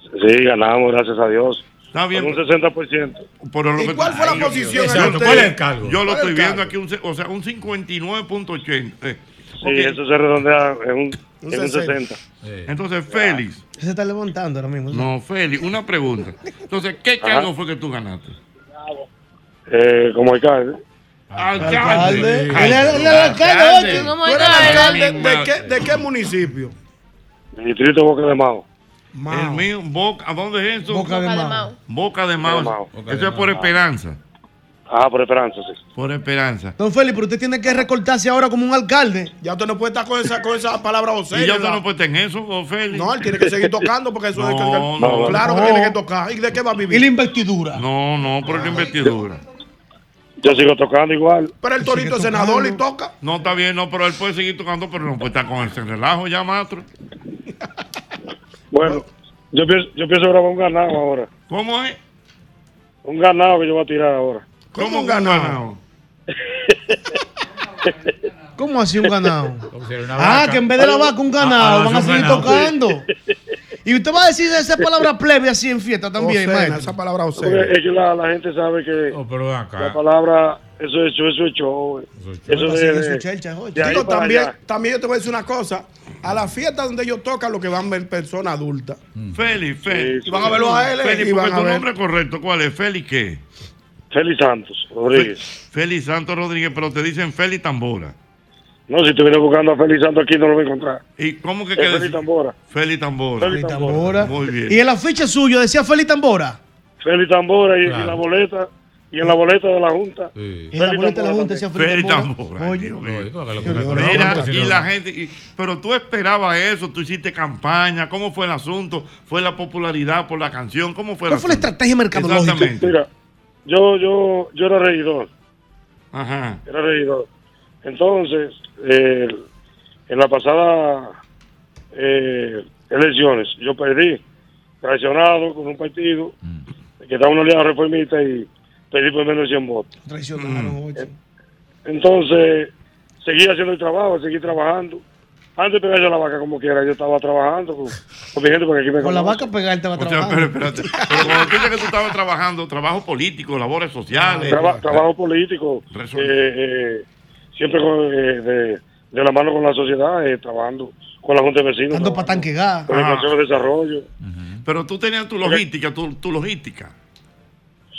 Sí, ganamos, gracias a Dios.
Está bien.
Con un 60%.
Pero lo que- Ay, Dios mío.
Exacto,
Yo-
¿cuál es el cargo?
Yo lo
¿Cuál es el
estoy viendo aquí, un ce- o sea, un 59.80. eh,
Sí,
ok.
eso se redondea en un,
Un
en un
60.
60.
Entonces, Félix.
Se está levantando ahora mismo.
No, Félix, una pregunta. Entonces, ¿qué
Ajá.
cargo fue que tú ganaste?
Eh, como alcalde.
Alcalde.
Alcalde. Él era- él era el alcalde, oye.
Alcalde. ¿Tú eres alcalde
Mi
de
madre.
qué, de qué municipio?
Distrito Boca de Mago.
El mío, Boca, ¿a dónde es eso?
Boca de Boca de Mao. Mao.
Boca
Boca
de
de
Mao.
Mao.
Eso es por
Mao.
esperanza.
Ah, por esperanza, sí.
Por esperanza.
Don Félix, pero usted tiene que recortarse ahora como un alcalde.
Ya usted no puede estar con esa, con esa palabra obscena.
Y ya usted no puede estar en eso, don Félix.
No, él tiene que seguir tocando porque eso es que-
No, no,
claro
no.
que tiene que tocar. ¿Y de qué va a vivir? Y la
investidura.
No, no, por la investidura.
Yo sigo tocando igual.
Pero el torito es senador y toca.
No, está bien, no, pero él puede seguir tocando, pero no puede estar con ese relajo ya, maestro.
Bueno, yo pienso, yo pienso grabar un ganado ahora.
¿Cómo es?
Un ganado que yo voy a tirar ahora.
¿Cómo un ganado?
¿Cómo así un ganado?
una
ah,
vaca.
que en vez de la vaca, un ganado.
Ah, ah,
van a
es un
seguir
ganado.
tocando. Y usted va a decir esa palabra plebe así en fiesta también,
Obscena,
maestro.
esa
palabra
Porque es que la, la gente sabe que
Oh,
la palabra, eso es show, eso es show. eh. Eso
Así
de-
que su
de-
chelcha, oye.
de ahí
Digo,
para
también,
allá.
también yo te voy a decir una cosa. A las fiestas donde ellos tocan, lo que van a ver personas adultas.
Félix, Félix.
Y Mm. van a verlo a él, eh,
Félix,
y
porque
van a
tu
ver.
nombre correcto, ¿cuál es? ¿Félix qué?
Félix Santos Rodríguez.
Félix Santos Rodríguez, pero te dicen Félix Tambora.
No, si estuviera buscando a Félix Santos aquí no lo voy a encontrar.
¿Y cómo que
Es Félix Tambora.
Félix Tambora.
Félix
Tambora.
Muy bien.
Y en la ficha suyo decía Félix Tambora.
Félix Tambora y, y
Claro.
la boleta. Y en la boleta de la Junta.
Y en la boleta de la Junta decía Félix
Félix
Tambora.
Tambora. Ay, Dios mío.
no,
Mira,
no,
y
no.
la gente. y- pero tú esperabas eso, tú hiciste campaña. ¿Cómo fue el asunto? ¿Fue la popularidad por la canción? ¿Cómo fue el
¿Cuál fue la
asunto?
estrategia mercadológica?
Exactamente.
Mira, yo, yo, yo era regidor.
Ajá.
Era regidor. Entonces, eh, en la pasada eh, elecciones, yo perdí, traicionado con un partido que estaba una alianza reformista y perdí por menos de 100 votos. Entonces, seguí haciendo el trabajo, seguí trabajando. Antes de pegarle a la vaca como quiera, yo estaba trabajando con, con mi gente porque aquí me
Con la
conoce.
vaca pegada él estaba
O sea,
trabajando.
pero espérate. Pero cuando tú dices que tú estabas trabajando, trabajo político, labores sociales.
Traba- trabajo político, eh, eh, siempre con, eh, de, de la mano con la sociedad, eh, trabajando con la Junta de Vecinos,
Ando
trabajando
para tanquegar.
con el
Ah.
Consejo de Desarrollo.
Pero tú tenías tu logística, tu, tu logística.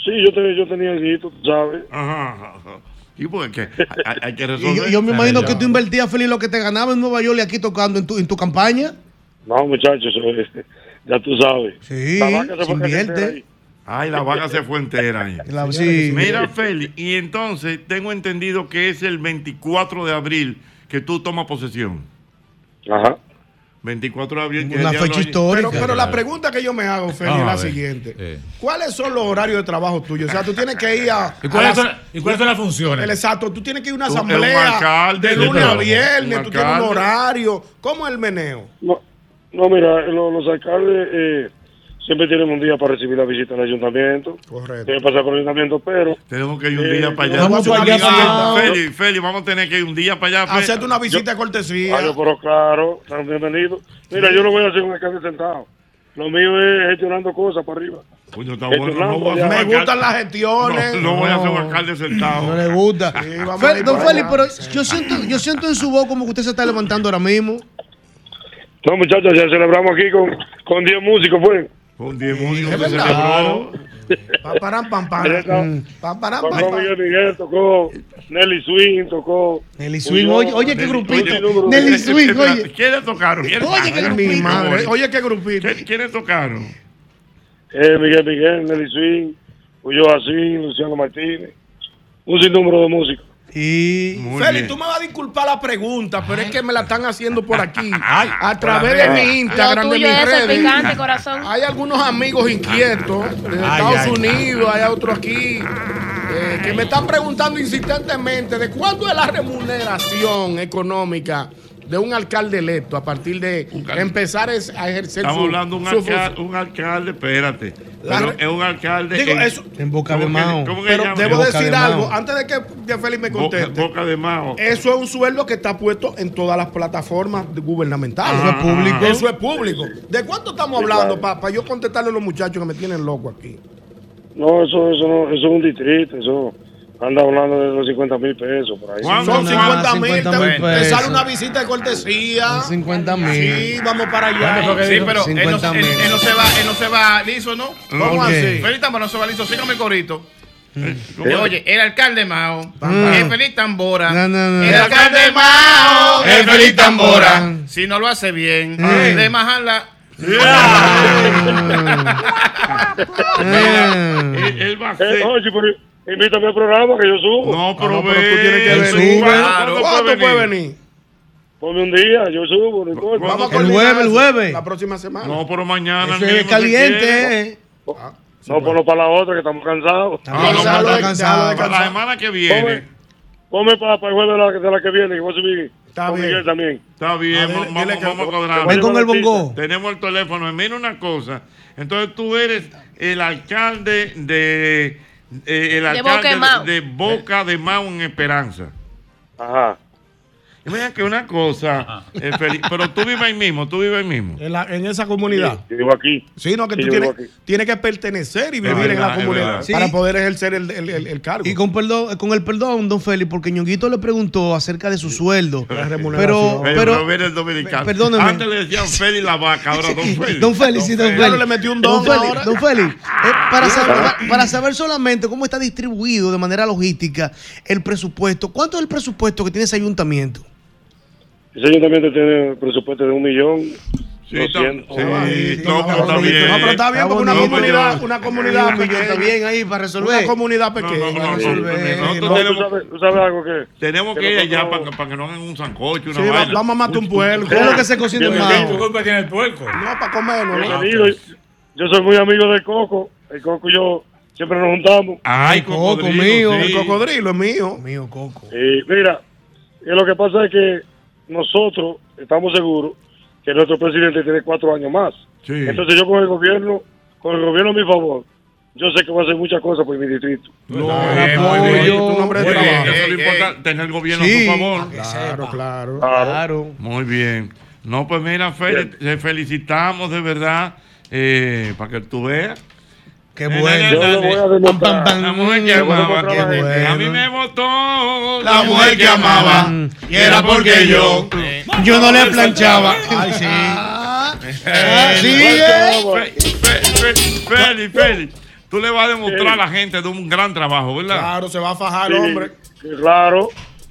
Sí, yo, te- yo tenía el tú sabes.
Ajá, ajá. Y porque hay, hay- hay que
Y
resolver. Ah,
yo, yo me imagino que tú invertías, Félix, lo que te ganaba en Nueva York y aquí tocando en tu, en tu campaña.
No, muchachos, eh, ya tú sabes.
Sí,
La vaca se
se
fue a
invierte.
carretera ahí.
Ay, la vaca se fue entera. ahí.
La- sí.
Mira, Félix, y entonces tengo entendido que es el 24 de abril que tú tomas posesión.
Ajá.
24 de abril. que es
Una
el día
fecha
de los-
histórica.
Pero, pero la pregunta que yo me hago, Feli, es
Vamos Ah, a
la
ver.
siguiente. ¿Cuáles son los horarios de trabajo tuyos? O sea, tú tienes que ir a.
¿Y cuáles
a
son- y cuáles son las funciones?
El exacto. Tú tienes que ir a una
Tú- eh,
asamblea.
un alcalde,
de lunes
sí,
a
pero-
viernes.
un
tú tienes un
alcalde.
horario. ¿Cómo es el meneo?
No, no, mira, lo- los alcaldes eh, siempre tienen un día para recibir la visita del ayuntamiento.
Correcto.
Tienen que pasar por el ayuntamiento, pero...
Tenemos que ir un día para allá.
Vamos
Félix,
para allá.
Félix, Félix, vamos a tener que ir un día para allá.
Hacerte una
visita de cortesía.
Ah, yo, pero claro, tan bienvenido. Mira, yo no voy a hacer un alcalde sentado. Lo mío es gestionando cosas para arriba.
Coño, está
bueno, no voy a hacer
me
un alcalde.
gustan las gestiones.
No, no voy a ser un alcalde sentado.
No le gusta.
vamos
Fel-
a ir
don
para
Félix,
allá.
pero yo siento, yo siento en su voz como que usted se está levantando ahora mismo.
No, muchachos, ya celebramos aquí con, con 10 músicos, pues. fue.
Fue un demonio
Es
que se
verdad.
celebró.
Paparán, pam, pam.
Directo.
Mm. Paparán, pam,
Tocó
pam.
Miguel Miguel, tocó Nelly Swing, tocó.
Nelly Swing, oye, oye, qué grupito. Nelly Swing, oye.
¿Quiénes tocaron?
Oye, qué grupito. Oye,
qué grupito. ¿Quiénes tocaron?
Eh, Miguel Miguel, Nelly Swing, Ullo Asín, Luciano Martínez. Un sinnúmero de músicos.
Y.
Feli, tú me vas a disculpar la pregunta, pero es que me la están haciendo por aquí, a través
la
de
red.
mi Instagram,
Lo
de
tuyo
mis
es el
redes. ah,
picante, corazón.
Hay algunos amigos
Ah,
inquietos de Estados
ay.
Unidos, hay otros aquí, eh, que me están preguntando insistentemente de cuánto es la remuneración económica de un alcalde electo a partir de empezar es- a ejercer
Estamos
su-
hablando de un,
su
alca-
función.
un alcalde, espérate. Pero es un alcalde.
Digo,
en-
eso-
En Boca
¿cómo
de
que-
Mao.
cómo que
Pero
llama?
debo
Boca
decir
de
algo,
Mao.
antes de que de Félix me
Boca,
conteste.
Boca de Mao.
Eso es un sueldo que está puesto en todas las plataformas gubernamentales.
Eso es público.
Eso es público. ¿De cuánto estamos
Sí,
hablando,
claro.
para yo contestarle a los muchachos que me tienen loco aquí.
No, eso, eso, no, eso es un distrito, eso anda hablando de los 50 mil pesos por ahí.
Son 50 mil.
50
Te,
mil
te sale
pesos.
una visita de cortesía.
50 mil.
Sí, vamos
Ah,
para allá.
¿Cuánto fue que
Sí,
dijo?
pero él no,
50
él-
mil.
él no se va, él no se va liso, ¿no?
¿Por qué?
Feliz Tambora no se va liso, sígame corito.
Mm.
¿cómo?
Oye, el alcalde Mao,
pam.
el feliz Tambora,
No, no, no.
el alcalde Mao, el feliz Tambora. Si no lo hace bien,
Ay.
de majarla.
Él, él va a
Eh,
ser.
oye, pero invítame al programa que yo subo.
No, pero,
no,
ve,
tú tienes que
él
venir.
sube. Claro. ¿Cuándo puede
venir?
Ponme un día, yo subo, no importa.
Vamos a
El
coordinar
jueves, el
jueves.
La próxima semana.
No, pero mañana.
Eso es
mismo,
caliente,
si quieres.
eh.
Oh, No, ponlo para la otra que estamos cansados.
Ah, no,
Cansado,
para-
cansado,
para
cansado.
la semana que viene.
Ponme para, para el jueves de la, de la que viene, que voy a subir.
Está
con Miguel
bien.
también.
Está bien,
dile-
vamos,
dile que-
vamos a
que
cuadrar.
Ven con el bongo.
Tenemos el teléfono. Mira una cosa. Entonces tú eres el alcalde de. eh, el
De
alcalde
Boca de Mao.
de Boca de Mao en Esperanza.
Ajá.
Imagina que una cosa. eh, Feli- pero tú vives ahí mismo, tú vives ahí mismo.
En, la- en esa comunidad.
Yo vivo aquí.
Sí, no, que
Sí,
tú
yo
tienes,
vivo aquí.
tienes que pertenecer y vivir en
verdad,
la
es
comunidad
verdad.
para
Sí.
poder ejercer el, el- el- el cargo.
Y con perdón, con el perdón, don Félix, porque Ñonguito le preguntó acerca de su sueldo. Pero,
Oye,
pero,
viene el dominicano.
perdóneme.
Antes le decían Feli la vaca, ahora Don Feli.
Don Félix, sí, don
Feli.
Félix.
Claro, le metió un don
Félix,
ahora.
don Félix, eh, para, saber, para- para saber solamente cómo está distribuido de manera logística el presupuesto, ¿cuánto es el presupuesto que tiene ese ayuntamiento?
Ese ayuntamiento tiene un presupuesto de un millón.
Sí,
lo
está-
siento.
sí, no, pero está
No,
bien.
pero está bien porque una
No, pero
comunidad,
yo-
una comunidad
Un millón
pequeña.
está bien ahí para resolver.
Una comunidad pequeña.
No, no, no, no,
resolver.
no,
No,
nosotros
tú
tenemos-
sabes-
Tenemos que ir
nosotros-
allá para, que no hagan un sancocho, una
Sí, va-
vaina.
vamos a matar un puerco.
¿Qué es lo que
se
cocina en
Bienvenido.
Mao?
culpa tiene el puerco?
No, para comerlo.
Yo,
¿no?
te digo, yo soy muy amigo del Coco. El Coco y yo siempre nos juntamos.
Ay,
Coco mío. El cocodrilo es mío.
Mío, Coco.
Eh, mira, eh, lo que pasa es que nosotros estamos seguros que nuestro presidente tiene cuatro años más.
Sí.
Entonces yo con el gobierno, con el gobierno a mi favor, yo sé que voy a hacer muchas cosas por mi distrito.
Eh, muy bien.
un hombre de
Muy bien,
trabajo.
Eso
Ey,
le importa tener el gobierno
Sí.
a su favor.
Claro, claro.
Claro.
Muy bien. No, pues mira, Feli, te felicitamos de verdad eh, para que tú veas.
Qué
bueno. Yo le voy a demostrar.
La mujer que
Le voy a
amaba.
demostrar
que-
a la gente.
A mí me votó.
La mujer que amaba,
Y era porque yo.
Yo no le planchaba.
Ay, sí.
Ah,
sí,
eh.
Feli, Feli. Tú le vas a demostrar a la gente de un gran trabajo, ¿verdad?
Claro, se va a fajar
Sí,
el hombre.
que Claro,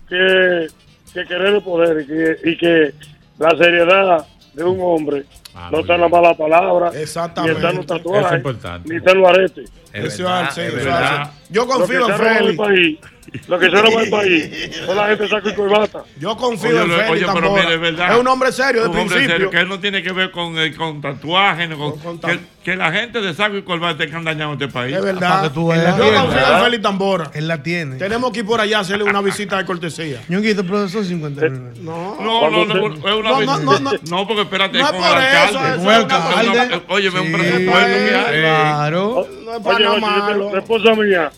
que, que querer el poder y que, y que la seriedad de un hombre no está en la mala palabra,
Exactamente.
ni está en los
Ah, Eso es
tatuajes,
importante.
ni está en los aretes.
Es Eso verdad, es así, es eso es verdad. así. Yo confío
Lo que
en
se roba
Feli.
el país, Lo que se roba el país son la gente saco y corbata.
Yo confío en Félix
pero
Tambora.
mira, es verdad.
Es un hombre serio, de
Un hombre
principio.
serio, que él no tiene que ver con, eh, con tatuajes, ni con, que, que la gente de saco y corbata es que han dañado este país.
Es verdad. Yo confío en Félix Tambora. Él la tiene. Tenemos que ir por allá a hacerle una visita de cortesía.
Ñonguito, pero son 50
Eh,
mil.
No,
No, no, no, es una
No,
vez-
no, no, no.
No, porque espérate,
No
es
es
con
por
el
eso,
alcalde.
eso es un
Con el
alcalde.
alcalde. Oye, ve un presupuesto que hay.
Claro.
No es
Oh, Oye,
para
oye, yo tengo- la esposa mía,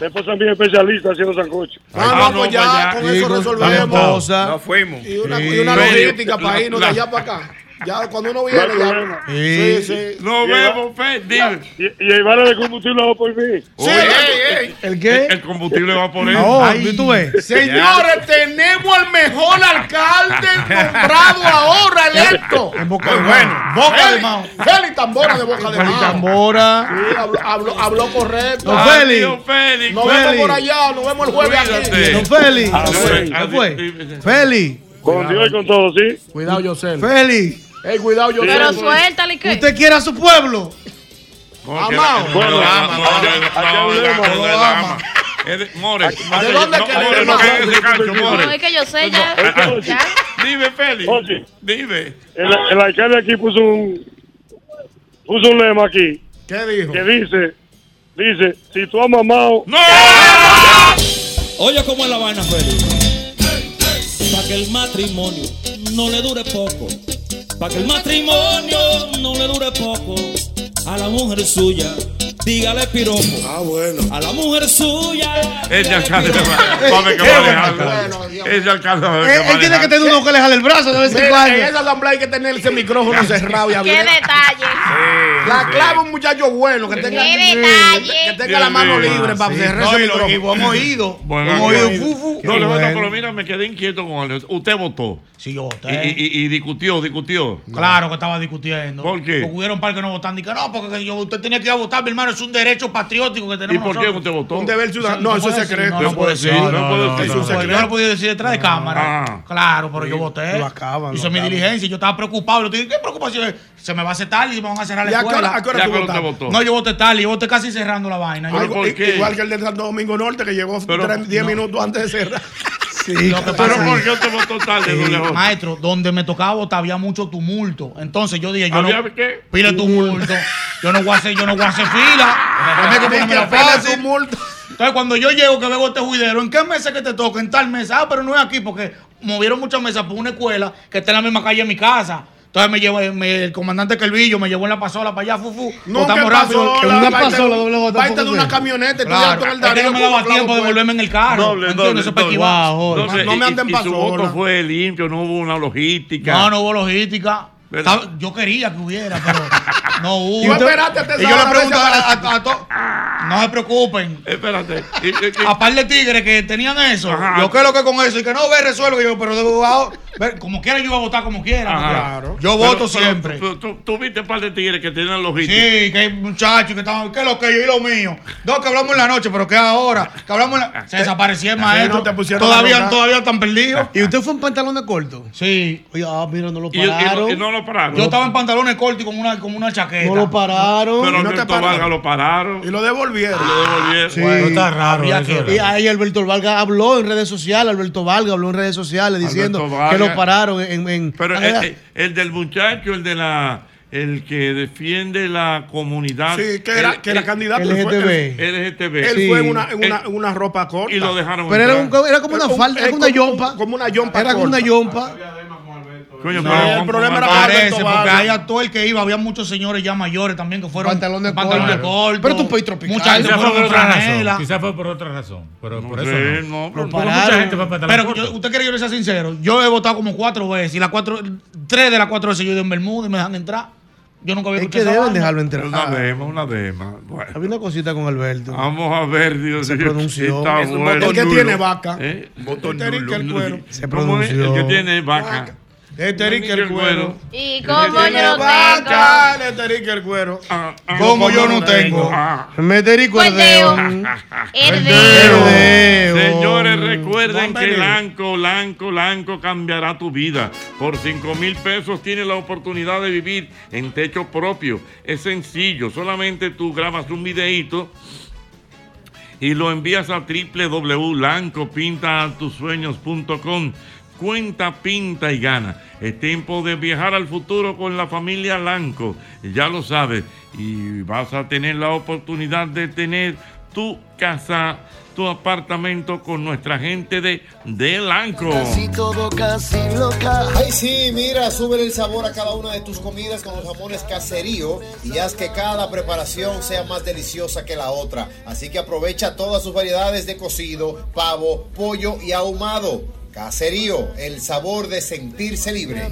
la esposa mía es especialista haciendo sancocho.
Vamos, pues ya, con eso resolvemos.
esposa.
Nos fuimos. Y una,
Sí.
y una
Feli,
logística para
la-
irnos de
la-
allá para acá. Ya cuando uno viene,
No hay problema.
ya. Sí, sí.
Nos vemos, Fer, dime.
Y, y el vale de combustible va por mí.
¿El qué?
El combustible va por él.
No, ¿tú ves?
Señores, tenemos al mejor alcalde nombrado ahora, electo. En Boca
de Mao.
Boca de Mao. Félix Tambora de Boca de Mao.
Félix Tambora.
Sí, habló, habló- habló correcto.
Don
Ay,
Félix.
Dios, Félix. Nos
Félix.
vemos por allá, nos vemos el jueves aquí.
Don Félix.
Ah,
¿Qué
sí.
fue? Félix.
Con Dios y con todo, sí.
Cuidado, Yosel.
Félix.
Ey, cuidado, yo
Pero suéltale que.
¿Usted quiere a su pueblo?
Amado.
Bueno, ama, no, no, no, no, no, no, no, ama. Eres- More,
¿De dónde
Ah, no,
que
More,
eres
no
más?
caigas en ese gancho, More.
No, es que yo sé ya.
Ah, ah.
Ya.
Dime, Félix.
Oye.
Dime.
El, el alcalde aquí puso un puso un lema aquí.
¿Qué dijo?
Que dice, dice, si tú has mamado.
¡No!
Oye, ¿cómo es la vaina, Félix? Para que el matrimonio no le dure poco. Para que el matrimonio no le dure poco. A la mujer suya, dígale piropo. Ah, bueno. A la mujer suya.
Ese alcalde
dígale
va-
piropo.
va a ver que va a dejar. Ese alcalde va a ver que va a dejar.
uno que le jale el brazo Este de vez en cuando.
En esa asamblea hay que tener ese micrófono cerrado y
Qué
abierto.
detalle.
La
sí.
clave un muchacho bueno que tenga,
Qué
que
detalle.
tenga la mano libre para cerrar ese micrófono.
hemos ido.
Bueno,
hemos
bueno.
ido, fu, fu.
No,
Qué
le
bueno.
pero mira, me quedé inquieto con Alex. Usted votó.
Sí, yo
Y,
voté.
y- y discutió, discutió.
Claro que estaba discutiendo.
¿Por qué?
Porque hubieron par que no votaron. Dije, no, porque yo- usted tenía que ir a votar, mi hermano. Es un derecho patriótico que tenemos.
¿Y por qué
nosotros.
usted votó?
Un deber ciudadano. No, eso es
puede ser,
secreto.
No, no puede ser.
no puede ser.
eso es
no.
secreto. Yo no lo podía decir detrás de cámara.
Ah.
Claro, pero yo voté.
Lo acaban,
Hice
lo
mi
acaban.
diligencia. Yo estaba preocupado. Yo dije, ¿qué preocupación? Se me va a hacer tarde y me van a cerrar la
¿Y a qué
escuela.
hora- a qué hora ¿Y a tú qué hora votaste? usted votó?
No, yo voté tarde. Yo voté casi cerrando la vaina. Yo-
Algo- i- Igual que el de Santo Domingo Norte que llegó
Pero-
10
no.
minutos antes de cerrar.
Lo que pasa es-
¿Por qué usted votó tarde,
Sí,
don León?
maestro, donde me tocaba votar había mucho tumulto. Entonces yo dije, yo
¿Había
no,
qué?
pile tumulto. Yo no voy a hacer, yo no voy a hacer fila. Yo tengo que ponerme la
Pile
fácil. Entonces cuando yo llego que veo este juidero, ¿en qué mesa que te toca? En tal mesa. Ah, pero no es aquí porque movieron muchas mesas por una escuela que está en la misma calle de mi casa. Entonces me llevó me- el comandante Quelvillo, me llevó en la pasola para allá, fufu.
Nunca
Votamos
en
rápido.
pasola,
En
vaina- vaina
tampoco
de una
sé.
camioneta,
Claro.
estudiando en el
Es Este que
Darío
no me
como
daba
clavo
tiempo de
puesto.
volverme en el carro.
Doble, doble,
¿Me entiendes? Eso es para
doble.
equivocar, joder.
Entonces,
No me
y-
anden
y Su
pasola.
voto fue limpio, no hubo una logística.
No, no hubo logística.
¿Verdad?
Sab- Yo quería que hubiera, pero no hubo.
Y tú esperaste hasta
Y
esa
yo le
hora
pregunto
para
a,
esa
a- a to- No se preocupen.
Ah. Espérate.
A par de tigres que tenían eso.
Ajá.
Yo creo que con eso. Y que no ve, resuelvo. Y yo, pero debo- ah, ve, como quiera, yo voy a votar como quiera.
Ajá.
Claro. Yo voto
Pero- pero
siempre.
tú- tú, tú viste un par de tigres que tenían logística.
Sí, que hay muchachos que estaban, ¿qué es lo que yo y lo mío? Dos que hablamos en la noche, pero ¿qué ahora? Que hablamos en
Ah.
la... Se desapareció el maestro.
no te pusieron la
todavía,
roca.
todavía están perdidos.
¿Y usted fue en pantalones cortos?
Sí.
Oye, ah, mira, no lo
Y- y-
pararon.
y no lo pararon.
Yo estaba en pantalones cortos y con una, con una chaqueta.
No lo pararon.
Pero
Y no
Alberto
te pararon.
Vargas lo pararon.
Y lo devolvieron.
Lo devolvieron.
Sí. Y ahí Alberto Valga habló en redes sociales, Alberto Valga habló en redes sociales diciendo
Alberto Vargas.
que lo pararon en... en-
Pero eh,
Ah,
el, el- el del muchacho, el de la el que defiende la comunidad.
Sí, que era- que era candidato, él fue-
LGTB.
LGTB. Él fue en una, en una,
Eh,
Él-
en una ropa corta.
Eh, y lo dejaron
pero era,
entrar.
un- era como una
Era un-
falda,
eh,
era como una
como un-
yompa.
como una yompa
Era como una
corta.
yompa.
Coño,
No,
pero
el
con-
problema era
con-
parece,
Alberto
porque
Vargas.
ahí a todo el que iba, había muchos señores ya mayores también que fueron pantalones,
corto.
cortos. Pero tu país tropical. Mucha gente fue
Quizás fue por
con
otra
franela.
razón. Quizás fue por otra razón. Pero por eso
sé,
no.
no, pero-
Porque mucha
Claro.
gente fue a pantalón
Pero
corto.
yo- usted quiere que yo le sea sincero. Yo he votado como cuatro veces y las cuatro, tres de las cuatro veces yo he ido en Bermuda y me dejan entrar. Yo nunca había
Es
escuchado
que
esa
deben
vaina.
dejarlo entrar.
Una dema, una dema. Bueno,
Había una cosita con Alberto.
vamos a ver, Dios
Se
mío,
pronunció.
está
Es un
Ah, bueno.
botón
El que
nulo.
tiene
vaca.
¿Eh?
Botón nulo.
Se
¿Cómo es? El
pronunció.
que tiene vaca.
Eterique este el cuero.
¿Y cómo
Tiene
yo no tengo?
vaca, Eterique el cuero.
Como yo no tengo.
Ah. Meterico
Cuerdeo.
Erdeo.
Ah,
Herdeo. Señores, recuerden que
Vámonos.
Lanco, Lanco, Lanco cambiará tu vida. Por 5 mil pesos tienes la oportunidad de vivir en techo propio. Es sencillo, solamente tú grabas un videíto y lo envías a www.lancopintatusueños.com. Cuenta, pinta y gana. Es tiempo de viajar al futuro con la familia Lanco. Ya lo sabes. Y vas a tener la oportunidad de tener tu casa, tu apartamento con nuestra gente de, de Lanco.
Casi todo, casi loca.
Ay sí, mira, sube el sabor a cada una de tus comidas con los jamones caserío y haz que cada preparación sea más deliciosa que la otra. Así que aprovecha todas sus variedades de cocido, pavo, pollo y ahumado. Caserío, el sabor de sentirse libre.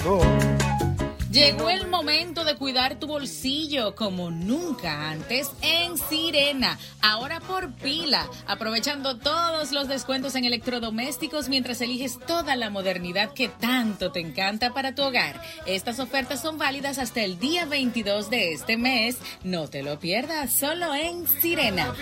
Llegó el momento de cuidar tu bolsillo como nunca antes en Sirena, ahora por pila, aprovechando todos los descuentos en electrodomésticos mientras eliges toda la modernidad que tanto te encanta para tu hogar. Estas ofertas son válidas hasta el día 22 de este mes. No te lo pierdas, solo en Sirena.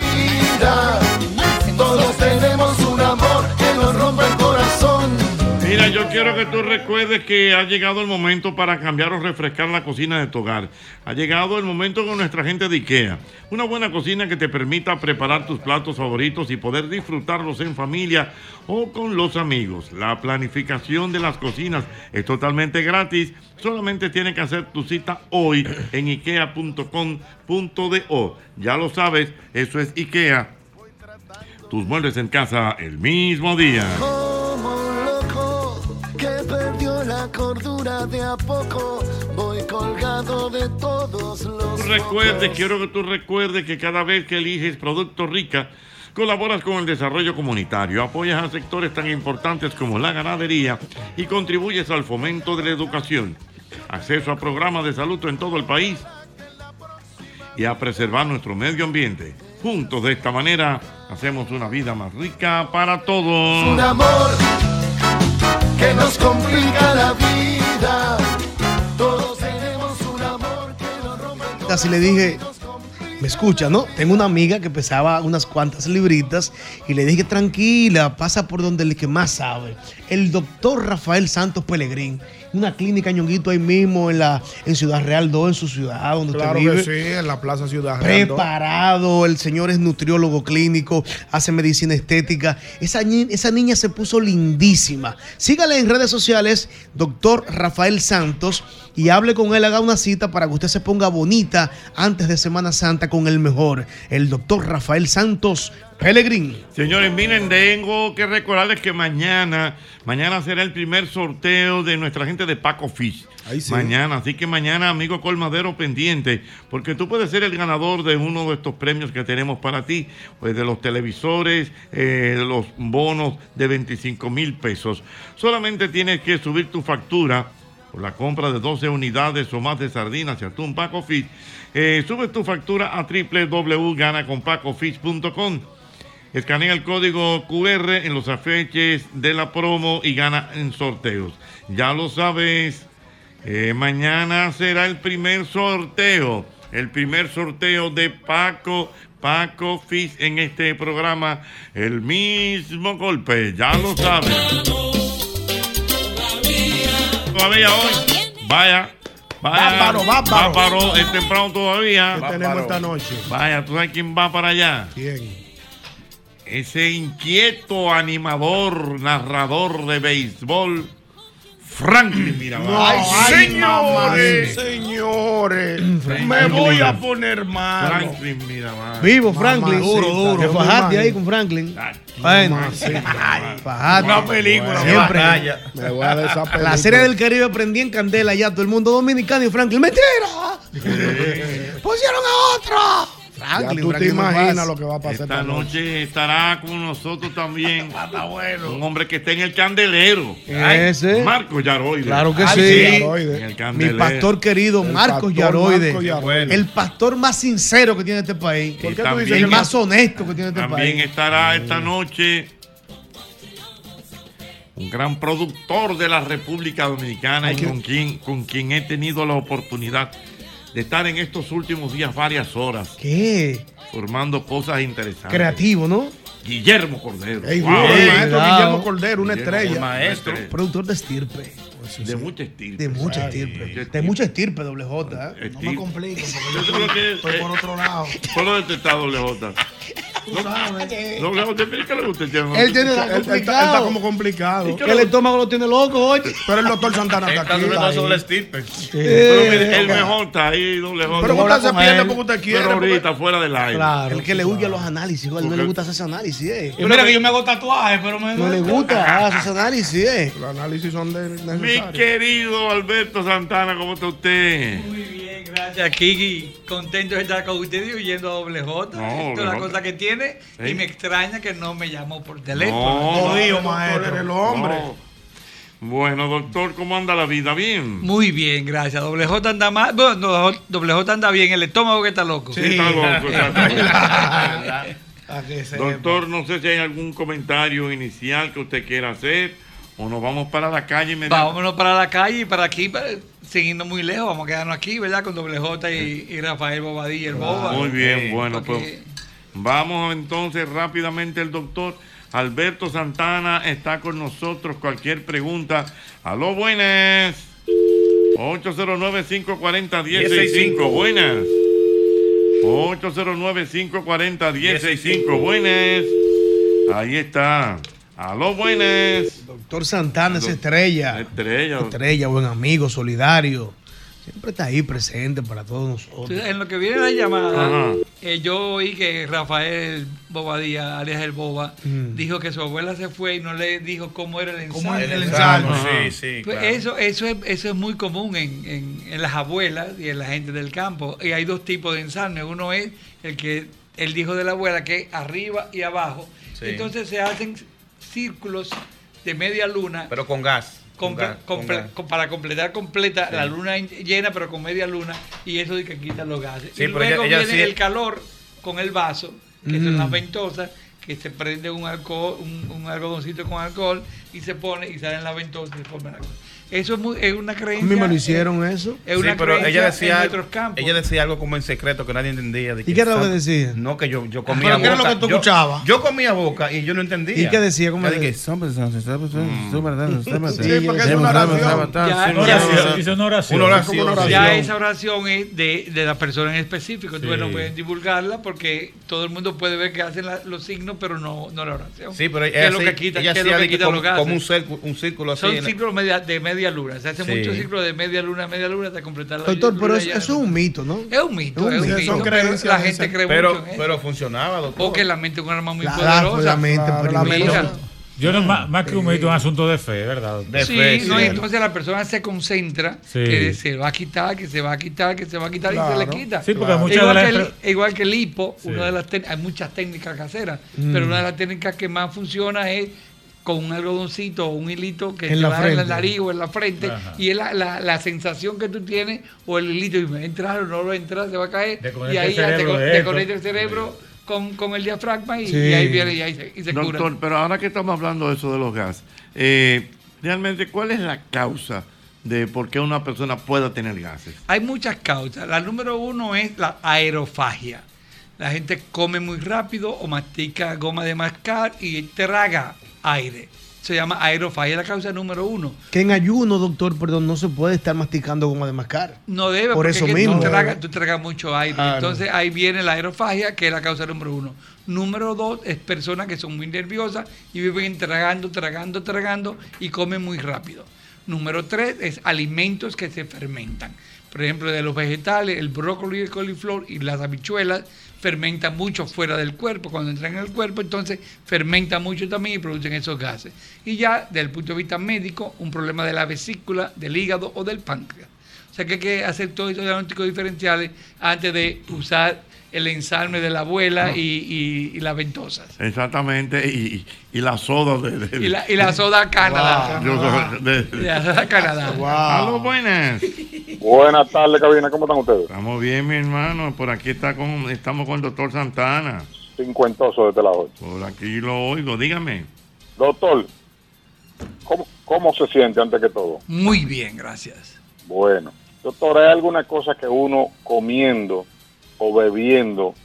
Todos tenemos un amor que nos rompe el corazón.
Mira, yo quiero que tú recuerdes que ha llegado el momento para cambiar o refrescar la cocina de tu hogar. Ha llegado el momento con nuestra gente de IKEA. Una buena cocina que te permita preparar tus platos favoritos y poder disfrutarlos en familia o con los amigos. La planificación de las cocinas es totalmente gratis. Solamente tienes que hacer tu cita hoy en ikea.com.do. Ya lo sabes, eso es IKEA. Tus muebles en casa el mismo día.
Como un loco que perdió la cordura de a poco, voy colgado de todos los.
Tú recuerdes, quiero que tú recuerdes que cada vez que eliges Producto Rica, colaboras con el desarrollo comunitario, apoyas a sectores tan importantes como la ganadería y contribuyes al fomento de la educación, acceso a programas de salud en todo el país y a preservar nuestro medio ambiente. Juntos de esta manera hacemos una vida más rica para todos.
Un amor que nos complica la vida. Todos tenemos un amor que
Así le dije, me escucha, ¿no? Tengo una amiga que pesaba unas cuantas libritas y le dije, tranquila, pasa por donde el que más sabe. El doctor Rafael Santos Pelegrín. Una clínica ñonguito ahí mismo en la en Ciudad Real 2, en su ciudad, donde usted
Claro
vive.
que sí, en la Plaza Ciudad Real, ¿no?
preparado, el señor es nutriólogo clínico, hace medicina estética. Esa, ni- esa niña se puso lindísima. Sígale en redes sociales, doctor Rafael Santos, y hable con él, haga una cita para que usted se ponga bonita antes de Semana Santa con el mejor, el doctor Rafael Santos Pellegrín.
Señores, miren, tengo que recordarles que mañana, mañana será el primer sorteo de nuestra gente de Paco Fish. Mañana, así que mañana, amigo Colmadero, pendiente, porque tú puedes ser el ganador de uno de estos premios que tenemos para ti, pues de los televisores, eh, los bonos de 25 mil pesos. Solamente tienes que subir tu factura por la compra de 12 unidades o más de sardinas y atún Paco Fish. Eh, sube tu factura a www.ganaconpacofish.com. Escanea el código QR en los afeches de la promo y gana en sorteos. Ya lo sabes, eh, mañana será el primer sorteo. El primer sorteo de Paco, Paco Fish en este programa. El mismo golpe, ya lo sabes. Todavía hoy. Vaya. Vaya,
Bárbaro, bárbaro.
Bárbaro, es temprano todavía.
¿Qué tenemos esta noche?
Vaya, ¿tú sabes quién va para allá?
¿Quién?
Ese inquieto animador, narrador de béisbol, Franklin Mirabal.
No,
¡Ay,
ay,
señores!
mamá, señores, me voy a poner malo.
Franklin Mirabal.
Vivo, Franklin.
Mamacita,
Te
yo me
fajaste
imagino.
ahí con Franklin. Bueno, fajaste.
Una película,
Siempre.
batalla. Me voy a ver esa película.
La serie del Caribe prendí en candela ya todo el mundo dominicano y Franklin. ¡Mentira! ¡Pusieron a otro! Franklin,
Ya tú te
Franklin no
imaginas
pasa.
lo que va a pasar
Esta noche estará con nosotros también
Ah,
un hombre que está en el candelero.
Ese.
Marco Yaroide.
Claro que
Ay,
Ah, sí.
En el
Mi
candelero.
pastor querido
El
Marcos
pastor
Yaroide,
Marcos Yaroide.
el pastor más sincero que tiene este país,
¿Por qué tú también- dices
el
que-
más honesto que tiene este
También
país.
estará esta noche un gran productor de la República Dominicana y con quien, con quien he tenido la oportunidad de estar en estos últimos días varias horas
¿Qué?
formando cosas interesantes.
Creativo, ¿no?
Guillermo Cordero.
Ey,
Wow.
el maestro
Cuidado.
Guillermo Cordero, una estrella.
un Maestro.
Productor de estirpe.
De mucha estirpe.
De mucha estirpe. De mucha estirpe, doble J. ¿eh?
Estirpe.
complico.
Yo creo que eh, estoy por otro lado. Solo detectado doble J. Doble J, mira que le gusta el tema.
Él tiene la
Él- él está- él está
complicado.
como complicado.
Que el estómago lo tiene loco, oye.
Pero el doctor Santana está
Está
aquí.
sobre
está
todo
ahí.
sobre estirpe.
Pero mire, el mejor está ahí, doble J.
Pero usted se pierde porque
usted quiere. Pero ahorita, fuera del aire.
el que le huye a los análisis, igual no le gusta hacer ese análisis, eh.
Y mira que yo me hago tatuajes, pero me.
No le gusta Ah, hacer ese análisis, eh.
Los análisis son de
Mi
necesarios.
querido Alberto Santana, ¿cómo está usted?
Gracias, Kiki. Contento de estar con ustedes y huyendo a doble J.
No,
Esto
doble
es la
J.
cosa que tiene.
Sí.
Y me extraña que no me llamó por
No,
teléfono.
Jodido,
maestro.
el hombre.
No. Bueno, doctor, ¿cómo anda la vida? Bien.
Muy bien, gracias. Doble J anda mal. Bueno, no, doble J anda bien. El estómago que está loco.
Sí, está loco, está
sepa.
Doctor, no sé si hay algún comentario inicial que usted quiera hacer o nos vamos para la calle inmediatamente.
Vámonos para la calle y para aquí, para- sin irnos muy lejos, vamos a quedarnos aquí, ¿verdad? Con doble J y, y Rafael Bobadilla, el Boba.
Muy bien, bueno, pues vamos entonces rápidamente el doctor Alberto Santana está con nosotros. Cualquier pregunta, aló, buenas. 809-540-165, buenas. 809-540-165, buenas. Ahí está. Ah, Aló, buenas.
Doctor Santana es estrella.
Estrella.
Estrella, buen amigo, solidario. Siempre está ahí presente para todos nosotros.
Entonces, en lo que viene la llamada,
Ajá.
eh, yo oí que Rafael Bobadilla, alias el Boba,
Mm.
dijo que su abuela se fue y no le dijo cómo era el ensalmo.
era el El ensalmo, ensalmo, sí,
Ajá.
sí,
Pues
claro.
eso, eso, es, eso es muy común en, en- en las abuelas y en la gente del campo. Y hay dos tipos de ensalme. Uno es el que él dijo de la abuela, que es arriba y abajo.
Sí.
Entonces se hacen círculos de media luna
Pero con gas.
Comple-
gas,
comple-
gas.
com- para completar completa
Sí.
la luna in- llena pero con media luna y eso de que quita los gases
Sí,
y
pero ella-
luego
ella
viene
sí-
el calor con el vaso que son
Mm.
las ventosas que se prende un alcohol un, un algodoncito con alcohol y se pone y sale en la ventosa y se forma la cosa. eso es, muy- es una
A
creencia
mí me lo hicieron eso.
es una
sí, pero
creencia
ella
en
decía,
nuestros campos.
ella decía algo como en secreto que nadie entendía. De
¿Y qué era lo que
Sam-
decía?
No, que yo, yo comía
¿Pero qué era lo
boca.
que tú
Yo-
escuchabas?
Yo comía boca y yo no entendía.
¿Y qué decía? ¿Cómo
Yo
decía?
dije, "Mm". "Sombre, sombre, sombre, sombre, sombre, sombre, sombre,
Sí,
sombre,
porque es
sombre,
una
sombre,
oración.
sombre, sombre,
Ya-
sombre,
ya-
sombre". Una oración, sí.
Ya esa oración es de, de la persona en específico. Entonces
Sí.
no pueden divulgarla porque todo el mundo puede ver que hacen la- los signos, pero no, no la oración.
Sí, pero
¿Qué
ella
es lo
sí-
que quita,
ella
qué es
sí
lo que
habla
quita
como-
los gases?
Como un círculo, un círculo así.
Son
en-
círculos media- de media luna. Se hace
Sí.
muchos círculos de media luna, media luna hasta completar la
Doctor,
luna
pero es-
llena.
eso es un mito, ¿no?
Es un mito, es un mito. pero la gente cree mucho en eso.
pero funcionaba, doctor.
Porque la mente es una arma muy
Claro,
poderosa.
la mente, pero la mente-
Mira,
Yo no, más, más que un mito, es un asunto de fe, ¿verdad?
De
Sí, no, y entonces la persona se concentra
Sí.
que se va a quitar, que se va a quitar, que se va a quitar y se le
Claro.
quita.
Sí, porque muchas
igual,
de las
que
estra-
el, igual que el hipo,
Sí.
una de las tec- hay muchas técnicas caseras,
Mm.
pero una de las técnicas que más funciona es con un algodoncito o un hilito que
En
te
la
va en la
frente.
nariz o en la frente
Ajá.
y es la, la- la sensación que tú tienes o el hilito y me entra o no lo entra, se va a caer y
Desconecta
ahí
el
ya te,
este cerebro
con-
de
te
esto.
conecta el cerebro con, con el diafragma y,
Sí.
y ahí viene y ahí se, y se
Doctor,
cura.
pero ahora que estamos hablando de eso de los gases, eh, realmente, ¿cuál es la causa de por qué una persona pueda tener gases?
Hay muchas causas. La número uno es la aerofagia. La gente come muy rápido o mastica goma de mascar y traga aire. Se llama aerofagia, la causa número uno.
Que en ayuno, doctor, perdón, no se puede estar masticando goma de mascar.
No debe,
Por
porque
eso
es que
mismo.
Tú, tragas, tú tragas mucho aire.
Claro.
Entonces ahí viene la aerofagia, que es la causa número uno. Número dos es personas que son muy nerviosas y viven tragando, tragando, tragando y comen muy rápido. Número tres es alimentos que se fermentan. Por ejemplo, de los vegetales, el brócoli y el coliflor y las habichuelas fermentan mucho fuera del cuerpo. Cuando entran en el cuerpo, entonces fermentan mucho también y producen esos gases. Y ya, desde el punto de vista médico, un problema de la vesícula, del hígado o del páncreas. O sea que hay que hacer todos esos diagnósticos diferenciales antes de usar el ensalme de la
Ah.
abuela y, y- y las ventosas.
Exactamente, y, y la soda de... de- Ah,
Y la, y la soda Canadá. Ah.
Yo soy de-
Y La soda Canadá.
Aló, buenas.
Buenas tardes, cabina. ¿Cómo están ustedes?
Estamos bien, mi hermano. Por aquí está con, estamos con el doctor Santana.
Cincuentoso de este lado.
Por aquí lo oigo, dígame.
Doctor, ¿cómo, cómo se siente antes que todo?
Muy bien, gracias.
Bueno, doctor, ¿hay alguna cosa que uno comiendo o bebiendo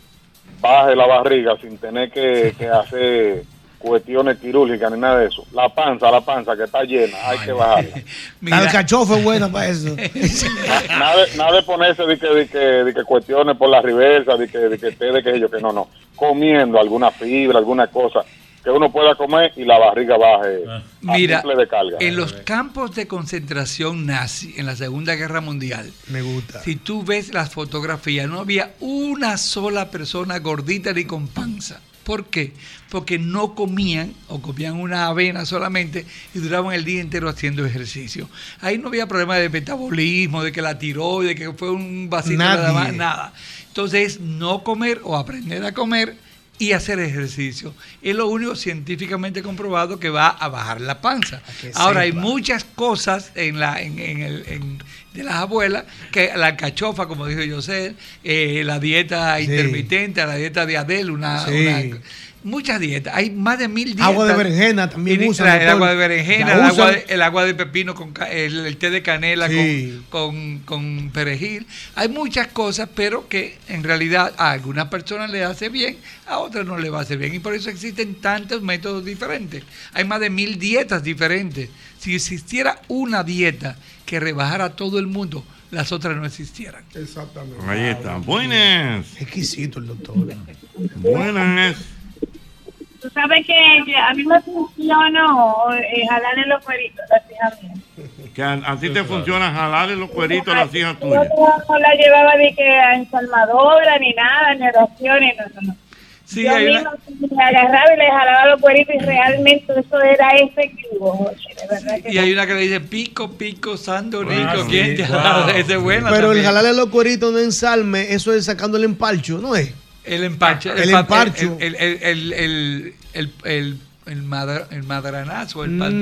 baje la barriga sin tener que, que hacer cuestiones quirúrgicas ni nada de eso? La panza, la panza que está llena, hay que bajarla.
La alcachofa es buena para eso.
Na- nada, de- nada de ponerse de que, de que, de que cuestiones por la reversa, de que, de que esté, de que yo, que no, no. Comiendo alguna fibra, alguna cosa que uno pueda comer y la barriga baje. a
Mira,
simple de carga.
en los campos de concentración nazi, en la Segunda Guerra Mundial,
Me gusta.
si tú ves las fotografías, no había una sola persona gordita ni con panza. ¿Por qué? Porque no comían o comían una avena solamente y duraban el día entero haciendo ejercicio. Ahí no había problema de metabolismo, de que la tiroides, que fue un vasito nada
Nadie.
más, nada. Entonces, no comer o aprender a comer y hacer ejercicio. Es lo único científicamente comprobado que va a bajar la panza.
que
Ahora, hay
sepa.
muchas cosas en la, en, en el, en- de las abuelas, que la cachofa, como dijo José, eh, la dieta intermitente, la dieta de Adel, una,
Sí.
una- muchas dietas. Hay más de mil dietas.
Agua de berenjena también
Y
usan,
la- el
doctor.
agua de berenjena,
La
el agua
usan.
de, el agua de pepino con ca- el, el té de canela
Sí.
con, con, con perejil. Hay muchas cosas, pero que en realidad a algunas personas le hace bien, a otras no le va a hacer bien. Y por eso existen tantos métodos diferentes. Hay más de mil dietas diferentes. Si existiera una dieta que rebajara a todo el mundo, las otras no existieran.
Exactamente.
Ahí está. Buenas.
Exquisito el doctor. ¿eh?
Buenas.
Tú sabes que yo- a mí me funcionó eh, jalarle los cueritos a las hijas mías.
Que a, a ti te funciona jalarle los cueritos a las hijas tuyas.
Yo no la llevaba ni que a ensalmadora, ni nada, ni oraciones, no, no, no.
Sí,
yo
hay una-
misma me agarraba y le jalaba los cueritos y realmente eso era efectivo, Jorge, de verdad que
Y hay una que le dice pico, pico, sando,
Ah,
rico.
sí,
¿Quién te ha dado? Esa es buena
Pero el
también.
jalarle los cueritos de ensalme, eso es sacando el empalcho, ¿no es?
El empacho.
El
pa-
empacho.
El, el, el, el, el, el- el madra- el madranazo. El padre,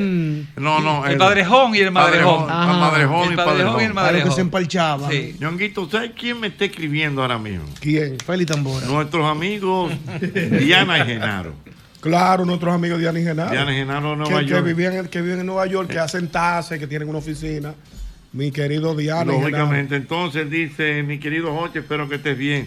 No, no.
El padrejón y el madrejón.
El madrejón y
el padrejón y el
Para que se
madrejón.
empalchaba.
Sí. Ñonguito, ¿sabes quién me está escribiendo ahora mismo?
¿Quién? Feli Tambora.
Nuestros amigos Diana y Genaro.
Claro, nuestros amigos Diana y Genaro.
Diana y Genaro, Nueva
que, que
York. Eh.
vivían en- que viven en Nueva York, que hacen tasas, que tienen una oficina. Mi querido Diana. y Genaro.
Lógicamente, entonces dice, mi querido Jorge, espero que estés bien.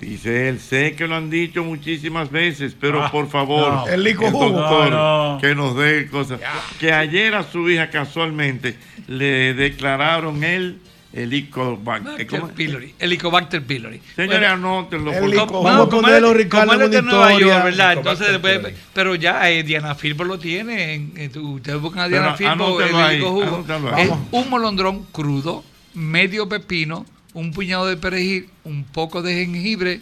Dice él, sé que lo han dicho muchísimas veces, pero
Ah,
por favor,
no. El lico jugo.
doctor,
No, no.
que nos dé cosas. Que ayer a su hija casualmente le declararon él el Helicobacter ¿cómo es?
Pylori, Helicobacter pylori.
Señores, anótenlo, por favor.
Como-
Vamos a
como
ponerlo,
él-
Ricardo,
como él
en
está en
una
Nueva
historia.
York, ¿verdad?
Helicobacter
Entonces, después- pero ya eh, Diana Filbo lo tiene. en- en tu- ustedes buscan a
Pero
Diana Filbo, el
anótenlo ahí,
único jugo.
anótenlo ahí.
Es un molondrón crudo, medio pepino, un puñado de perejil, un poco de jengibre,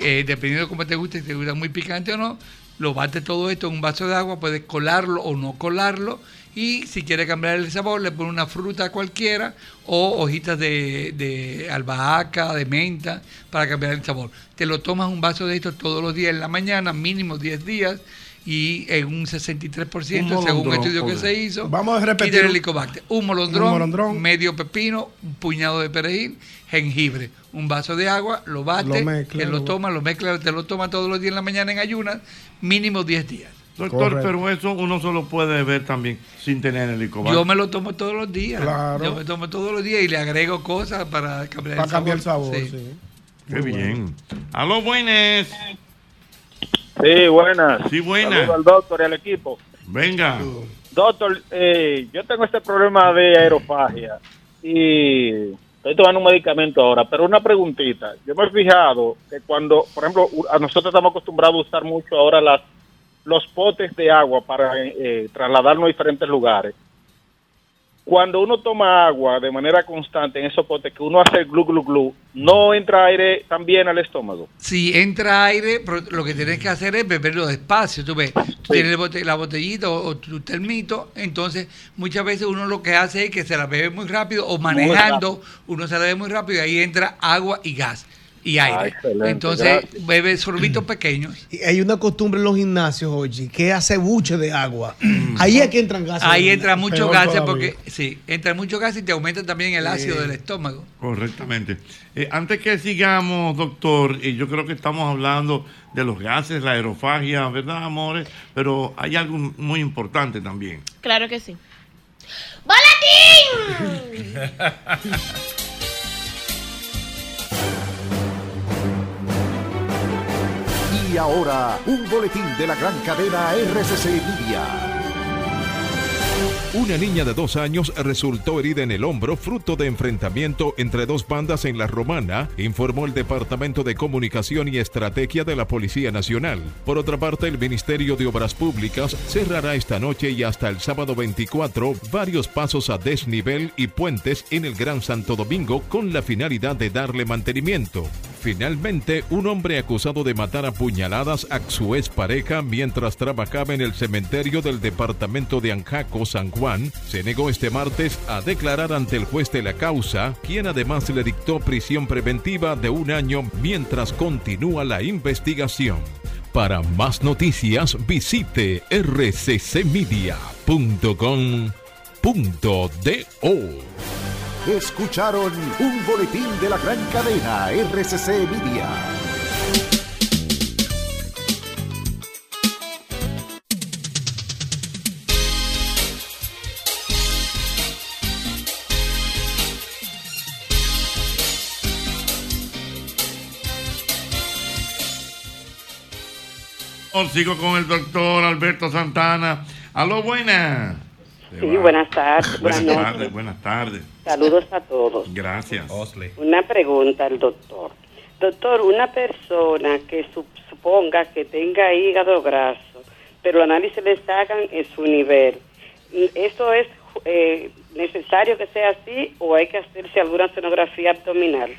eh, dependiendo de cómo te guste, si te gusta muy picante o no. Lo bate todo esto en un vaso de agua, puedes colarlo o no colarlo. Y si quiere cambiar el sabor, le pone una fruta cualquiera o hojitas de, de albahaca, de menta, para cambiar el sabor. Te lo tomas un vaso de esto todos los días en la mañana, mínimo 10 días, y en un 63%,
Un
según un
molondrón,
estudio que
joder.
se hizo.
Vamos a repetir.
Y del helicobacter. Un molondrón,
Un molondrón.
medio pepino, un puñado de perejil, jengibre, un vaso de agua, lo bate,
Lo mezcla,
te lo,
lo-
toma, lo mezcla, te lo toma todos los días en la mañana en ayunas, mínimo 10 días.
Doctor, pero eso uno solo puede ver también sin tener el Helicobacter.
Yo me lo tomo todos los días.
Claro.
Yo me tomo todos los días y le agrego cosas para cambiar
Para cambiar el sabor,
Sí.
sí.
Qué bien. A los buenas.
Sí, buenas.
Sí, buenas.
Saludo al doctor y al equipo.
Venga.
Doctor, eh, yo tengo este problema de aerofagia y estoy tomando un medicamento ahora, pero una preguntita. Yo me he fijado que cuando, por ejemplo, u- a nosotros estamos acostumbrados a usar mucho ahora las los potes de agua para eh, eh, trasladarnos a diferentes lugares. Cuando uno toma agua de manera constante en esos potes, que uno hace el glu glu glu, no entra aire también al estómago.
Si entra aire, pro- lo que tienes que hacer es beberlo despacio. Tú ves, tú tienes el bote- la botellita o, o tu termito, entonces muchas veces uno lo que hace es que se la bebe muy rápido o manejando, uno se la bebe muy rápido y ahí entra agua y gas y aire.
excelente,
entonces
gracias.
bebe sorbitos pequeños.
Y hay una costumbre en los gimnasios, oye, que hace buche de agua. Ahí es que entran gases.
Ahí entra mucho
Peor
gas
todavía.
porque, sí, entra mucho gas y te aumenta también el ácido
Sí.
del estómago.
Correctamente. Eh, antes que sigamos, doctor, y yo creo que estamos hablando de los gases, la aerofagia, ¿verdad, amores? Pero hay algo muy importante también.
Claro que sí. ¡Volatín!
Y ahora, un boletín de la gran cadena RCC Media.
Una niña de dos años resultó herida en el hombro fruto de enfrentamiento entre dos bandas en La Romana, informó el Departamento de Comunicación y Estrategia de la Policía Nacional. Por otra parte, el Ministerio de Obras Públicas cerrará esta noche y hasta el sábado 24 varios pasos a desnivel y puentes en el Gran Santo Domingo con la finalidad de darle mantenimiento. Finalmente, un hombre acusado de matar a puñaladas a su expareja mientras trabajaba en el cementerio del departamento de Anjaco, San Juan, se negó este martes a declarar ante el juez de la causa, quien además le dictó prisión preventiva de un año mientras continúa la investigación. Para más noticias visite rccmedia.com.do.
Escucharon un boletín de la gran cadena RCC Media.
Doctor, Oh, Sigo con el doctor Alberto Santana. Aló, buenas.
Sí, buenas tardes. Buenas
Buenas
noches.
tardes, buenas tardes.
Saludos a todos.
Gracias.
Una pregunta al doctor. Doctor, una persona que sup- suponga que tenga hígado graso, pero el análisis le sacan en su nivel, mm, ¿eso es eh, necesario que sea así o hay que hacerse alguna sonografía abdominal?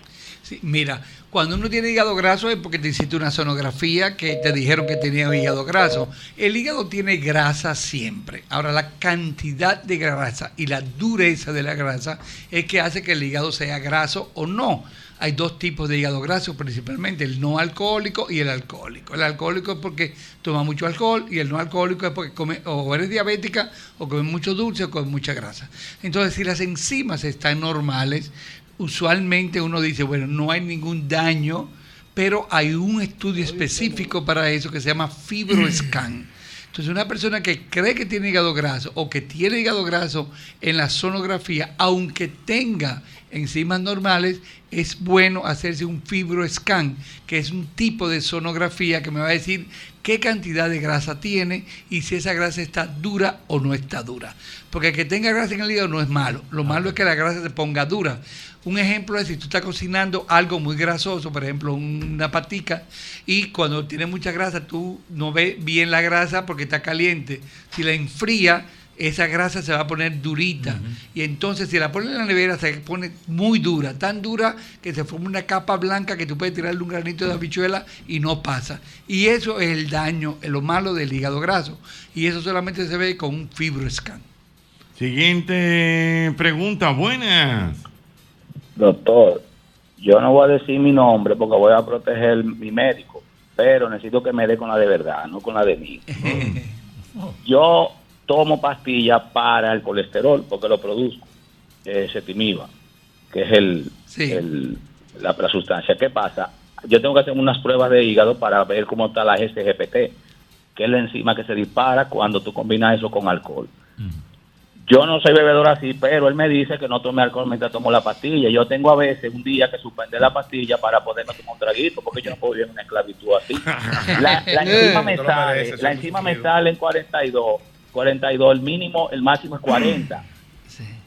Sí, mira, cuando uno tiene hígado graso es porque te hiciste una sonografía que te dijeron que tenía hígado graso. El hígado tiene grasa siempre. Ahora, la cantidad de grasa y la dureza de la grasa es que hace que el hígado sea graso o no. Hay dos tipos de hígado graso principalmente, el no alcohólico y el alcohólico. El alcohólico es porque toma mucho alcohol y el no alcohólico es porque come o eres diabética o come mucho dulce o come mucha grasa. Entonces, si las enzimas están normales, usualmente uno dice, bueno, no hay ningún daño, pero hay un estudio específico para eso que se llama fibroscan. Entonces, una persona que cree que tiene hígado graso o que tiene hígado graso en la sonografía, aunque tenga enzimas normales, es bueno hacerse un fibroscan, que es un tipo de sonografía que me va a decir qué cantidad de grasa tiene y si esa grasa está dura o no está dura. Porque que tenga grasa en el hígado no es malo. Lo malo es que la grasa se ponga dura. Un ejemplo es si tú estás cocinando algo muy grasoso, por ejemplo, una patica, y cuando tiene mucha grasa, tú no ves bien la grasa porque está caliente. Si la enfría, esa grasa se va a poner durita. Y entonces, si la pones en la nevera, se pone muy dura, tan dura que se forma una capa blanca que tú puedes tirarle un granito de habichuela y no pasa. Y eso es el daño, lo malo del hígado graso. Y eso solamente se ve con un fibroscan.
Siguiente Eh, pregunta, buenas.
Doctor, yo no voy a decir mi nombre porque voy a proteger mi médico, pero necesito que me dé con la de verdad, no con la de mí. Yo tomo pastillas para el colesterol porque lo produzco, eh, cetimiba, que es el, el- la, la sustancia. ¿Qué pasa? Yo tengo que hacer unas pruebas de hígado para ver cómo está la SGPT, que es la enzima que se dispara cuando tú combinas eso con alcohol. Yo no soy bebedor así, pero él me dice que no tome alcohol mientras tomo la pastilla. Yo tengo a veces un día que suspender la pastilla para poderme tomar un traguito, porque yo no puedo vivir en una esclavitud así. La, la encima me No lo sale, mereces, la soy encima un me estúpido. sale en 42, 42, el mínimo, el máximo es 40.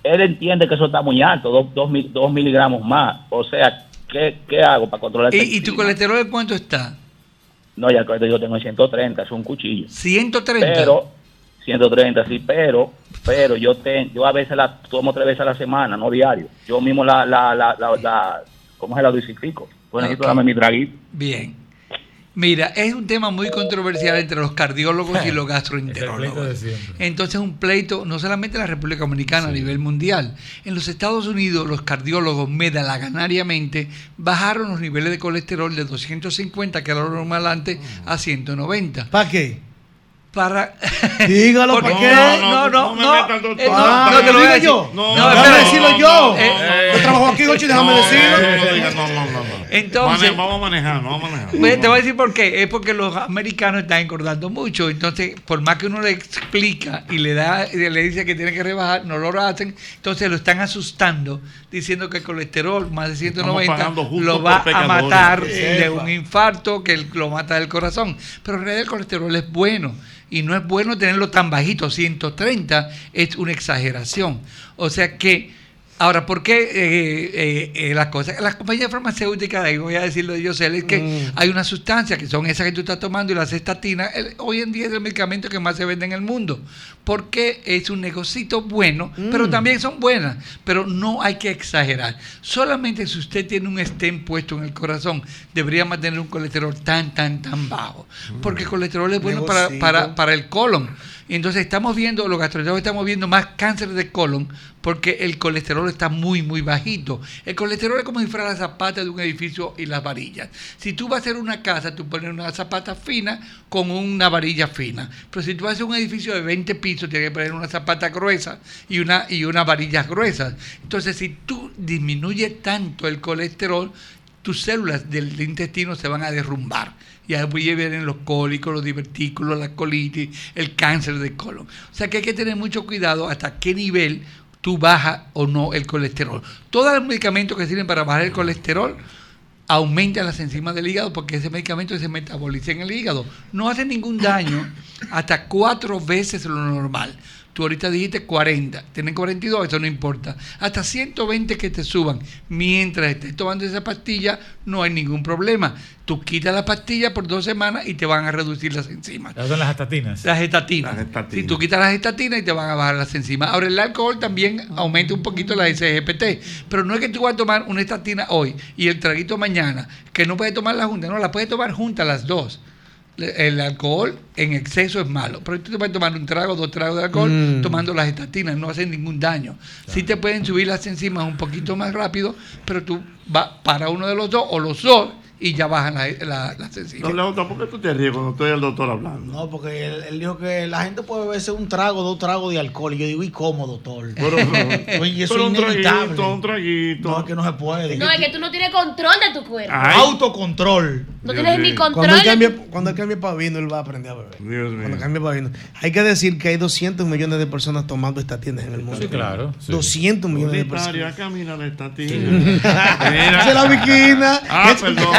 Él entiende que eso está muy alto, 2 dos, mil- dos miligramos más. O sea, ¿qué, qué hago para controlar
¿Y,
esta
y tu
enzima?
colesterol de cuánto está?
No, ya el cohete yo tengo en 130, es un cuchillo.
130.
Pero, 130, sí, pero, pero yo te, yo a veces la tomo tres veces a la semana, no diario. Yo mismo la, la, la, la, la- ¿cómo se la dosifico?
Ah,
Bueno, yo
Ok.
dame mi traguito.
Bien. Mira, es un tema muy controversial entre los cardiólogos y los gastroenterólogos. Entonces es un pleito, no solamente en la República Dominicana, a nivel mundial. En los Estados Unidos, los cardiólogos medalaganariamente bajaron los niveles de colesterol de 250, que era lo normal antes,
Oh.
a 190.
¿Para qué?
Para...
Dígalo,
Porque-
¿para qué?
No, no, no.
me
No,
metas,
eh,
doctor.
no,
Ah,
no te lo voy a
diga
decir.
yo.
No,
Déjame
espérate.
decirlo yo.
Eh,
Yo trabajo aquí, Gochi, déjame decirlo.
No, no, diga, no, no, no, no.
Entonces-
Mane- vamos a manejar, vamos a manejar.
Ve, Pues, Te voy a decir por qué. Es porque los americanos están engordando mucho. Entonces, por más que uno le explica y le da y le dice que tiene que rebajar, no lo hacen. Entonces lo están asustando, diciendo que el colesterol más de
pagando
190
justos
lo
por
va a
pecadores.
matar
Epa.
de un infarto que el- lo mata del corazón. Pero en realidad el colesterol es bueno. Y no es bueno tenerlo tan bajito. 130 es una exageración. O sea que... Ahora, ¿por qué eh, eh, eh, las cosas? Las compañías farmacéuticas, ahí voy a decirlo yo, sé, es que
Mm.
hay unas sustancias que son esas que tú estás tomando y las estatinas. el- hoy en día es el medicamento que más se vende en el mundo. porque es un negocito bueno, pero también son buenas, pero no hay que exagerar. Solamente si usted tiene un estén puesto en el corazón, debería mantener un colesterol tan, tan, tan bajo, porque el colesterol es bueno para,
Negocito.
para, para el colon. Y Entonces estamos viendo, los gastroenterólogos estamos viendo más cáncer de colon porque el colesterol está muy, muy bajito. El colesterol es como si fuera la zapata de un edificio y las varillas. Si tú vas a hacer una casa, tú pones una zapata fina con una varilla fina. Pero si tú vas a hacer un edificio de 20 pisos, tienes que poner una zapata gruesa y una, y unas varillas gruesas. Entonces, si tú disminuyes tanto el colesterol, tus células del intestino se van a derrumbar. Y ahí vienen los cólicos, los divertículos, la colitis, el cáncer de colon. O sea que hay que tener mucho cuidado hasta qué nivel tú bajas o no el colesterol. Todos los medicamentos que sirven para bajar el colesterol aumentan las enzimas del hígado porque ese medicamento se metaboliza en el hígado. No hace ningún daño hasta cuatro veces lo normal. Tú ahorita dijiste 40, tienen 42, eso no importa. Hasta 120 que te suban. Mientras estés tomando esa pastilla, no hay ningún problema. Tú quitas la pastilla por dos semanas y te van a reducir las enzimas.
Esas son las estatinas.
Las estatinas. Si tú quitas las estatinas y te van a bajar las enzimas. Ahora, el alcohol también aumenta un poquito la SGPT. Pero no es que tú vas a tomar una estatina hoy y el traguito mañana, que no puedes tomar la junta. No, la puedes tomar junta las dos. Le- El alcohol en exceso es malo, pero tú te puedes tomar un trago, dos tragos de alcohol,
Mm.
tomando las estatinas, no hacen ningún daño. Sí te pueden subir las enzimas un poquito más rápido, pero tú vas para uno de los dos o los dos y ya bajan la- la- las enzimas.
No, León, ¿por qué tú te ríes cuando estoy el doctor hablando?
No, porque él, él dijo que la gente puede beberse un trago, dos tragos de alcohol. Y yo digo, ¿y cómo, doctor? Oye, eso
pero
es
un
inevitable.
traguito, un traguito.
No, es que no se puede.
No, es que tú no tienes control de tu cuerpo.
Autocontrol.
No tienes ni
Cuando
control.
él, cambie, cuando él cambie para vino, él va a aprender a beber. Cuando cambie para vino. Hay que decir que hay 200 millones de personas tomando estas tiendas en el mundo.
Sí, claro, sí.
200 millones de
Solitaria,
personas.
camina la estatina.
Se la biquina.
Ah, perdón.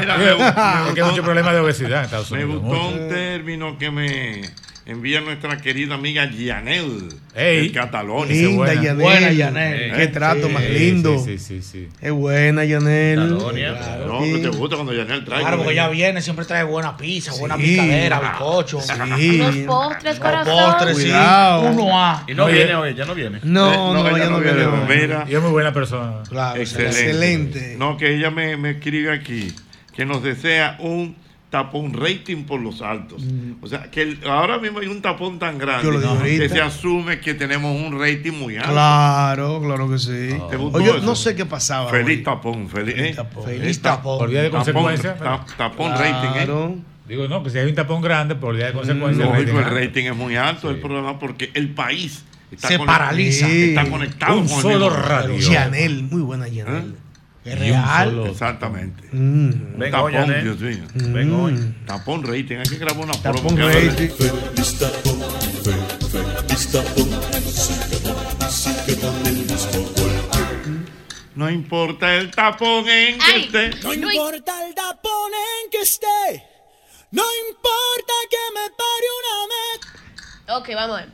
Mira, me- me
Porque hay mucho problema de obesidad en Estados
Me
Unidos.
gustó
mucho.
un término que me envía nuestra querida amiga Gianel,
Ey.
el Catalonia.
Linda Buena. Gianel. Buena
Eh,
Gianel.
Qué trato
sí,
más lindo.
Sí, sí, sí. sí.
Es buena, Yanel.
No, que te gusta cuando Gianel trae.
Claro, porque ya viene, siempre trae buena pizza, buena
¿eh? Sí.
picadera,
Ah.
bizcocho.
Sí. Los
postres,
corazón.
postres, sí.
Cuidado.
Uno A.
Y no viene hoy, ya no viene.
No, Eh, no, ya no viene. Mira.
Y es muy buena persona.
Claro,
Excelente. No, que ella me, me escribe aquí que nos desea un tapón rating por los altos. O sea, que el- ahora mismo hay un tapón tan grande
Yo lo digo
que
ahorita.
se asume que tenemos un rating muy alto. ¿Ah?
Claro, claro que sí.
¿Te gustó
Oye,
eso?
no sé qué pasaba.
Feliz
hoy.
tapón, feliz, eh. tapón.
Feliz tapón.
Por vía de
Tapón,
consecuencia.
ta- tapón rating,
¿eh? Digo, no, que si hay un tapón grande, por vía de consecuencia.
Lógico, el
alto.
rating es muy alto el programa porque el país está
Se
conect-
paraliza.
Está conectado
Un
con el
solo
mismo
radio.
Yanel, muy buena Yanel.
Es
real.
¿Eh? Exactamente.
Mm.
Un
Venga,
tapón,
Oñané.
Dios mío.
Mm.
Tapón rating. Hay que grabar una
Tapón
promo. que
rating.
hable. No importa el tapón en que esté.
No importa el tapón en que esté, no importa que me pare una meta.
Ok, vamos a ver.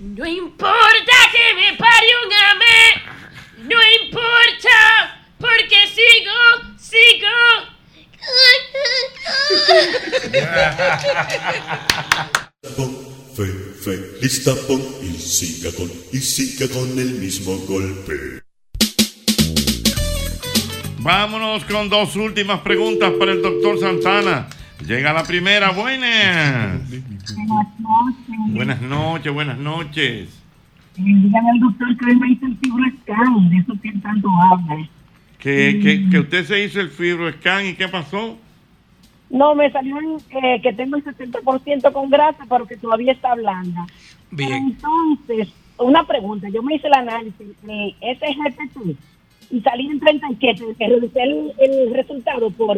No importa que me pare un amé, no importa, porque sigo, sigo.
Feliz tapón y siga con, y siga con el mismo golpe.
Vámonos con dos últimas preguntas para el doctor Santana. Llega la primera. Buenas. Buenas noches, buenas noches.
Digan al doctor que hoy me hizo el fibroscan, de eso que tanto habla. ¿eh?
Que, que- que usted se hizo el fibroscan y qué pasó.
No, me salió eh, que tengo el 70% con grasa, pero que todavía está blanda.
Bien.
Entonces, una pregunta, yo me hice el análisis de SGPT y salí en 37, que revisé el, el resultado por,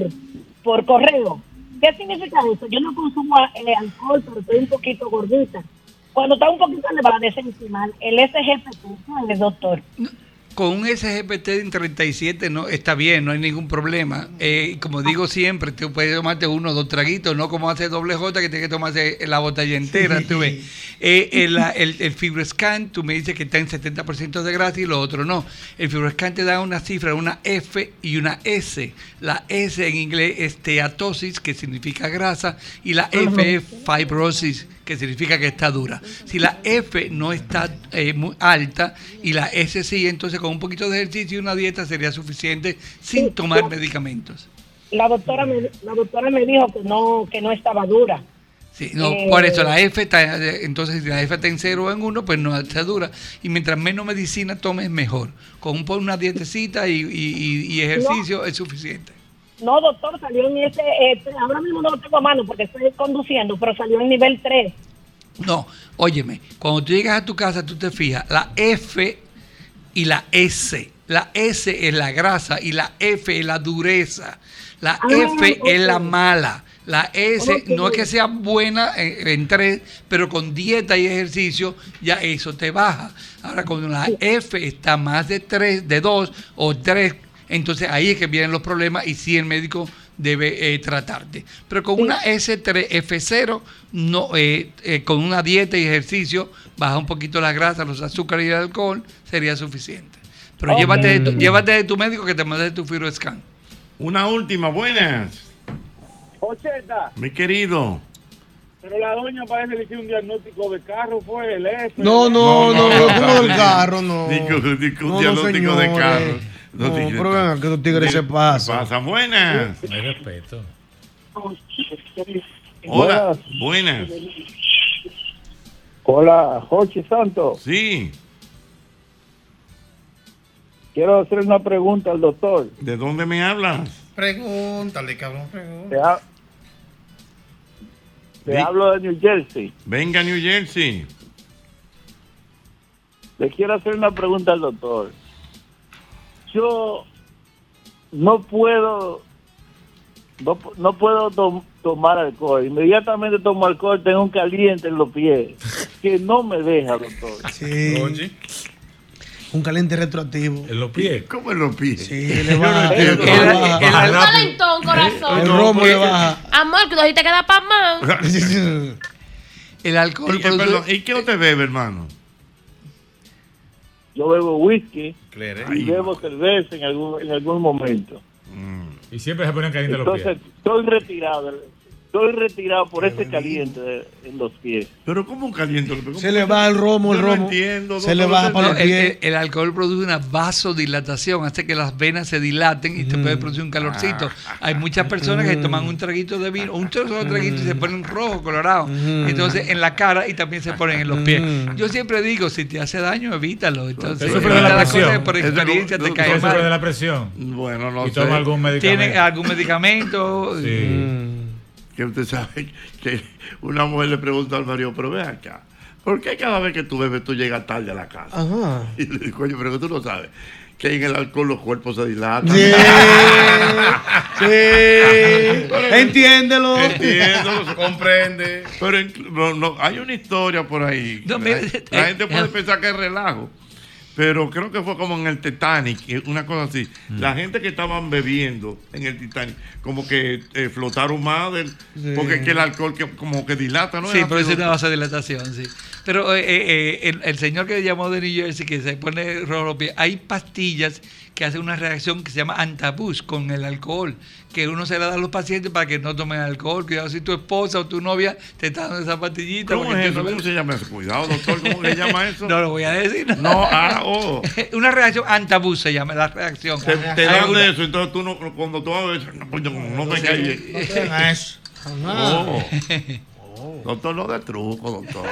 por correo. ¿Qué significa eso? Yo no consumo eh, alcohol, pero estoy un poquito gordita. Cuando está un poquito elevada ese encima, el SGPT, ¿cuál es, doctor?
Con un SGPT en 37 no, está bien, no hay ningún problema. Eh, y como digo siempre, tú puedes tomarte uno o dos traguitos, no como hace doble J que tiene que tomarse la botella entera. tú ves. Eh, el, el, el fibroscan, tú me dices que está en 70% de grasa y lo otro no. El fibroscan te da una cifra, una F y una S. La S en inglés es teatosis, que significa grasa, y la F es fibrosis que significa que está dura. Si la F no está eh, muy alta y la S sí, entonces con un poquito de ejercicio y una dieta sería suficiente sin tomar medicamentos.
La doctora me, la doctora me dijo que no, que no estaba dura.
Sí, no,
Eh,
por eso la F está, eh, entonces si la F está en cero o en uno, pues no está dura. Y mientras menos medicina tomes, mejor. Con un po- una dietecita y, y- y- y ejercicio es suficiente.
No, doctor, salió en ese, eh, ahora mismo no lo tengo a mano porque estoy conduciendo, pero salió en nivel 3.
No, óyeme, cuando tú llegas a tu casa, tú te fijas, la F y la S. La S es la grasa y la F es la dureza. La
Ah,
F es la
ok.
mala. La E S
Ok.
no es que sea buena en, en tres, pero con dieta y ejercicio ya eso te baja. Ahora cuando la F está más de tres, de dos o tres, entonces ahí es que vienen los problemas y sí el médico debe eh, tratarte. Pero con una S3F0, no, eh, eh, con una dieta y ejercicio, baja un poquito las grasas, los azúcares y el alcohol, sería suficiente. Pero
Ok.
llévate, de tu, llévate de tu médico que te mande tu fibroscan.
Una última, buenas,
Ocheta,
mi querido.
pero la doña parece que le hicieron un diagnóstico de carro, fue ¿eh? el F.
No, no, no, no, como del carro, no.
Digo, digo, un
No, no,
diagnóstico de
señores.
carro.
No, pero venga, que los tigres se pasan.
Pasan buenas.
No hay respeto.
Hola, buenas.
Hola, Jorge Santos.
Sí.
Quiero hacer una pregunta al doctor.
¿De dónde me hablas?
Pregúntale, cabrón, pregúntale.
Te, ha- te
Di-
hablo de New Jersey.
Venga, New Jersey.
Le quiero hacer una pregunta al doctor. Yo no puedo no, pu- no puedo to- tomar alcohol. Inmediatamente tomo alcohol, tengo un caliente en los pies que no me deja,
¿Eh?
doctor.
Sí. Un caliente retroactivo.
En los pies.
¿Cómo en los pies?
Sí, le va.
entiendo.
le va.
El- el-
Baja
el-
rápido.
Calentón, corazón.
El romo le baja.
Amor, que tú ahorita queda pa' man.
El alcohol.
Y,
pues,
eh, perdón, ¿y qué usted bebe, hermano?
Yo bebo whisky
y
bebo cerveza en algún, en algún momento.
Y siempre se ponen calientes los pies.
Entonces, estoy retirado. Estoy retirado por ese caliente de- en los pies.
Pero ¿cómo caliente?
Se le va el romo, el Yo no romo. entiendo, Se le doctor, baja no para los
el,
pies.
el- el alcohol produce una vasodilatación, hace que las venas se dilaten y te
Mm.
puede producir un calorcito. Hay muchas personas que toman un traguito de vino, un solo traguito
Mm.
y se ponen rojo, colorado. Entonces en la cara y también se ponen en los pies. Yo siempre digo, si te hace daño, evítalo. Entonces,
Mm. Eso fue de
evita
la
las cosas que
presión.
por experiencia te cae
Eso fue de
mal.
la presión.
Bueno, no
Y toma algún medicamento.
¿Tiene algún medicamento?
Que usted sabe que una mujer le pregunta al marido, pero ve acá, ¿por qué cada vez que tú bebes tú llegas tarde a la casa?
Ajá.
Y le digo, coño, pero que tú no sabes que en el alcohol los cuerpos se dilatan.
Sí. Entiéndelo.
Entiéndelo, comprende. Pero inclu- no, no, hay una historia por ahí.
No,
la,
mira,
la
eh,
gente
eh,
puede pensar que es relajo. Pero creo que fue como en el Titanic, eh, una cosa así.
Mm.
La gente que estaban bebiendo en el Titanic, como que eh, flotaron más, del- porque es que el alcohol que, como que dilata, ¿no?
Sí,
Es
pero es
ácido.
una vasodilatación, sí. Pero eh, eh, eh, el, el señor que llamó de New Jersey, que se pone rojo los pies, hay pastillas que hacen una reacción que se llama antabús con el alcohol, que uno se la da a los pacientes para que no tomen alcohol. Cuidado si tu esposa o tu novia te está dando esa pastillita.
¿Cómo
porque
es
tú
eso?
no
¿Cómo
ves-
se llama eso? Cuidado, doctor, ¿cómo le llama eso?
No lo voy a decir.
No, ah, oh.
una reacción antabús se llama, la reacción.
Te, te
Hay
dan
una-
de eso, entonces tú no, cuando tú vas a ver, no, pues coño, como no te calles.
no te hagan eso.
Oh. Doctor, no de truco, doctor.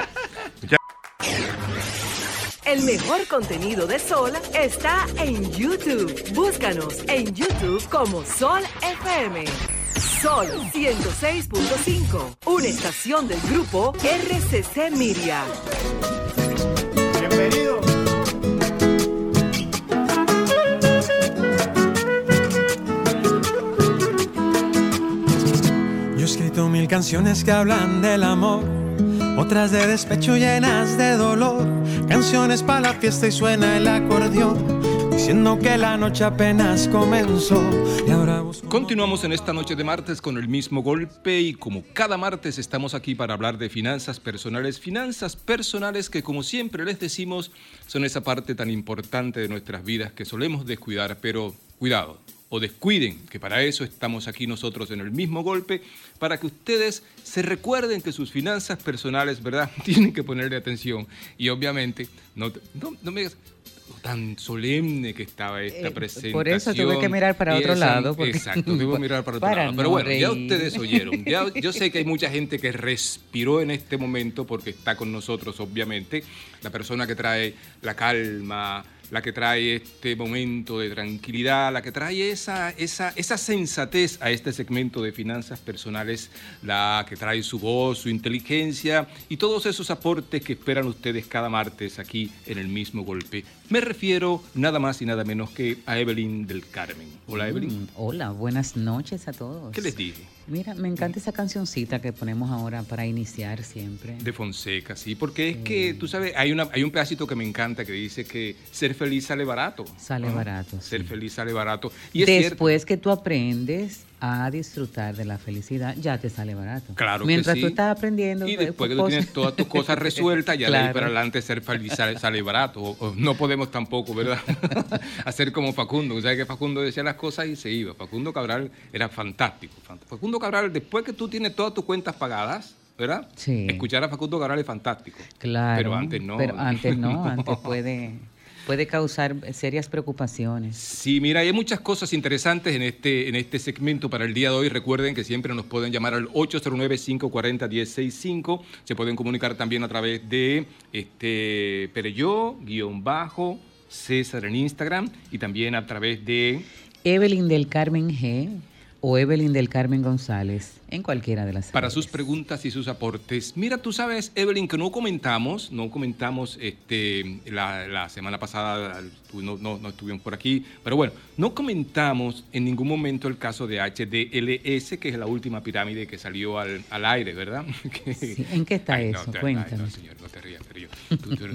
Ya-
El mejor contenido de Sol está en YouTube. Búscanos en YouTube como Sol FM. Sol 106.5, una estación del grupo RCC Miria.
Bienvenido.
Yo he escrito mil canciones que hablan del amor, otras de despecho llenas de dolor, canciones para la fiesta y suena el acordeón, diciendo que la noche apenas comenzó. Y ahora busco-
Continuamos en esta noche de martes con el mismo golpe y como cada martes estamos aquí para hablar de finanzas personales, finanzas personales que como siempre les decimos son esa parte tan importante de nuestras vidas que solemos descuidar, pero cuidado, o descuiden, que para eso estamos aquí nosotros en el mismo golpe, para que ustedes se recuerden que sus finanzas personales, ¿verdad? Tienen que ponerle atención. Y obviamente, no, te- no, no me digas lo tan solemne que estaba esta
Eh,
presentación.
por eso tuve que mirar para
y
otro lado, porque-
Exacto, tuve que mirar para otro
Para
lado. Pero
no
bueno, ya
reír.
ustedes oyeron. Ya, yo sé que hay mucha gente que respiró en este momento porque está con nosotros, obviamente. La persona que trae la calma, la que trae este momento de tranquilidad, la que trae esa, esa, esa sensatez a este segmento de finanzas personales, la que trae su voz, su inteligencia y todos esos aportes que esperan ustedes cada martes aquí en el mismo golpe. Me refiero nada más y nada menos que a Evelyn del Carmen. Hola, Evelyn.
Mm, oh, hola, buenas noches a todos.
¿Qué les dije?
Mira, me encanta esa cancioncita que ponemos ahora para iniciar siempre.
De Fonseca, sí, porque es
Mm.
que, tú sabes, hay, una, hay un pedacito que me encanta que dice que ser feliz sale barato.
Sale
Ajá.
barato,
Ser feliz sale barato. Y es cierto.
Después que tú aprendes a disfrutar de la felicidad, ya te sale barato.
Claro que
Mientras
sí.
tú estás aprendiendo.
Y
eh,
después que tú
cosas-
tienes todas tus cosas resueltas, ya de ahí
Claro.
para adelante ser feliz sale, sale barato. O- o no podemos tampoco, ¿verdad? Hacer como Facundo. ¿Sabes que Facundo decía las cosas y se iba? Facundo Cabral era fantástico. fant- Facundo Cabral, después que tú tienes todas tus cuentas pagadas, ¿verdad?
Sí.
Escuchar a Facundo Cabral es fantástico.
Claro.
Pero antes no.
Pero antes no, antes puede, puede causar serias preocupaciones.
Sí, mira, hay muchas cosas interesantes en este, en este segmento para el día de hoy. Recuerden que siempre nos pueden llamar al 809-540-1065. Se pueden comunicar también a través de este Pereyó, guión bajo, César en Instagram y también a través de...
Evelyn del Carmen G. o Evelyn del Carmen González, en cualquiera de las
Para sus preguntas y sus aportes. Mira, tú sabes, Evelyn, que no comentamos, no comentamos este, la, la semana pasada, tú no, no, no estuvimos por aquí, pero bueno, no comentamos en ningún momento el caso de HDLS, que es la última pirámide que salió al, al aire, ¿verdad? Que-
¿En qué está
Ay, no,
eso?
te- ay,
Cuéntame.
no, señor, no te rías, te rías. Tú- tú- tú-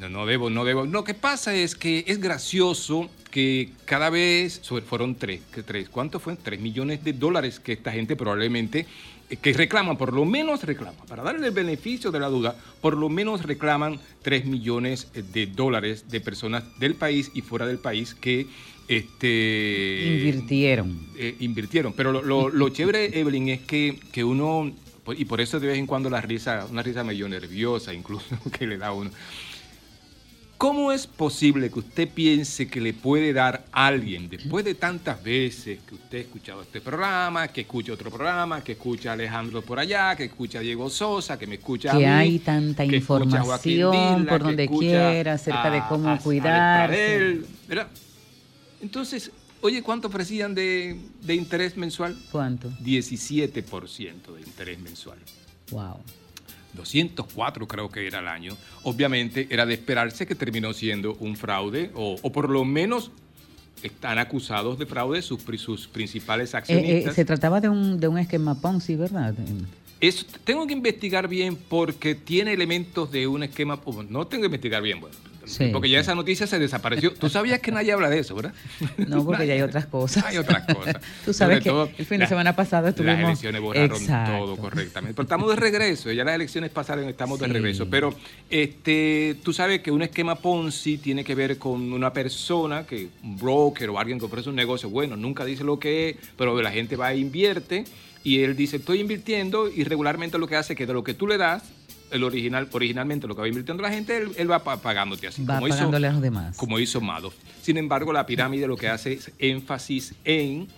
No, no debo, no debo. Lo que pasa es que es gracioso que cada vez, sobre- fueron tres, que tres, ¿cuánto fue? Tres millones de dólares que esta gente probablemente, eh, que reclaman, por lo menos reclaman, para darle el beneficio de la duda, por lo menos reclaman tres millones eh, de dólares de personas del país y fuera del país que... Este,
Invirtieron.
eh, invirtieron. Pero lo, lo- lo chévere, Evelyn, es que, que uno, pues, y por eso de vez en cuando la risa, una risa medio nerviosa incluso que le da a uno. ¿Cómo es posible que usted piense que le puede dar a alguien, después de tantas veces que usted ha escuchado este programa, que escucha otro programa, que escucha a Alejandro por allá, que escucha a Diego Sosa, que me escucha a mí,
que hay tanta
que escucha a Joaquín
información
Dila,
por
que
donde
escucha
quiera acerca
a-
de
a-
cómo Eh,
a
cuidar.
Estradel, ¿verdad? Entonces, oye, ¿cuánto ofrecían de, de interés mensual?
¿Cuánto?
17% de interés mensual.
Wow.
204 creo que era el año. Obviamente era de esperarse que terminó siendo un fraude o, o por lo menos están acusados de fraude sus, pri- sus principales
Eh, eh,
accionistas.
se trataba de un, de un esquema Ponzi, ¿verdad?
Eso tengo que investigar bien porque tiene elementos de un esquema. oh, No tengo que investigar bien, bueno.
Sí.
Porque ya esa noticia se desapareció. Tú sabías que nadie habla de eso, ¿verdad?
No, porque ya hay otras cosas.
Hay otras cosas.
Tú sabes
Sobre
que
todo,
el fin de
las-
semana pasado estuvimos.
Las elecciones borraron
Exacto.
todo correctamente. Pero estamos de regreso, ya las elecciones pasaron, estamos de
Sí.
regreso. Pero este, tú sabes que un esquema Ponzi tiene que ver con una persona, que un broker o alguien que ofrece un negocio, bueno, nunca dice lo que es, pero la gente va e invierte y él dice, estoy invirtiendo y regularmente lo que hace es que de lo que tú le das, el original, originalmente lo que va invirtiendo la gente, él, él va pa- pagándote así.
Va
como hizo-
pagándole a los demás.
como hizo Madoff. Sin embargo, la pirámide lo que hace es énfasis en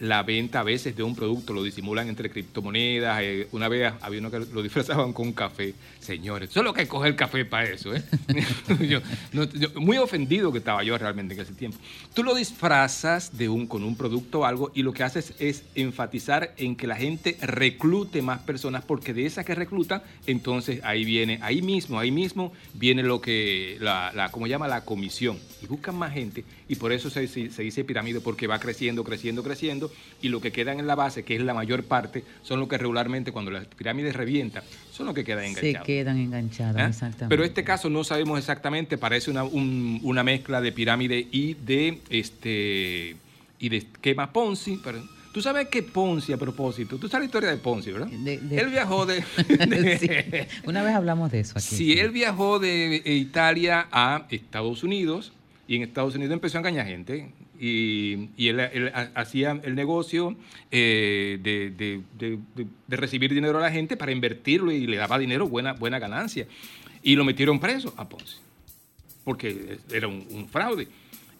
la venta a veces de un producto, lo disimulan entre criptomonedas. eh, una vez había uno que lo disfrazaban con café. Señores, solo que coger café para eso, ¿eh? Yo, no, yo- muy ofendido que estaba yo realmente en ese tiempo. Tú lo disfrazas de un, con un producto o algo y lo que haces es enfatizar en que la gente reclute más personas porque de esas que reclutan, entonces ahí viene, ahí mismo, ahí mismo viene lo que, la, la ¿cómo llama? La comisión. Y buscan más gente y por eso se, se- se dice pirámide porque va creciendo, creciendo, creciendo y lo que quedan en la base, que es la mayor parte, son lo que regularmente cuando las pirámides revientan, son lo que quedan
Se
enganchados.
quedan enganchados,
¿Eh?
exactamente.
Pero este caso no sabemos exactamente, parece una, un- una mezcla de pirámide y de este y de esquema Ponzi. pero- tú sabes que Ponzi, a propósito, tú sabes la historia de Ponzi, ¿verdad?
de-
Él viajó de... de-
Una vez hablamos de eso aquí.
Sí, él viajó de eh, Italia a Estados Unidos y en Estados Unidos empezó a engañar gente. y, y él, él ha- hacía el negocio eh, de, de- de- de- de recibir dinero a la gente para invertirlo y le daba dinero, buena, buena ganancia. Y lo metieron preso a Ponce, porque era un, un fraude.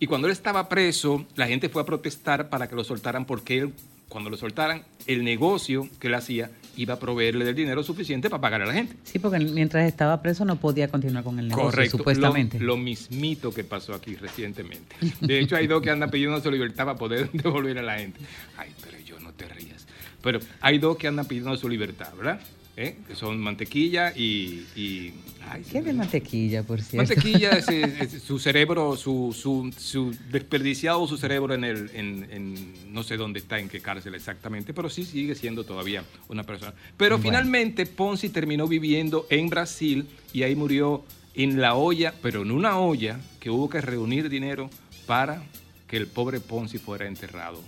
Y cuando él estaba preso, la gente fue a protestar para que lo soltaran porque él, cuando lo soltaran, el negocio que él hacía iba a proveerle del dinero suficiente para pagar a la gente.
Sí, porque mientras estaba preso no podía continuar con el negocio,
Correcto,
supuestamente.
Lo, lo mismito que pasó aquí recientemente. De hecho, hay dos que andan pidiendo su libertad para poder devolver a la gente. Ay, pero yo no te rías. Pero hay dos que andan pidiendo su libertad, ¿verdad? ¿Eh? Que son mantequilla y. y- ay,
¿Qué de mantequilla, por cierto?
Mantequilla Pues es, es- es su cerebro, su, su, su desperdiciado su cerebro en el, en, en- no sé dónde está, en qué cárcel exactamente, pero sí sigue siendo todavía una persona. Pero Bueno. finalmente Ponzi terminó viviendo en Brasil y ahí murió en la olla, pero en una olla que hubo que reunir dinero para que el pobre Ponzi fuera enterrado.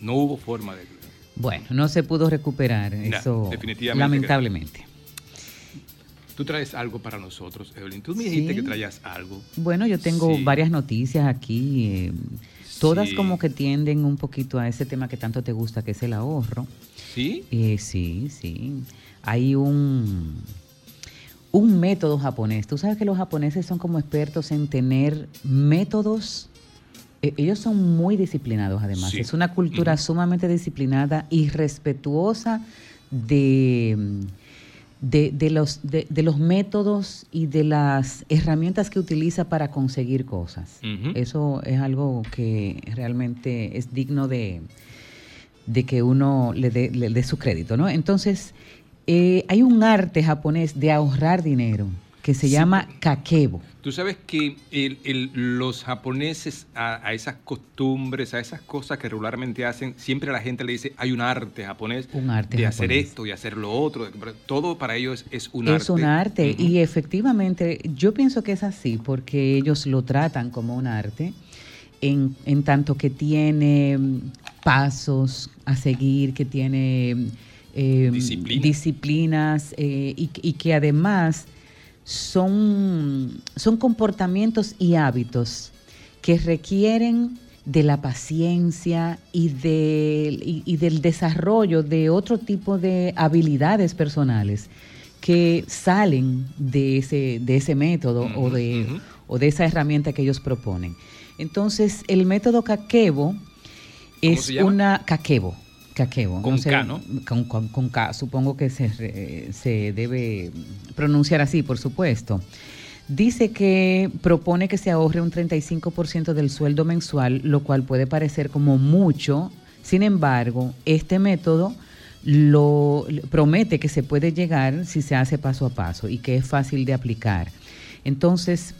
No hubo forma de...
Bueno, no se pudo recuperar
No,
eso,
definitivamente que no.
lamentablemente.
Tú traes algo para nosotros, Evelyn. Tú me dijiste
Sí.
que traías algo.
Bueno, yo tengo
Sí.
varias noticias aquí, eh, todas
Sí.
como que tienden un poquito a ese tema que tanto te gusta, que es el ahorro.
¿Sí?
Eh, sí, sí. Hay un, un método japonés. Tú sabes que los japoneses son como expertos en tener métodos. E- Ellos son muy disciplinados, además.
Sí.
Es una cultura sumamente disciplinada y respetuosa de, mm, de, de los, de- de los métodos y de las herramientas que utiliza para conseguir cosas.
Ujú.
Eso es algo que realmente es digno de, de que uno le dé le dé su crédito, ¿no? Entonces, eh, hay un arte japonés de ahorrar dinero que se llama kakebo.
Tú sabes que el- el- los japoneses a, a esas costumbres, a esas cosas que regularmente hacen, siempre la gente le dice, hay un arte japonés
Un arte
de hacer
japonés.
esto, de hacer lo otro. de- pero todo para ellos es, es un arte.
es un arte y efectivamente yo pienso que es así porque ellos lo tratan como un arte en, en tanto que tiene mm, pasos a seguir, que tiene eh, disciplinas eh, y, y que además son, son comportamientos y hábitos que requieren de la paciencia y, del- y- y del desarrollo de otro tipo de habilidades personales que salen de ese, de ese método o, de, o de esa herramienta que ellos proponen. Entonces, el método Kakebo es
se llama?
una... Kakebo. Kakebo.
Con K, ¿no?
Con, con- con K, supongo que se, re- se debe pronunciar así, por supuesto. Dice que propone que se ahorre un 35% del sueldo mensual, lo cual puede parecer como mucho. Sin embargo, este método lo promete que se puede llegar si se hace paso a paso y que es fácil de aplicar. Entonces,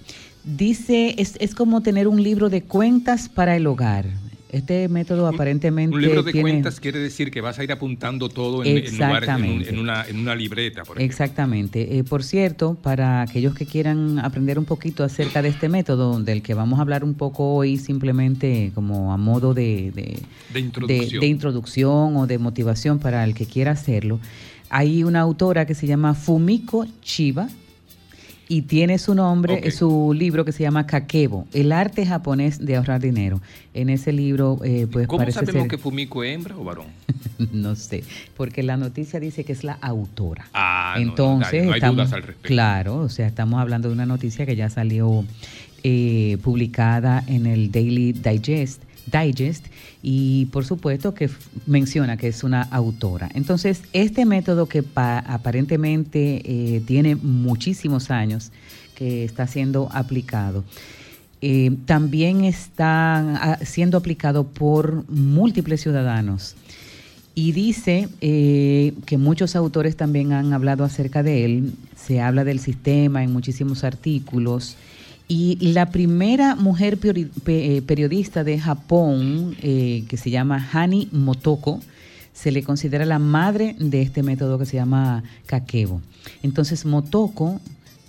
dice, es, es como tener un libro de cuentas para el hogar. Este método aparentemente
Un libro de
tiene-
cuentas quiere decir que vas a ir apuntando todo en, en lugares, en, un-
Exactamente.
en una, en una libreta, por ejemplo.
Exactamente. Eh, por cierto, para aquellos que quieran aprender un poquito acerca de este método, del que vamos a hablar un poco hoy simplemente como a modo de- de,
De
de-
introducción.
De, introducción o de motivación para el que quiera hacerlo. Hay una autora que se llama Fumiko Chiba y tiene su nombre,
Ok.
eh, su libro que se llama Kakebo, el arte japonés de ahorrar dinero. En ese libro, eh, pues
¿Cómo
parece
sabemos
ser,
que Fumiko es hembra o varón?
no sé, porque la noticia dice que es la autora.
Ah, no, no,
Entonces,
no, hay
estamos-
dudas al respecto.
Claro, o sea, estamos hablando de una noticia que ya salió eh, publicada en el Daily Digest, Digest y por supuesto que f- menciona que es una autora. Entonces, este método que pa- aparentemente eh, tiene muchísimos años que está siendo aplicado, eh, también está ah, siendo aplicado por múltiples ciudadanos. Y dice eh, que muchos autores también han hablado acerca de él, se habla del sistema en muchísimos artículos. Y la primera mujer priori- pe- eh, periodista de Japón, eh, que se llama Hani Motoko, se le considera la madre de este método que se llama Kakebo. Entonces Motoko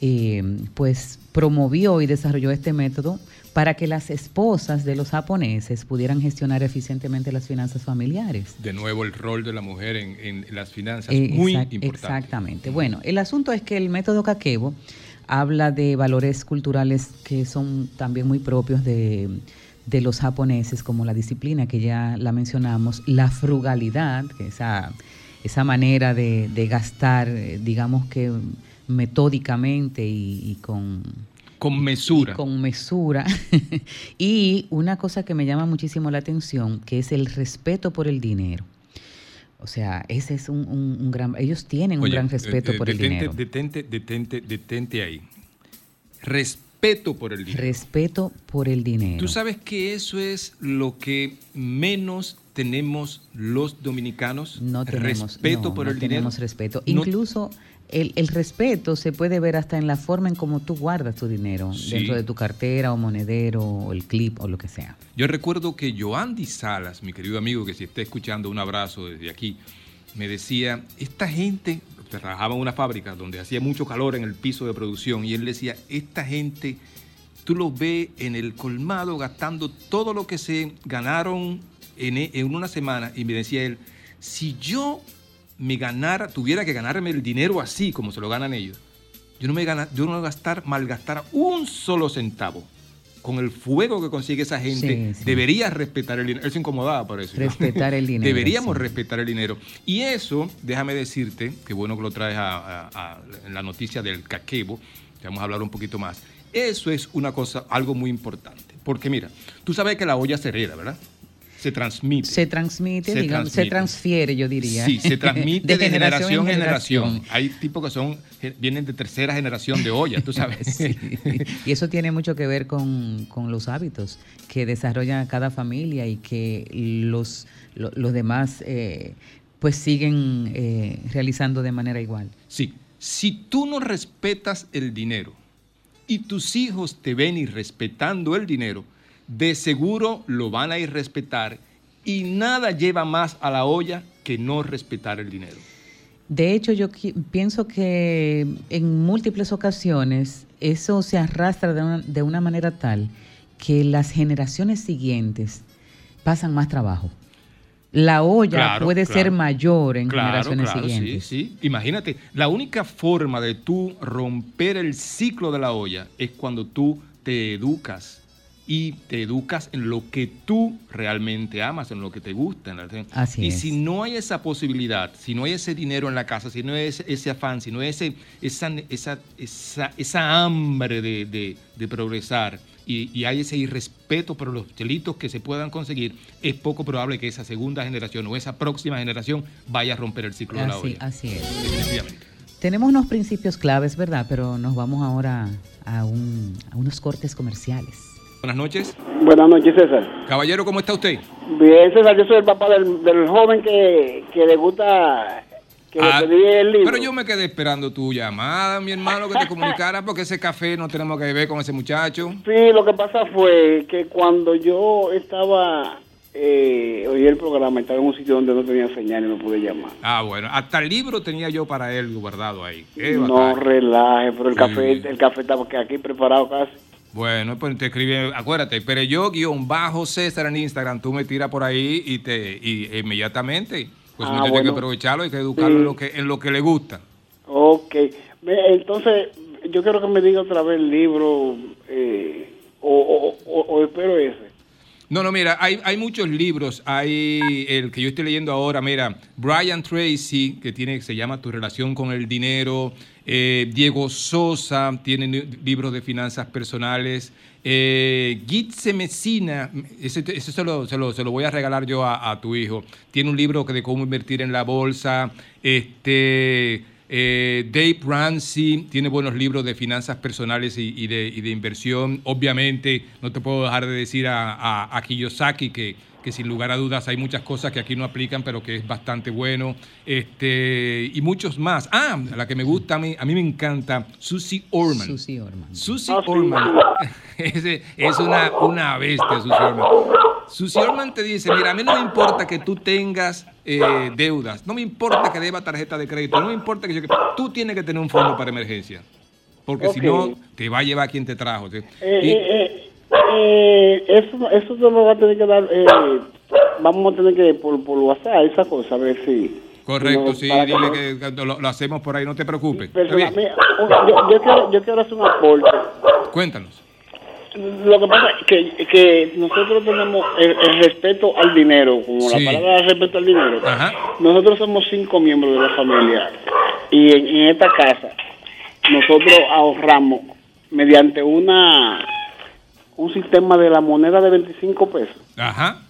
eh, pues promovió y desarrolló este método para que las esposas de los japoneses pudieran gestionar eficientemente las finanzas familiares.
De nuevo, el rol de la mujer en, en las finanzas
Eh,
muy
exact-
importante.
Exactamente. Bueno, el asunto es que el método Kakebo habla de valores culturales que son también muy propios de, de los japoneses, como la disciplina que ya la mencionamos, la frugalidad, que esa, esa manera de, de gastar, eh, digamos que metódicamente y, y con,
Con mesura.
con mesura, y una cosa que me llama muchísimo la atención, que es el respeto por el dinero. O sea, ese es un, un- un gran... Ellos tienen un
Oye,
gran respeto
eh, eh,
por el
detente,
dinero.
Detente, detente, detente ahí. Respeto por el dinero.
Respeto por el dinero.
Tú sabes que eso es lo que menos tenemos los dominicanos.
No tenemos
respeto
no,
por
no
el
tenemos
dinero.
respeto.
No-
Incluso el, el respeto se puede ver hasta en la forma en cómo tú guardas tu dinero
Sí.
dentro de tu cartera o monedero o el clip o lo que sea.
Yo recuerdo que Joandy Salas, mi querido amigo que si está escuchando, un abrazo desde aquí, me decía, esta gente, trabajaba en una fábrica donde hacía mucho calor en el piso de producción, y él decía, esta gente, tú los ves en el colmado gastando todo lo que se ganaron en, e- en una semana, y me decía él, si yo me ganara, tuviera que ganarme el dinero así como se lo ganan ellos, yo no me gana, yo no gastar, malgastar un solo centavo. Con el fuego que consigue esa gente, deberías respetar el dinero. Él se incomodaba por eso.
Respetar el dinero,
Deberíamos
sí.
respetar el dinero. Y eso, déjame decirte, que bueno que lo traes a, a- a la noticia del caquebo, que vamos a hablar un poquito más. Eso es una cosa, algo muy importante. Porque mira, tú sabes que la olla se hereda, ¿verdad? Se transmite.
Se transmite,
Se
digamos, se
transmite.
transfiere, yo diría.
Sí, se transmite de, generación, en generación.
generación.
Hay tipos que son ge- vienen de tercera generación de ollas, tú sabes.
Y eso tiene mucho que ver con, con los hábitos que desarrolla cada familia y que los, lo- los demás eh, pues siguen eh, realizando de manera igual.
Sí, si tú no respetas el dinero y tus hijos te ven irrespetando el dinero, de seguro lo van a irrespetar y nada lleva más a la olla que no respetar el dinero.
De hecho, yo qui- pienso que en múltiples ocasiones eso se arrastra de una, de una manera tal que las generaciones siguientes pasan más trabajo. La olla
Claro,
puede ser
claro.
mayor en
Claro,
generaciones
claro,
siguientes.
sí, sí. Imagínate, la única forma de tú romper el ciclo de la olla es cuando tú te educas y te educas en lo que tú realmente amas, en lo que te gusta. en la-
Así
y
es.
si no hay esa posibilidad, si no hay ese dinero en la casa, si no hay ese, ese afán, si no hay ese, esa, esa, esa, esa hambre de, de- de progresar y, y hay ese irrespeto por los delitos que se puedan conseguir, es poco probable que esa segunda generación o esa próxima generación vaya a romper el ciclo de la
Así-
olla.
así es.
Definitivamente.
Tenemos unos principios claves, ¿verdad? Pero nos vamos ahora a, un- a unos cortes comerciales.
Buenas noches.
Buenas noches, César.
Caballero, ¿cómo está usted?
Bien, César, yo soy el papá del, del joven que, que le gusta que
Ah,
le pedí el libro.
Pero yo me quedé esperando tu llamada, mi hermano, que te comunicara, porque ese café no tenemos que beber con ese muchacho.
Sí, lo que pasa fue que cuando yo estaba, eh, oí el programa, estaba en un sitio donde no tenía señal y no pude llamar.
Ah, bueno, hasta el libro tenía yo para él guardado ahí. Qué
no
bacán. Mm.
relaje, pero el
Sí.
café, el café estaba que aquí preparado casi.
Bueno, pues te escribe, acuérdate, pero yo guión bajo César en Instagram, tú me tiras por ahí y te y inmediatamente. Pues
Ah,
uno tiene
bueno.
que aprovecharlo, hay que educarlo en,
Sí.
lo que, en lo que le gusta.
Ok, Ve, entonces yo quiero que me diga otra vez el libro eh, o, o- o- o espero ese.
No, no, mira, hay, hay muchos libros. Hay el que yo estoy leyendo ahora, mira, Brian Tracy, que tiene, se llama Tu relación con el dinero. eh, Diego Sosa tiene ni- libros de finanzas personales. Eh, Gitze Messina, ese, ese se, lo, se lo- se lo voy a regalar yo a, a tu hijo. Tiene un libro que de cómo invertir en la bolsa. Este. Eh, Dave Ramsey tiene buenos libros de finanzas personales y, y de, y de inversión. Obviamente, no te puedo dejar de decir a, a- a Kiyosaki que, que sin lugar a dudas hay muchas cosas que aquí no aplican, pero que es bastante bueno. Este, y muchos más. Ah, la que me gusta a mí, a mí me encanta, Susie Orman.
Susie Orman.
Susie
Ah,
Orman. Ese- es una, una bestia, Susie Orman. Susi Orman te dice, mira, a mí no me importa que tú tengas eh, deudas, no me importa que deba tarjeta de crédito, no me importa que yo... Tú tienes que tener un fondo para emergencia, porque si
Ok.
no, te va a llevar quien te trajo. ¿sí?
Eh,
Y-
eh, eh, eh, eso, eso se lo va a tener que dar, eh, vamos a tener que por, por WhatsApp, esa cosa, a ver si...
correcto,
no,
sí,
para
dile
que-
que, que lo, lo hacemos por ahí, no te preocupes. Está
Persona-
bien,
mira, yo, yo quiero, yo quiero hacer un aporte.
Cuéntanos.
Lo que pasa es que, que nosotros tenemos el, el respeto al dinero, como
Sí.
la palabra respeto al dinero. Nosotros somos cinco miembros de la familia y en, en esta casa nosotros ahorramos mediante una un sistema de la moneda de 25 pesos
Ajá,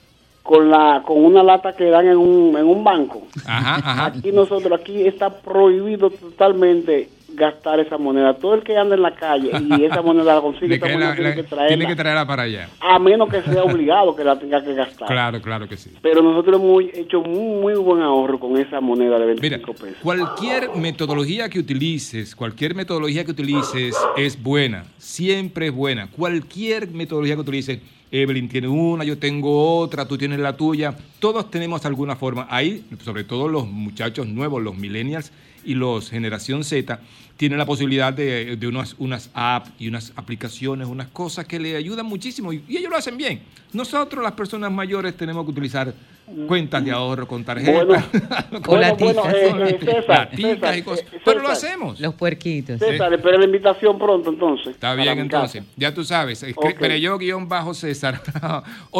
con la con una lata que dan en un, en un banco.
ajá, ajá.
Aquí nosotros, aquí está prohibido totalmente gastar esa moneda. Todo el que anda en la calle y esa moneda la consigue,
Le
esa
cae
moneda
la-
tiene
la-
que
Tiene que
traerla.
traerla para allá.
A menos que sea obligado que la tenga que gastar.
Claro, claro que sí.
Pero nosotros hemos hecho muy, muy buen ahorro con esa moneda de 25 pesos.
Cualquier metodología que utilices, cualquier metodología que utilices es buena, siempre es buena. Cualquier metodología que utilices, Evelyn tiene una, yo tengo otra, tú tienes la tuya, todos tenemos alguna forma. Ahí, sobre todo los muchachos nuevos, los millennials y los generación Z, tienen la posibilidad de, de unas, unas apps y unas aplicaciones, unas cosas que le ayudan muchísimo y, y ellos lo hacen bien. Nosotros, las personas mayores, tenemos que utilizar cuentas de ahorro con tarjetas.
Bueno,
Hola,
bueno, bueno,
tica.
eh, eh, César,
Tica
César,
y cosas.
eh,
Pero lo
César.
hacemos.
Los puerquitos.
César, espera la invitación pronto entonces.
Está
para
bien,
mi
entonces. Ya tú sabes.
Ok.
Pero yo, guión bajo César.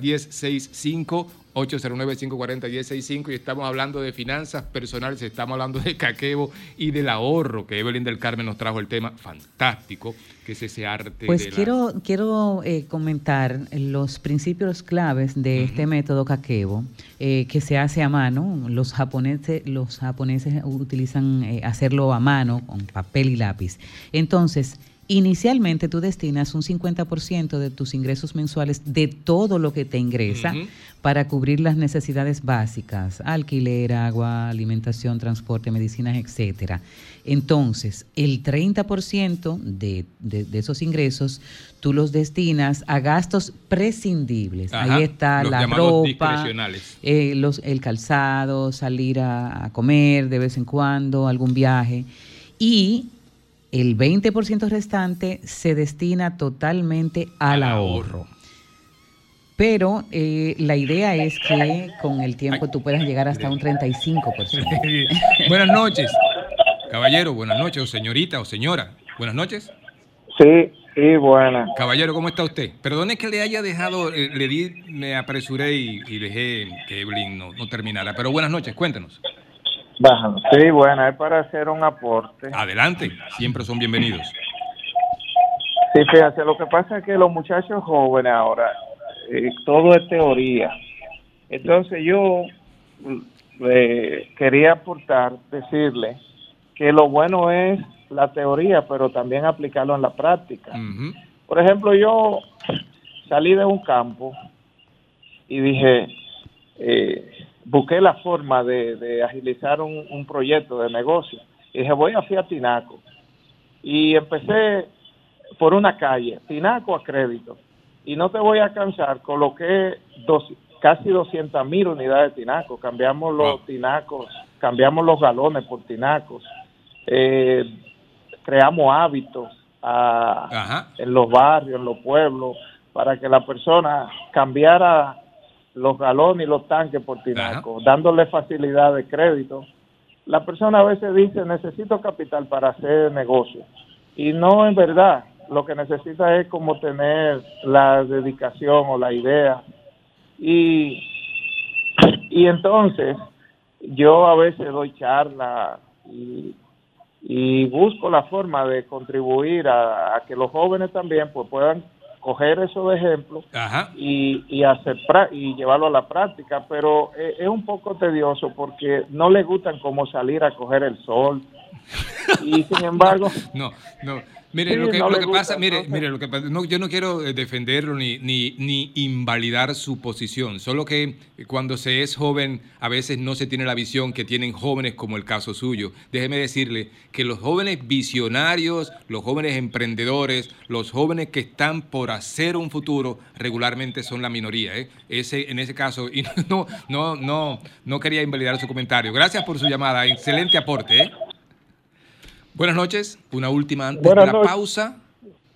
809-540-1065. 809-540-1065. Y estamos hablando de finanzas personales, estamos hablando de caquebo y del ahorro, que Evelyn del Carmen nos trajo el tema fantástico, que es ese arte.
Pues
de la-
quiero, quiero eh, comentar los principios claves de este método kakebo eh, que se hace a mano. Los japoneses, los japoneses utilizan eh, hacerlo a mano con papel y lápiz. Entonces, inicialmente tú destinas un 50% de tus ingresos mensuales de todo lo que te ingresa
Ujú.
para cubrir las necesidades básicas, alquiler, agua, alimentación, transporte, medicinas, etcétera. Entonces, el 30% de, de- de esos ingresos tú los destinas a gastos prescindibles.
Ajá,
Ahí está
los
la
llamados
ropa,
discrecionales.
eh, los, el calzado, salir a, a comer de vez en cuando, algún viaje. Y el 20% restante se destina totalmente al ahorro. Pero eh, la idea es que con el tiempo tú puedas llegar hasta un 35%.
Buenas noches. Caballero, buenas noches. O señorita o señora. Buenas noches.
Sí, sí, buena.
Caballero, ¿cómo está usted? Perdone que le haya dejado, eh, le di, me apresuré y, y dejé que Evelyn no, no terminara. Pero buenas noches, cuéntanos.
Bájalo. Sí, buena, es para hacer un aporte.
Adelante, siempre son bienvenidos.
Sí, fíjate, lo que pasa es que los muchachos jóvenes ahora, eh, todo es teoría. Entonces yo mm, eh, quería aportar, decirle que lo bueno es la teoría, pero también aplicarlo en la práctica. Por ejemplo, yo salí de un campo y dije, eh, busqué la forma de, de agilizar un, un proyecto de negocio. Y dije, voy a Fiatinaco. Y empecé por una calle, Tinaco a crédito. Y no te voy a cansar, coloqué dos, casi 200 mil unidades de Tinaco. Cambiamos los Tinacos, cambiamos los galones por Tinacos. Eh, creamos hábitos ah, en los barrios, en los pueblos, para que la persona cambiara los galones y los tanques por Tinaco, dándole facilidad de crédito. La persona a veces dice, necesito capital para hacer negocio. Y no es verdad. Lo que necesita es como tener la dedicación o la idea. Y, y entonces yo a veces doy charla y, y busco la forma de contribuir a, a que los jóvenes también pues, puedan coger esos ejemplos y, y, hacer pra- y llevarlo a la práctica, pero e- es, un poco tedioso porque no le gustan como salir a coger el sol. Y sin embargo,
No, no. Mire,
Sí,
lo que,
no
lo
le
que
gusta,
entonces.
pasa, mire, mire, lo que pasa- no, yo no quiero eh, defenderlo ni, ni, ni invalidar su posición, solo que eh, cuando se es joven a veces no se tiene la visión que tienen jóvenes como el caso suyo. Déjeme decirle que los jóvenes visionarios, los jóvenes emprendedores, los jóvenes que están por hacer un futuro regularmente son la minoría. ¿eh? Ese, en ese caso, y no, no, no, no quería invalidar su comentario. Gracias por su llamada, excelente aporte. ¿eh? Buenas noches, una última antes
Buenas
de la
noches.
pausa.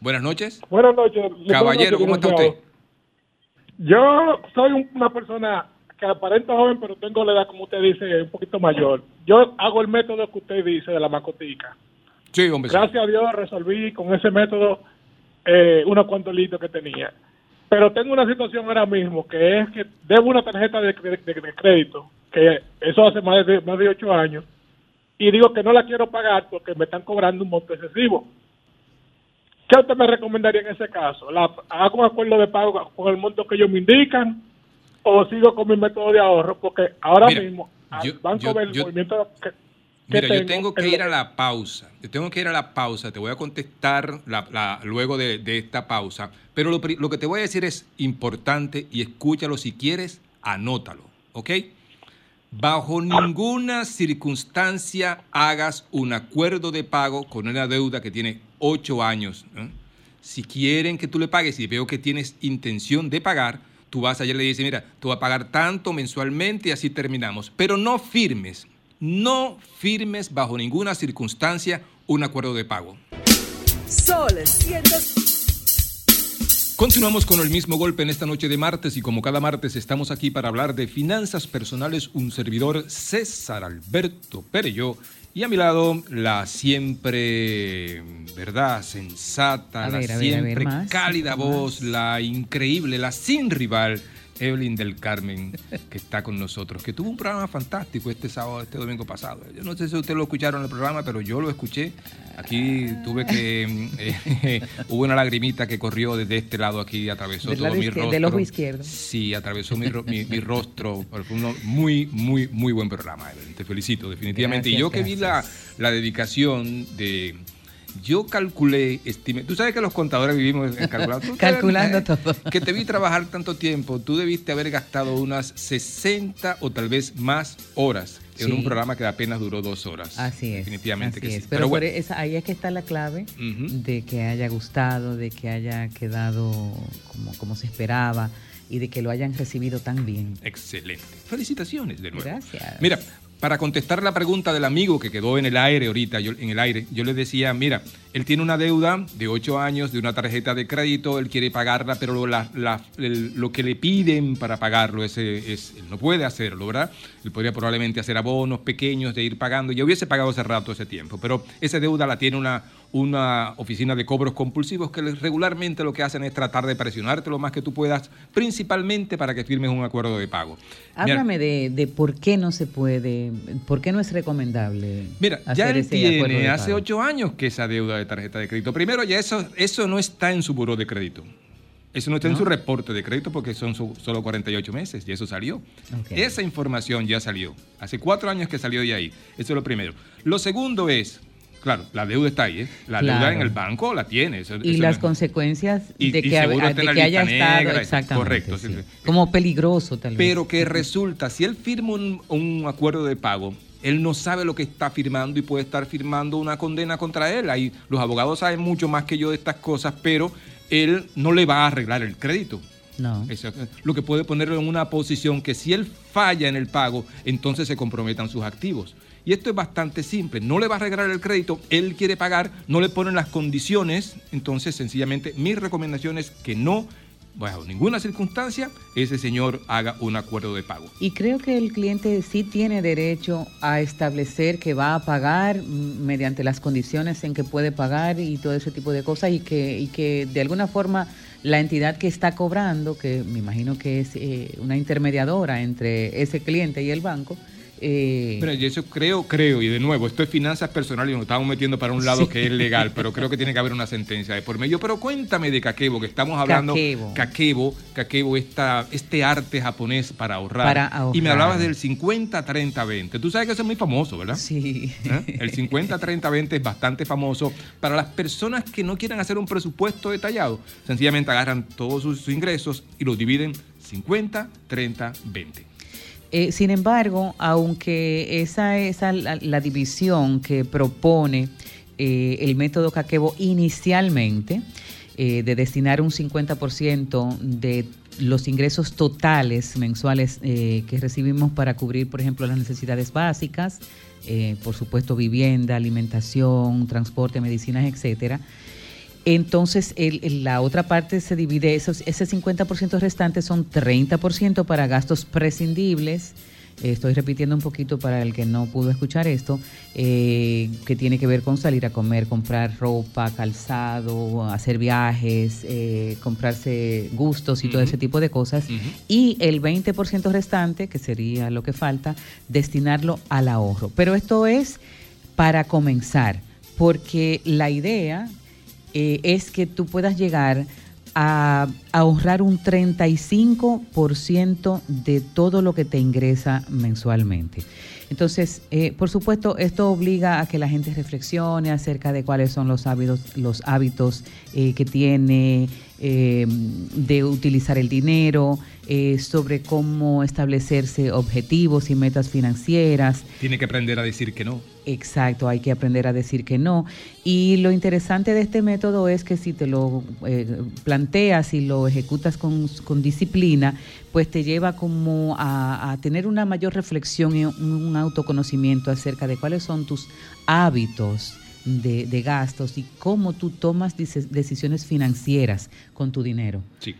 Buenas noches.
Buenas noches.
Caballero, ¿cómo
buenas
está
noches,
usted?
licenciado. Yo soy un- una persona que aparenta joven, pero tengo la edad, como usted dice, un poquito mayor. Yo hago el método que usted dice de la macotica.
Sí, hombre. sí.
Gracias a Dios resolví con ese método
eh, unos cuantos litros que tenía. Pero tengo una situación ahora mismo, que es que debo una tarjeta de, cre- de- de crédito, que eso hace más de, más de ocho años, y digo que no la quiero pagar porque me están cobrando un monto excesivo. ¿Qué usted me recomendaría en ese caso? ¿La, ¿Hago un acuerdo de pago con el monto que ellos me indican o sigo con mi método de ahorro? Porque ahora
Mira,
mismo
yo-
al banco
yo-
ve el
yo-
movimiento que, que
Mira, yo
tengo
tengo
en
que
la-
ir a la pausa. Yo tengo que ir a la pausa. Te voy a contestar la- la- luego de, de esta pausa. Pero lo, pri- lo que te voy a decir es importante y escúchalo si quieres, anótalo. ¿Ok? Bajo ninguna circunstancia hagas un acuerdo de pago con una deuda que tiene ocho años. ¿eh? Si quieren que tú le pagues y veo que tienes intención de pagar, tú vas ayer y le dices, mira, tú vas a pagar tanto mensualmente y así terminamos. Pero no firmes, no firmes bajo ninguna circunstancia un acuerdo de pago.
Sol 106.
Continuamos con el mismo golpe en esta noche de martes y como cada martes estamos aquí para hablar de finanzas personales, un servidor César Alberto Perello y a mi lado la siempre, ¿verdad? Sensata,
A
la
ver, a ver, a ver,
siempre
más,
cálida
más.
voz, la increíble, la sin rival. Evelyn del Carmen, que está con nosotros, que tuvo un programa fantástico este sábado, este domingo pasado. Yo no sé si ustedes lo escucharon en el programa, pero yo lo escuché. Aquí tuve que. eh, hubo una lagrimita que corrió desde este lado aquí, atravesó
Del
todo
lado
mi
izquier-
rostro.
del ojo izquierdo.
Sí, atravesó mi, ro- mi- mi rostro. Fue un muy, muy, muy buen programa, Evelyn. Te felicito, definitivamente. y
Gracias,
yo que vi la, la dedicación de. Yo calculé, estimé. Tú sabes que los contadores vivimos eh, calculando. Tú sabes,
Calculando todo.
que te vi trabajar tanto tiempo, tú debiste haber gastado unas 60 o tal vez más horas en
Sí.
un programa que apenas duró dos horas.
Así es.
Definitivamente
así
que sí.
es. Pero,
Pero,
por
bueno,
esa- ahí es que está la clave
Ujú.
de que haya gustado, de que haya quedado como, como se esperaba y de que lo hayan recibido tan bien.
excelente. Felicitaciones de nuevo.
Gracias.
Mira, para contestar la pregunta del amigo que quedó en el aire ahorita, yo, en el aire, yo le decía, mira, él tiene una deuda de 8 años de una tarjeta de crédito, él quiere pagarla, pero lo, la- la- el- lo que le piden para pagarlo, ese, es, él no puede hacerlo, ¿verdad? Él podría probablemente hacer abonos pequeños de ir pagando, ya hubiese pagado hace rato ese tiempo, pero esa deuda la tiene una, una oficina de cobros compulsivos que regularmente lo que hacen es tratar de presionarte lo más que tú puedas, principalmente para que firmes un acuerdo de pago. Mira,
Háblame de, de por qué no se puede, por qué no es recomendable.
Mira, ya
hacer
él
ese acuerdo de
tiene
pago.
hace ocho años que esa deuda de tarjeta de crédito. Primero, ya eso, eso no está en su buró de crédito. Eso no está en
¿No?
su reporte de crédito porque son su- solo 48 meses y eso salió. Esa información ya salió. Hace cuatro años que salió de ahí. Eso es lo primero. Lo segundo es, claro, la deuda está ahí. ¿eh? La deuda
Claro.
en el banco la tiene. Eso-
Y
eso
las
no-
consecuencias
y-
de
y
que, ha-
seguro
de
está en la
que haya
lista
estado
negra,
exactamente,
correcto,
sí.
sí, sí.
como peligroso tal vez.
Pero que resulta, si él firma un, un acuerdo de pago, él no sabe lo que está firmando y puede estar firmando una condena contra él. Ahí los abogados saben mucho más que yo de estas cosas, pero él no le va a arreglar el crédito.
No.
Eso, lo que puede ponerlo en una posición que si él falla en el pago, entonces se comprometan sus activos. Y esto es bastante simple, no le va a arreglar el crédito, él quiere pagar, no le ponen las condiciones, entonces sencillamente mi recomendación es que no, bajo ninguna circunstancia, ese señor haga un acuerdo de pago.
Y creo que el cliente sí tiene derecho a establecer que va a pagar mm, mediante las condiciones en que puede pagar y todo ese tipo de cosas y que, y que de alguna forma la entidad que está cobrando, que me imagino que es eh, una intermediadora entre ese cliente y el banco, eh,
Mira, y eso creo, creo, y de nuevo, esto es finanzas personales, nos estamos metiendo para un lado que es legal, pero creo que tiene que haber una sentencia de por medio. Pero cuéntame de Kakebo, que estamos hablando.
Kakebo.
Kakebo, Kakebo, esta, este arte japonés para ahorrar.
Para ahorrar.
Y me hablabas del 50-30-20. Tú sabes que eso es muy famoso, ¿verdad? ¿Eh?
Sí.
El 50-30-20 es bastante famoso para las personas que no quieren hacer un presupuesto detallado. Sencillamente agarran todos sus, sus ingresos y los dividen 50-30-20.
Eh, sin embargo, aunque esa es a- la, la división que propone eh, el método Kakebo inicialmente, eh, de destinar un 50% de los ingresos totales mensuales eh, que recibimos para cubrir, por ejemplo, las necesidades básicas, eh, por supuesto, vivienda, alimentación, transporte, medicinas, etcétera. Entonces, el- el- la otra parte se divide, esos, ese 50% restante son 30% para gastos prescindibles, Estoy repitiendo un poquito para el que no pudo escuchar esto, eh, que tiene que ver con salir a comer, comprar ropa, calzado, hacer viajes, eh, comprarse gustos y todo ese tipo de cosas. Y el 20% restante, que sería lo que falta, destinarlo al ahorro. Pero esto es para comenzar, porque la idea eh, es que tú puedas llegar a ahorrar un 35% de todo lo que te ingresa mensualmente. Entonces, eh, por supuesto, esto obliga a que la gente reflexione acerca de cuáles son los hábitos, los hábitos eh, que tiene eh, de utilizar el dinero, eh, sobre cómo establecerse objetivos y metas financieras,
Tiene que aprender a decir que no.
Exacto, hay que aprender a decir que no. Y lo interesante de este método es que si te lo eh, planteas y lo ejecutas con, con disciplina, pues te lleva como a, a tener una mayor reflexión y un, un autoconocimiento acerca de cuáles son tus hábitos de, de gastos y cómo tú tomas dice- decisiones financieras con tu dinero.
Sí.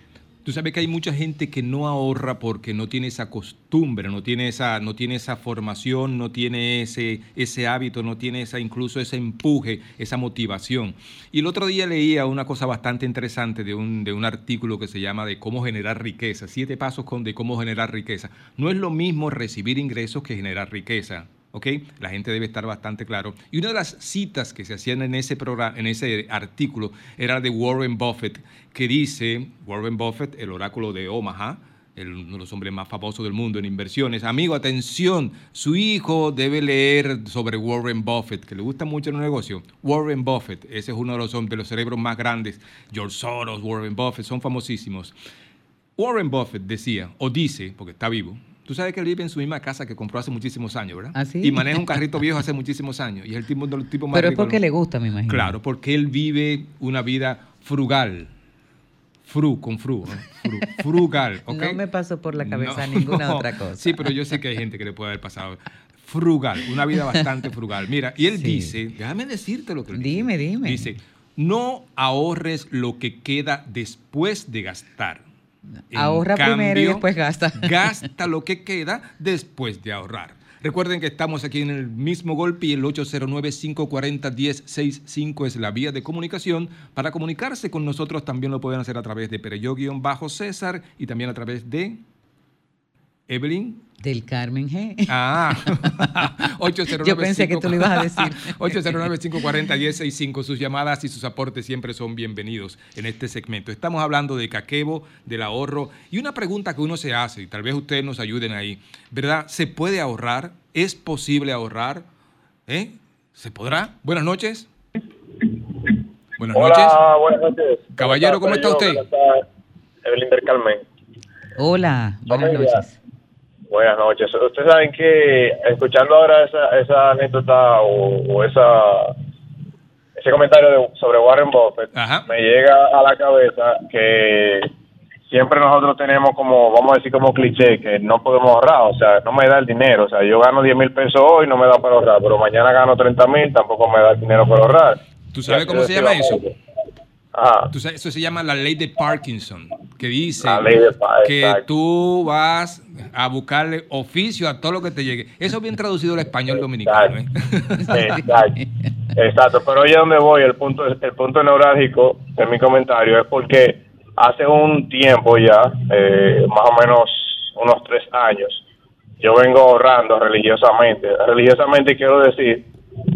Tú sabes que hay mucha gente que no ahorra porque no tiene esa costumbre, no tiene esa, no tiene esa formación, no tiene ese, ese hábito, no tiene esa, incluso ese empuje, esa motivación. Y el otro día leía una cosa bastante interesante de un, de un artículo que se llama de cómo generar riqueza, siete pasos con de cómo generar riqueza. No es lo mismo recibir ingresos que generar riqueza. ¿ok? La gente debe estar bastante claro. Y una de las citas que se hacían en ese, programa, en ese artículo era la de Warren Buffett, que dice, Warren Buffett, el oráculo de Omaha, el- uno de los hombres más famosos del mundo en inversiones. Amigo, atención, su hijo debe leer sobre Warren Buffett, que le gusta mucho en el negocio. Warren Buffett, ese es uno de los, hom- de los cerebros más grandes. George Soros, Warren Buffett, son famosísimos. Warren Buffett decía, o dice, porque está vivo, tú sabes que él vive en su misma casa que compró hace muchísimos años, ¿verdad?
¿Ah, sí?
Y maneja un carrito viejo hace muchísimos años. Y es el tipo, uno de los tipos más
Pero es
ricos del
porque
mundo.
le gusta, me imagino.
Claro, porque él vive una vida frugal. Fru, con fru. ¿no? Fru- frugal, ¿ok?
No me pasó por la cabeza
No,
ninguna
no.
otra cosa.
Sí, pero yo sé que hay gente que le puede haber pasado. Frugal, una vida bastante frugal. Mira, y él
Sí.
dice, déjame decirte lo que él
Dime, dime.
dice, no ahorres lo que queda después de gastar. En
Ahorra primero y
cambio,
después gasta.
Gasta lo que queda después de ahorrar. Recuerden que estamos aquí en el mismo golpe y el 809-540-1065 es la vía de comunicación. Para comunicarse con nosotros también lo pueden hacer a través de Pereyó-César y también a través de Evelyn.
Del Carmen G.
Ah, 809
Yo pensé que tú lo ibas a decir.
809-540-1065. Sus llamadas y sus aportes siempre son bienvenidos en este segmento. Estamos hablando de caquebo, del ahorro y una pregunta que uno se hace, y tal vez ustedes nos ayuden ahí, ¿verdad? ¿Se puede ahorrar? ¿Es posible ahorrar? ¿Eh? ¿Se podrá? Buenas noches. Buenas
Hola, buenas noches.
Caballero, ¿cómo está
Pedro?
usted?
¿Cómo está Evelyn del Carmen.
Hola, buenas
Familia.
noches.
Buenas noches. Ustedes saben que escuchando ahora esa, esa anécdota o, o esa ese comentario de- sobre Warren Buffett, me llega a la cabeza que siempre nosotros tenemos como, vamos a decir como cliché, que no podemos ahorrar, o sea, no me da el dinero, o sea, yo gano 10 mil pesos hoy, no me da para ahorrar, pero mañana gano 30 mil, tampoco me da el dinero para ahorrar.
¿Tú sabes cómo se llama eso?
Ah,
Tú sabes, eso se llama la ley de Parkinson, que dice
La ley de Pa-
que
exacto.
tú vas a buscarle oficio a todo lo que te llegue. Eso es bien traducido al español dominicano. ¿eh?
Exacto. Exacto, pero ahí es donde voy, el punto, el punto neurálgico de mi comentario es porque hace un tiempo ya, eh, más o menos unos tres años, yo vengo ahorrando religiosamente. Religiosamente quiero decir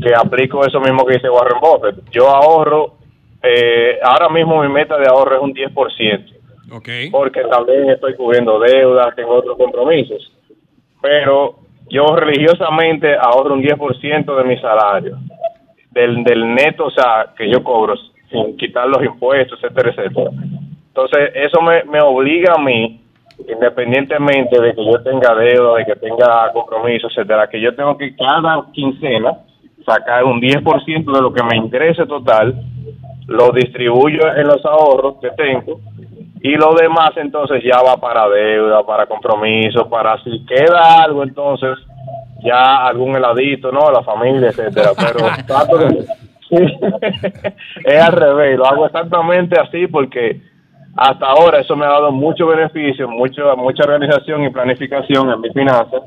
que aplico eso mismo que dice Warren Buffett. Yo ahorro, eh, ahora mismo mi meta de ahorro es un 10%, porque también estoy cubriendo deudas, tengo otros compromisos, pero yo religiosamente ahorro un 10% de mi salario, del, del neto, o sea, que yo cobro, sin quitar los impuestos, etcétera, etcétera. Entonces, eso me, me obliga a mí, independientemente de que yo tenga deuda, de que tenga compromiso, etcétera, que yo tengo que cada quincena sacar un 10% de lo que me ingrese total, lo distribuyo en los ahorros que tengo y lo demás entonces ya va para deuda, para compromiso, para si queda algo entonces ya algún heladito, ¿no? A la familia, etcétera. Pero trato de- es al revés, lo hago exactamente así porque hasta ahora eso me ha dado mucho beneficio, mucho, mucha organización y planificación en mis finanzas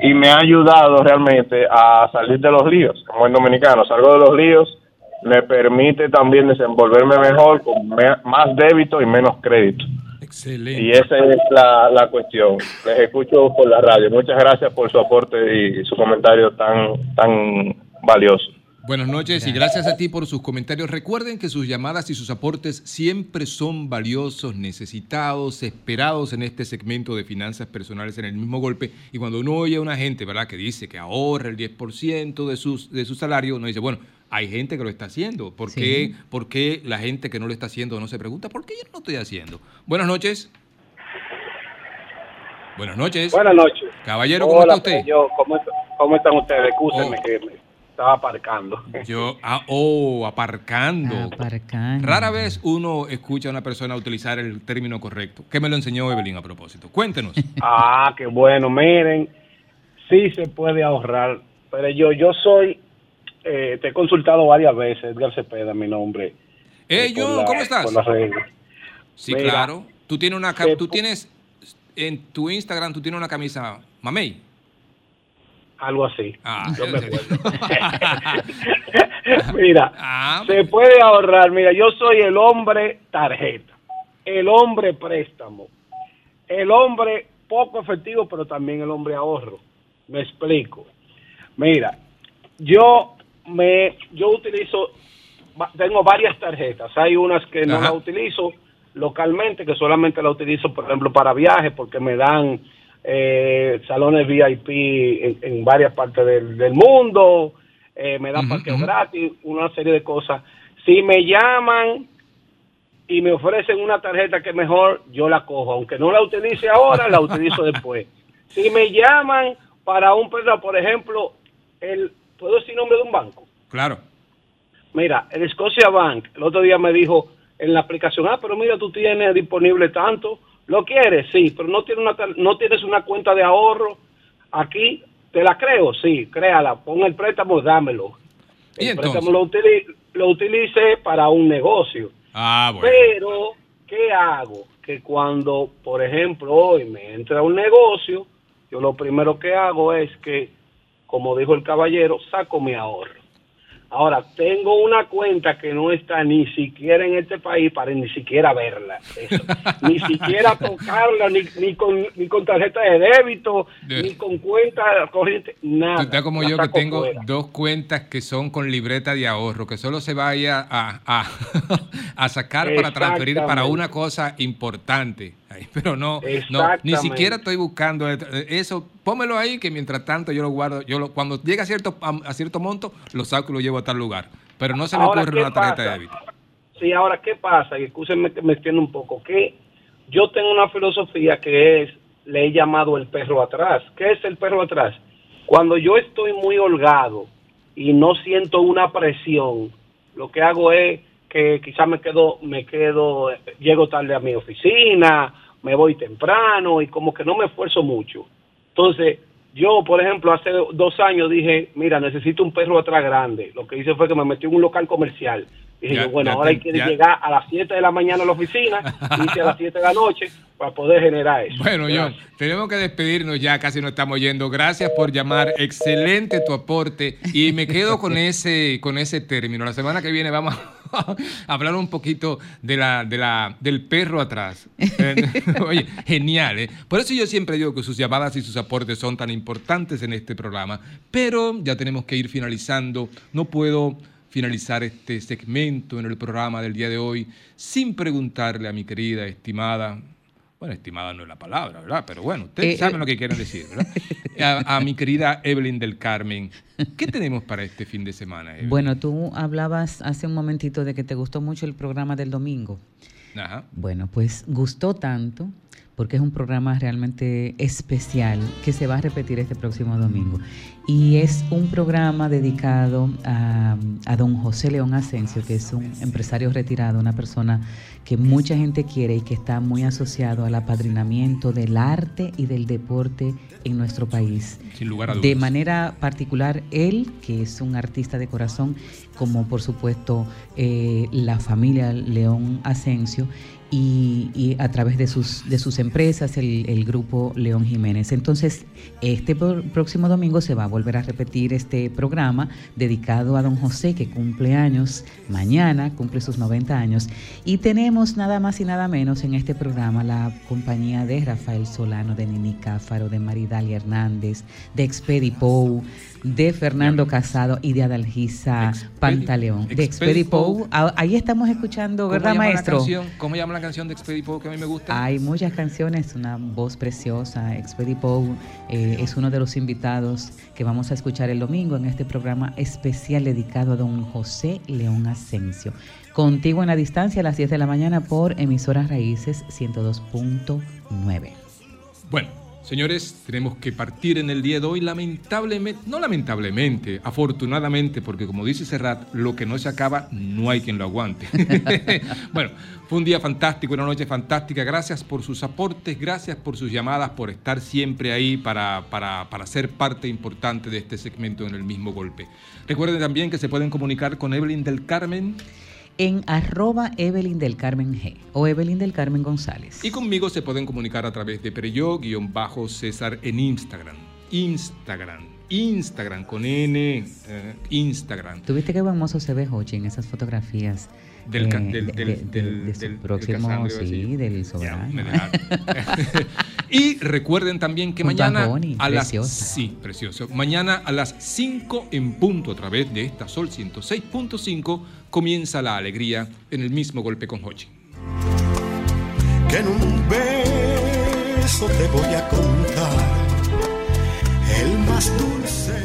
y me ha ayudado realmente a salir de los líos, como el dominicano, salgo de los líos, me permite también desenvolverme mejor con me- más débito y menos crédito.
Excelente.
Y esa es la, la cuestión. Les escucho por la radio. Muchas gracias por su aporte y su comentario tan, tan valioso.
Buenas noches y gracias a ti por sus comentarios. Recuerden que sus llamadas y sus aportes siempre son valiosos, necesitados, esperados en este segmento de finanzas personales en el mismo golpe. Y cuando uno oye a una gente, ¿verdad?, que dice que ahorra el 10% de, sus, de su salario, uno dice, bueno, hay gente que lo está haciendo. ¿Por,
Sí.
qué, ¿Por qué la gente que no lo está haciendo no se pregunta, ¿por qué yo no lo estoy haciendo? Buenas noches. Buenas noches.
Buenas noches.
Caballero, ¿cómo
Hola,
está usted? Oh.
señor. ¿Cómo, est- cómo están ustedes? Escúchenme que me estaba aparcando.
Yo, ah, oh, aparcando.
Aparcando.
Rara vez uno escucha a una persona utilizar el término correcto, que me lo enseñó Evelyn a propósito. Cuéntenos.
Ah, qué bueno. Miren, sí se puede ahorrar. Pero yo, yo soy, eh, te he consultado varias veces, Edgar Cepeda, mi nombre.
Eh,
por
yo,
la-
¿cómo estás?
por las redes.
Sí,
Mira,
claro. Tú tienes una ca- tú tienes en tu Instagram tú tienes una camisa mamey.
Algo así.
Ah,
Yo me acuerdo.
Mira.
se puede ahorrar. Mira, yo soy el hombre tarjeta, el hombre préstamo, el hombre poco efectivo, pero también el hombre ahorro. Me explico. Mira, yo me, yo utilizo, va- tengo varias tarjetas. Hay unas que no
Ajá.
las utilizo localmente, que solamente las utilizo, por ejemplo, para viajes, porque me dan eh, salones VIP en, en varias partes del, del mundo eh, me da parqueo gratis, una serie de cosas. Si me llaman y me ofrecen una tarjeta que es mejor, yo la cojo. Aunque no la utilice ahora, la utilizo después. Si me llaman para un préstamo, por ejemplo, el, ¿puedo decir nombre de un banco?
Claro.
Mira, el Scotia Bank, el otro día me dijo en la aplicación, ah, pero mira, tú tienes disponible tanto, ¿lo quieres? Sí, pero no tienes una, tar- no tienes una cuenta de ahorro aquí, ¿te la creo? Sí, créala, pon el préstamo, dámelo.
El
préstamo lo, utili- lo utilice para un negocio.
Ah, bueno.
Pero, ¿qué hago? Que cuando, por ejemplo, hoy me entra un negocio, yo lo primero que hago es que, como dijo el caballero, saco mi ahorro. Ahora, tengo una cuenta que no está ni siquiera en este país para ni siquiera verla. Eso. ni siquiera tocarla, ni, ni con, ni con tarjeta de débito,
De-
ni con cuenta corriente, nada.
Tú estás como
La
yo que
saco
tengo
fuera.
dos cuentas que son con libreta de ahorro, que solo se vaya a, a- a sacar para transferir para
Exactamente.
una cosa importante. Ay, Pero no, no, ni
Exactamente.
siquiera estoy buscando et- eso. Pómelo ahí que mientras tanto yo lo guardo. Yo lo, cuando llega a cierto, a, a cierto monto, lo saco y lo llevo a tal lugar. Pero no se me
Ahora,
ocurre
¿qué
una tarjeta de
pasa?
débito.
Sí, ahora, ¿qué pasa? Y escúchenme que me extiendo un poco. Que yo tengo una filosofía que es, le he llamado el perro atrás. ¿Qué es el perro atrás? Cuando yo estoy muy holgado y no siento una presión, lo que hago es que quizás me quedo, me quedo, eh, llego tarde a mi oficina, me voy temprano y como que no me esfuerzo mucho. Entonces, yo, por ejemplo, hace dos años dije, mira, necesito un perro atrás grande. Lo que hice fue que me metí en un local comercial. Dije,
Ya,
yo, bueno,
ya
ahora
te-
hay que
ya.
llegar a las 7 de la mañana a la oficina, irse a las 7 de la noche para poder generar eso.
Bueno, John, tenemos que despedirnos ya, casi nos estamos yendo. Gracias por llamar, excelente tu aporte y me quedo con ese, con ese término. La semana que viene vamos a hablar un poquito de la, de la, del perro atrás. Eh, Oye, genial, ¿eh? Por eso yo siempre digo que sus llamadas y sus aportes son tan importantes en este programa, pero ya tenemos que ir finalizando. No puedo finalizar este segmento en el programa del día de hoy sin preguntarle a mi querida, estimada, bueno, estimada no es la palabra, ¿verdad? Pero bueno, ustedes
Eh,
saben lo que quieren decir, ¿verdad? A, a mi querida Evelyn del Carmen, ¿qué tenemos para este fin de semana, Evelyn?
Bueno, tú hablabas hace un momentito de que te gustó mucho el programa del domingo.
Ajá.
Bueno, pues gustó tanto porque es un programa realmente especial que se va a repetir este próximo domingo. Y es un programa dedicado a, a don José León Asensio, que es un empresario retirado, una persona que mucha gente quiere y que está muy asociado al apadrinamiento del arte y del deporte en nuestro país.
Sin lugar a
De
dudas.
manera particular, él, que es un artista de corazón, como por supuesto eh, la familia León Asensio, y, y a través de sus, de sus empresas, el, el grupo León Jiménez. Entonces, este pro- próximo domingo se va a volver a repetir este programa dedicado a don José, que cumple años mañana, cumple sus 90 años. Y tenemos nada más y nada menos en este programa la compañía de Rafael Solano, de Nini Cáfaro, de Maridalia Hernández, de Expedi Pou, de Fernando Casado y de Adalgisa Pantaleón. De Expedi
Expedi
Pou, a- ahí estamos escuchando, ¿verdad,
llama la
maestro?
canción? ¿Cómo llama la canción de Expedipo que a mí me gusta?
Hay muchas canciones, una voz preciosa. Expedi Pou eh, es uno de los invitados que vamos a escuchar el domingo en este programa especial dedicado a don José León Asensio. Contigo en la distancia a las 10 de la mañana por Emisoras Raíces 102.9.
Bueno, señores, tenemos que partir en el día de hoy, lamentablemente, no lamentablemente, afortunadamente, porque como dice Serrat, lo que no se acaba, no hay quien lo aguante. bueno, fue un día fantástico, una noche fantástica. Gracias por sus aportes, gracias por sus llamadas, por estar siempre ahí para, para, para ser parte importante de este segmento en el mismo golpe. Recuerden también que se pueden comunicar con Evelyn del Carmen
En arroba Evelyn del Carmen G o Evelyn del Carmen González.
Y conmigo se pueden comunicar a través de Pereyó-César en Instagram. Instagram. Instagram con N. eh, Instagram.
¿Tuviste qué buen mozo se ve Hochi en esas fotografías?
Del ca-
eh,
del-
de-
del-
de- de-
del-
de su
del- del
próximo,
Casandro, iba a decir
sí,
yo.
del
Ya,
soberano.
me dejaron. y recuerden también que
Junto a
mañana
Bonnie,
a las
preciosa.
sí, precioso. Mañana a las 5 en punto a través de esta Sol 106.5 comienza la alegría en el mismo golpe con Hochi.
que en un beso te voy a contar el más dulce.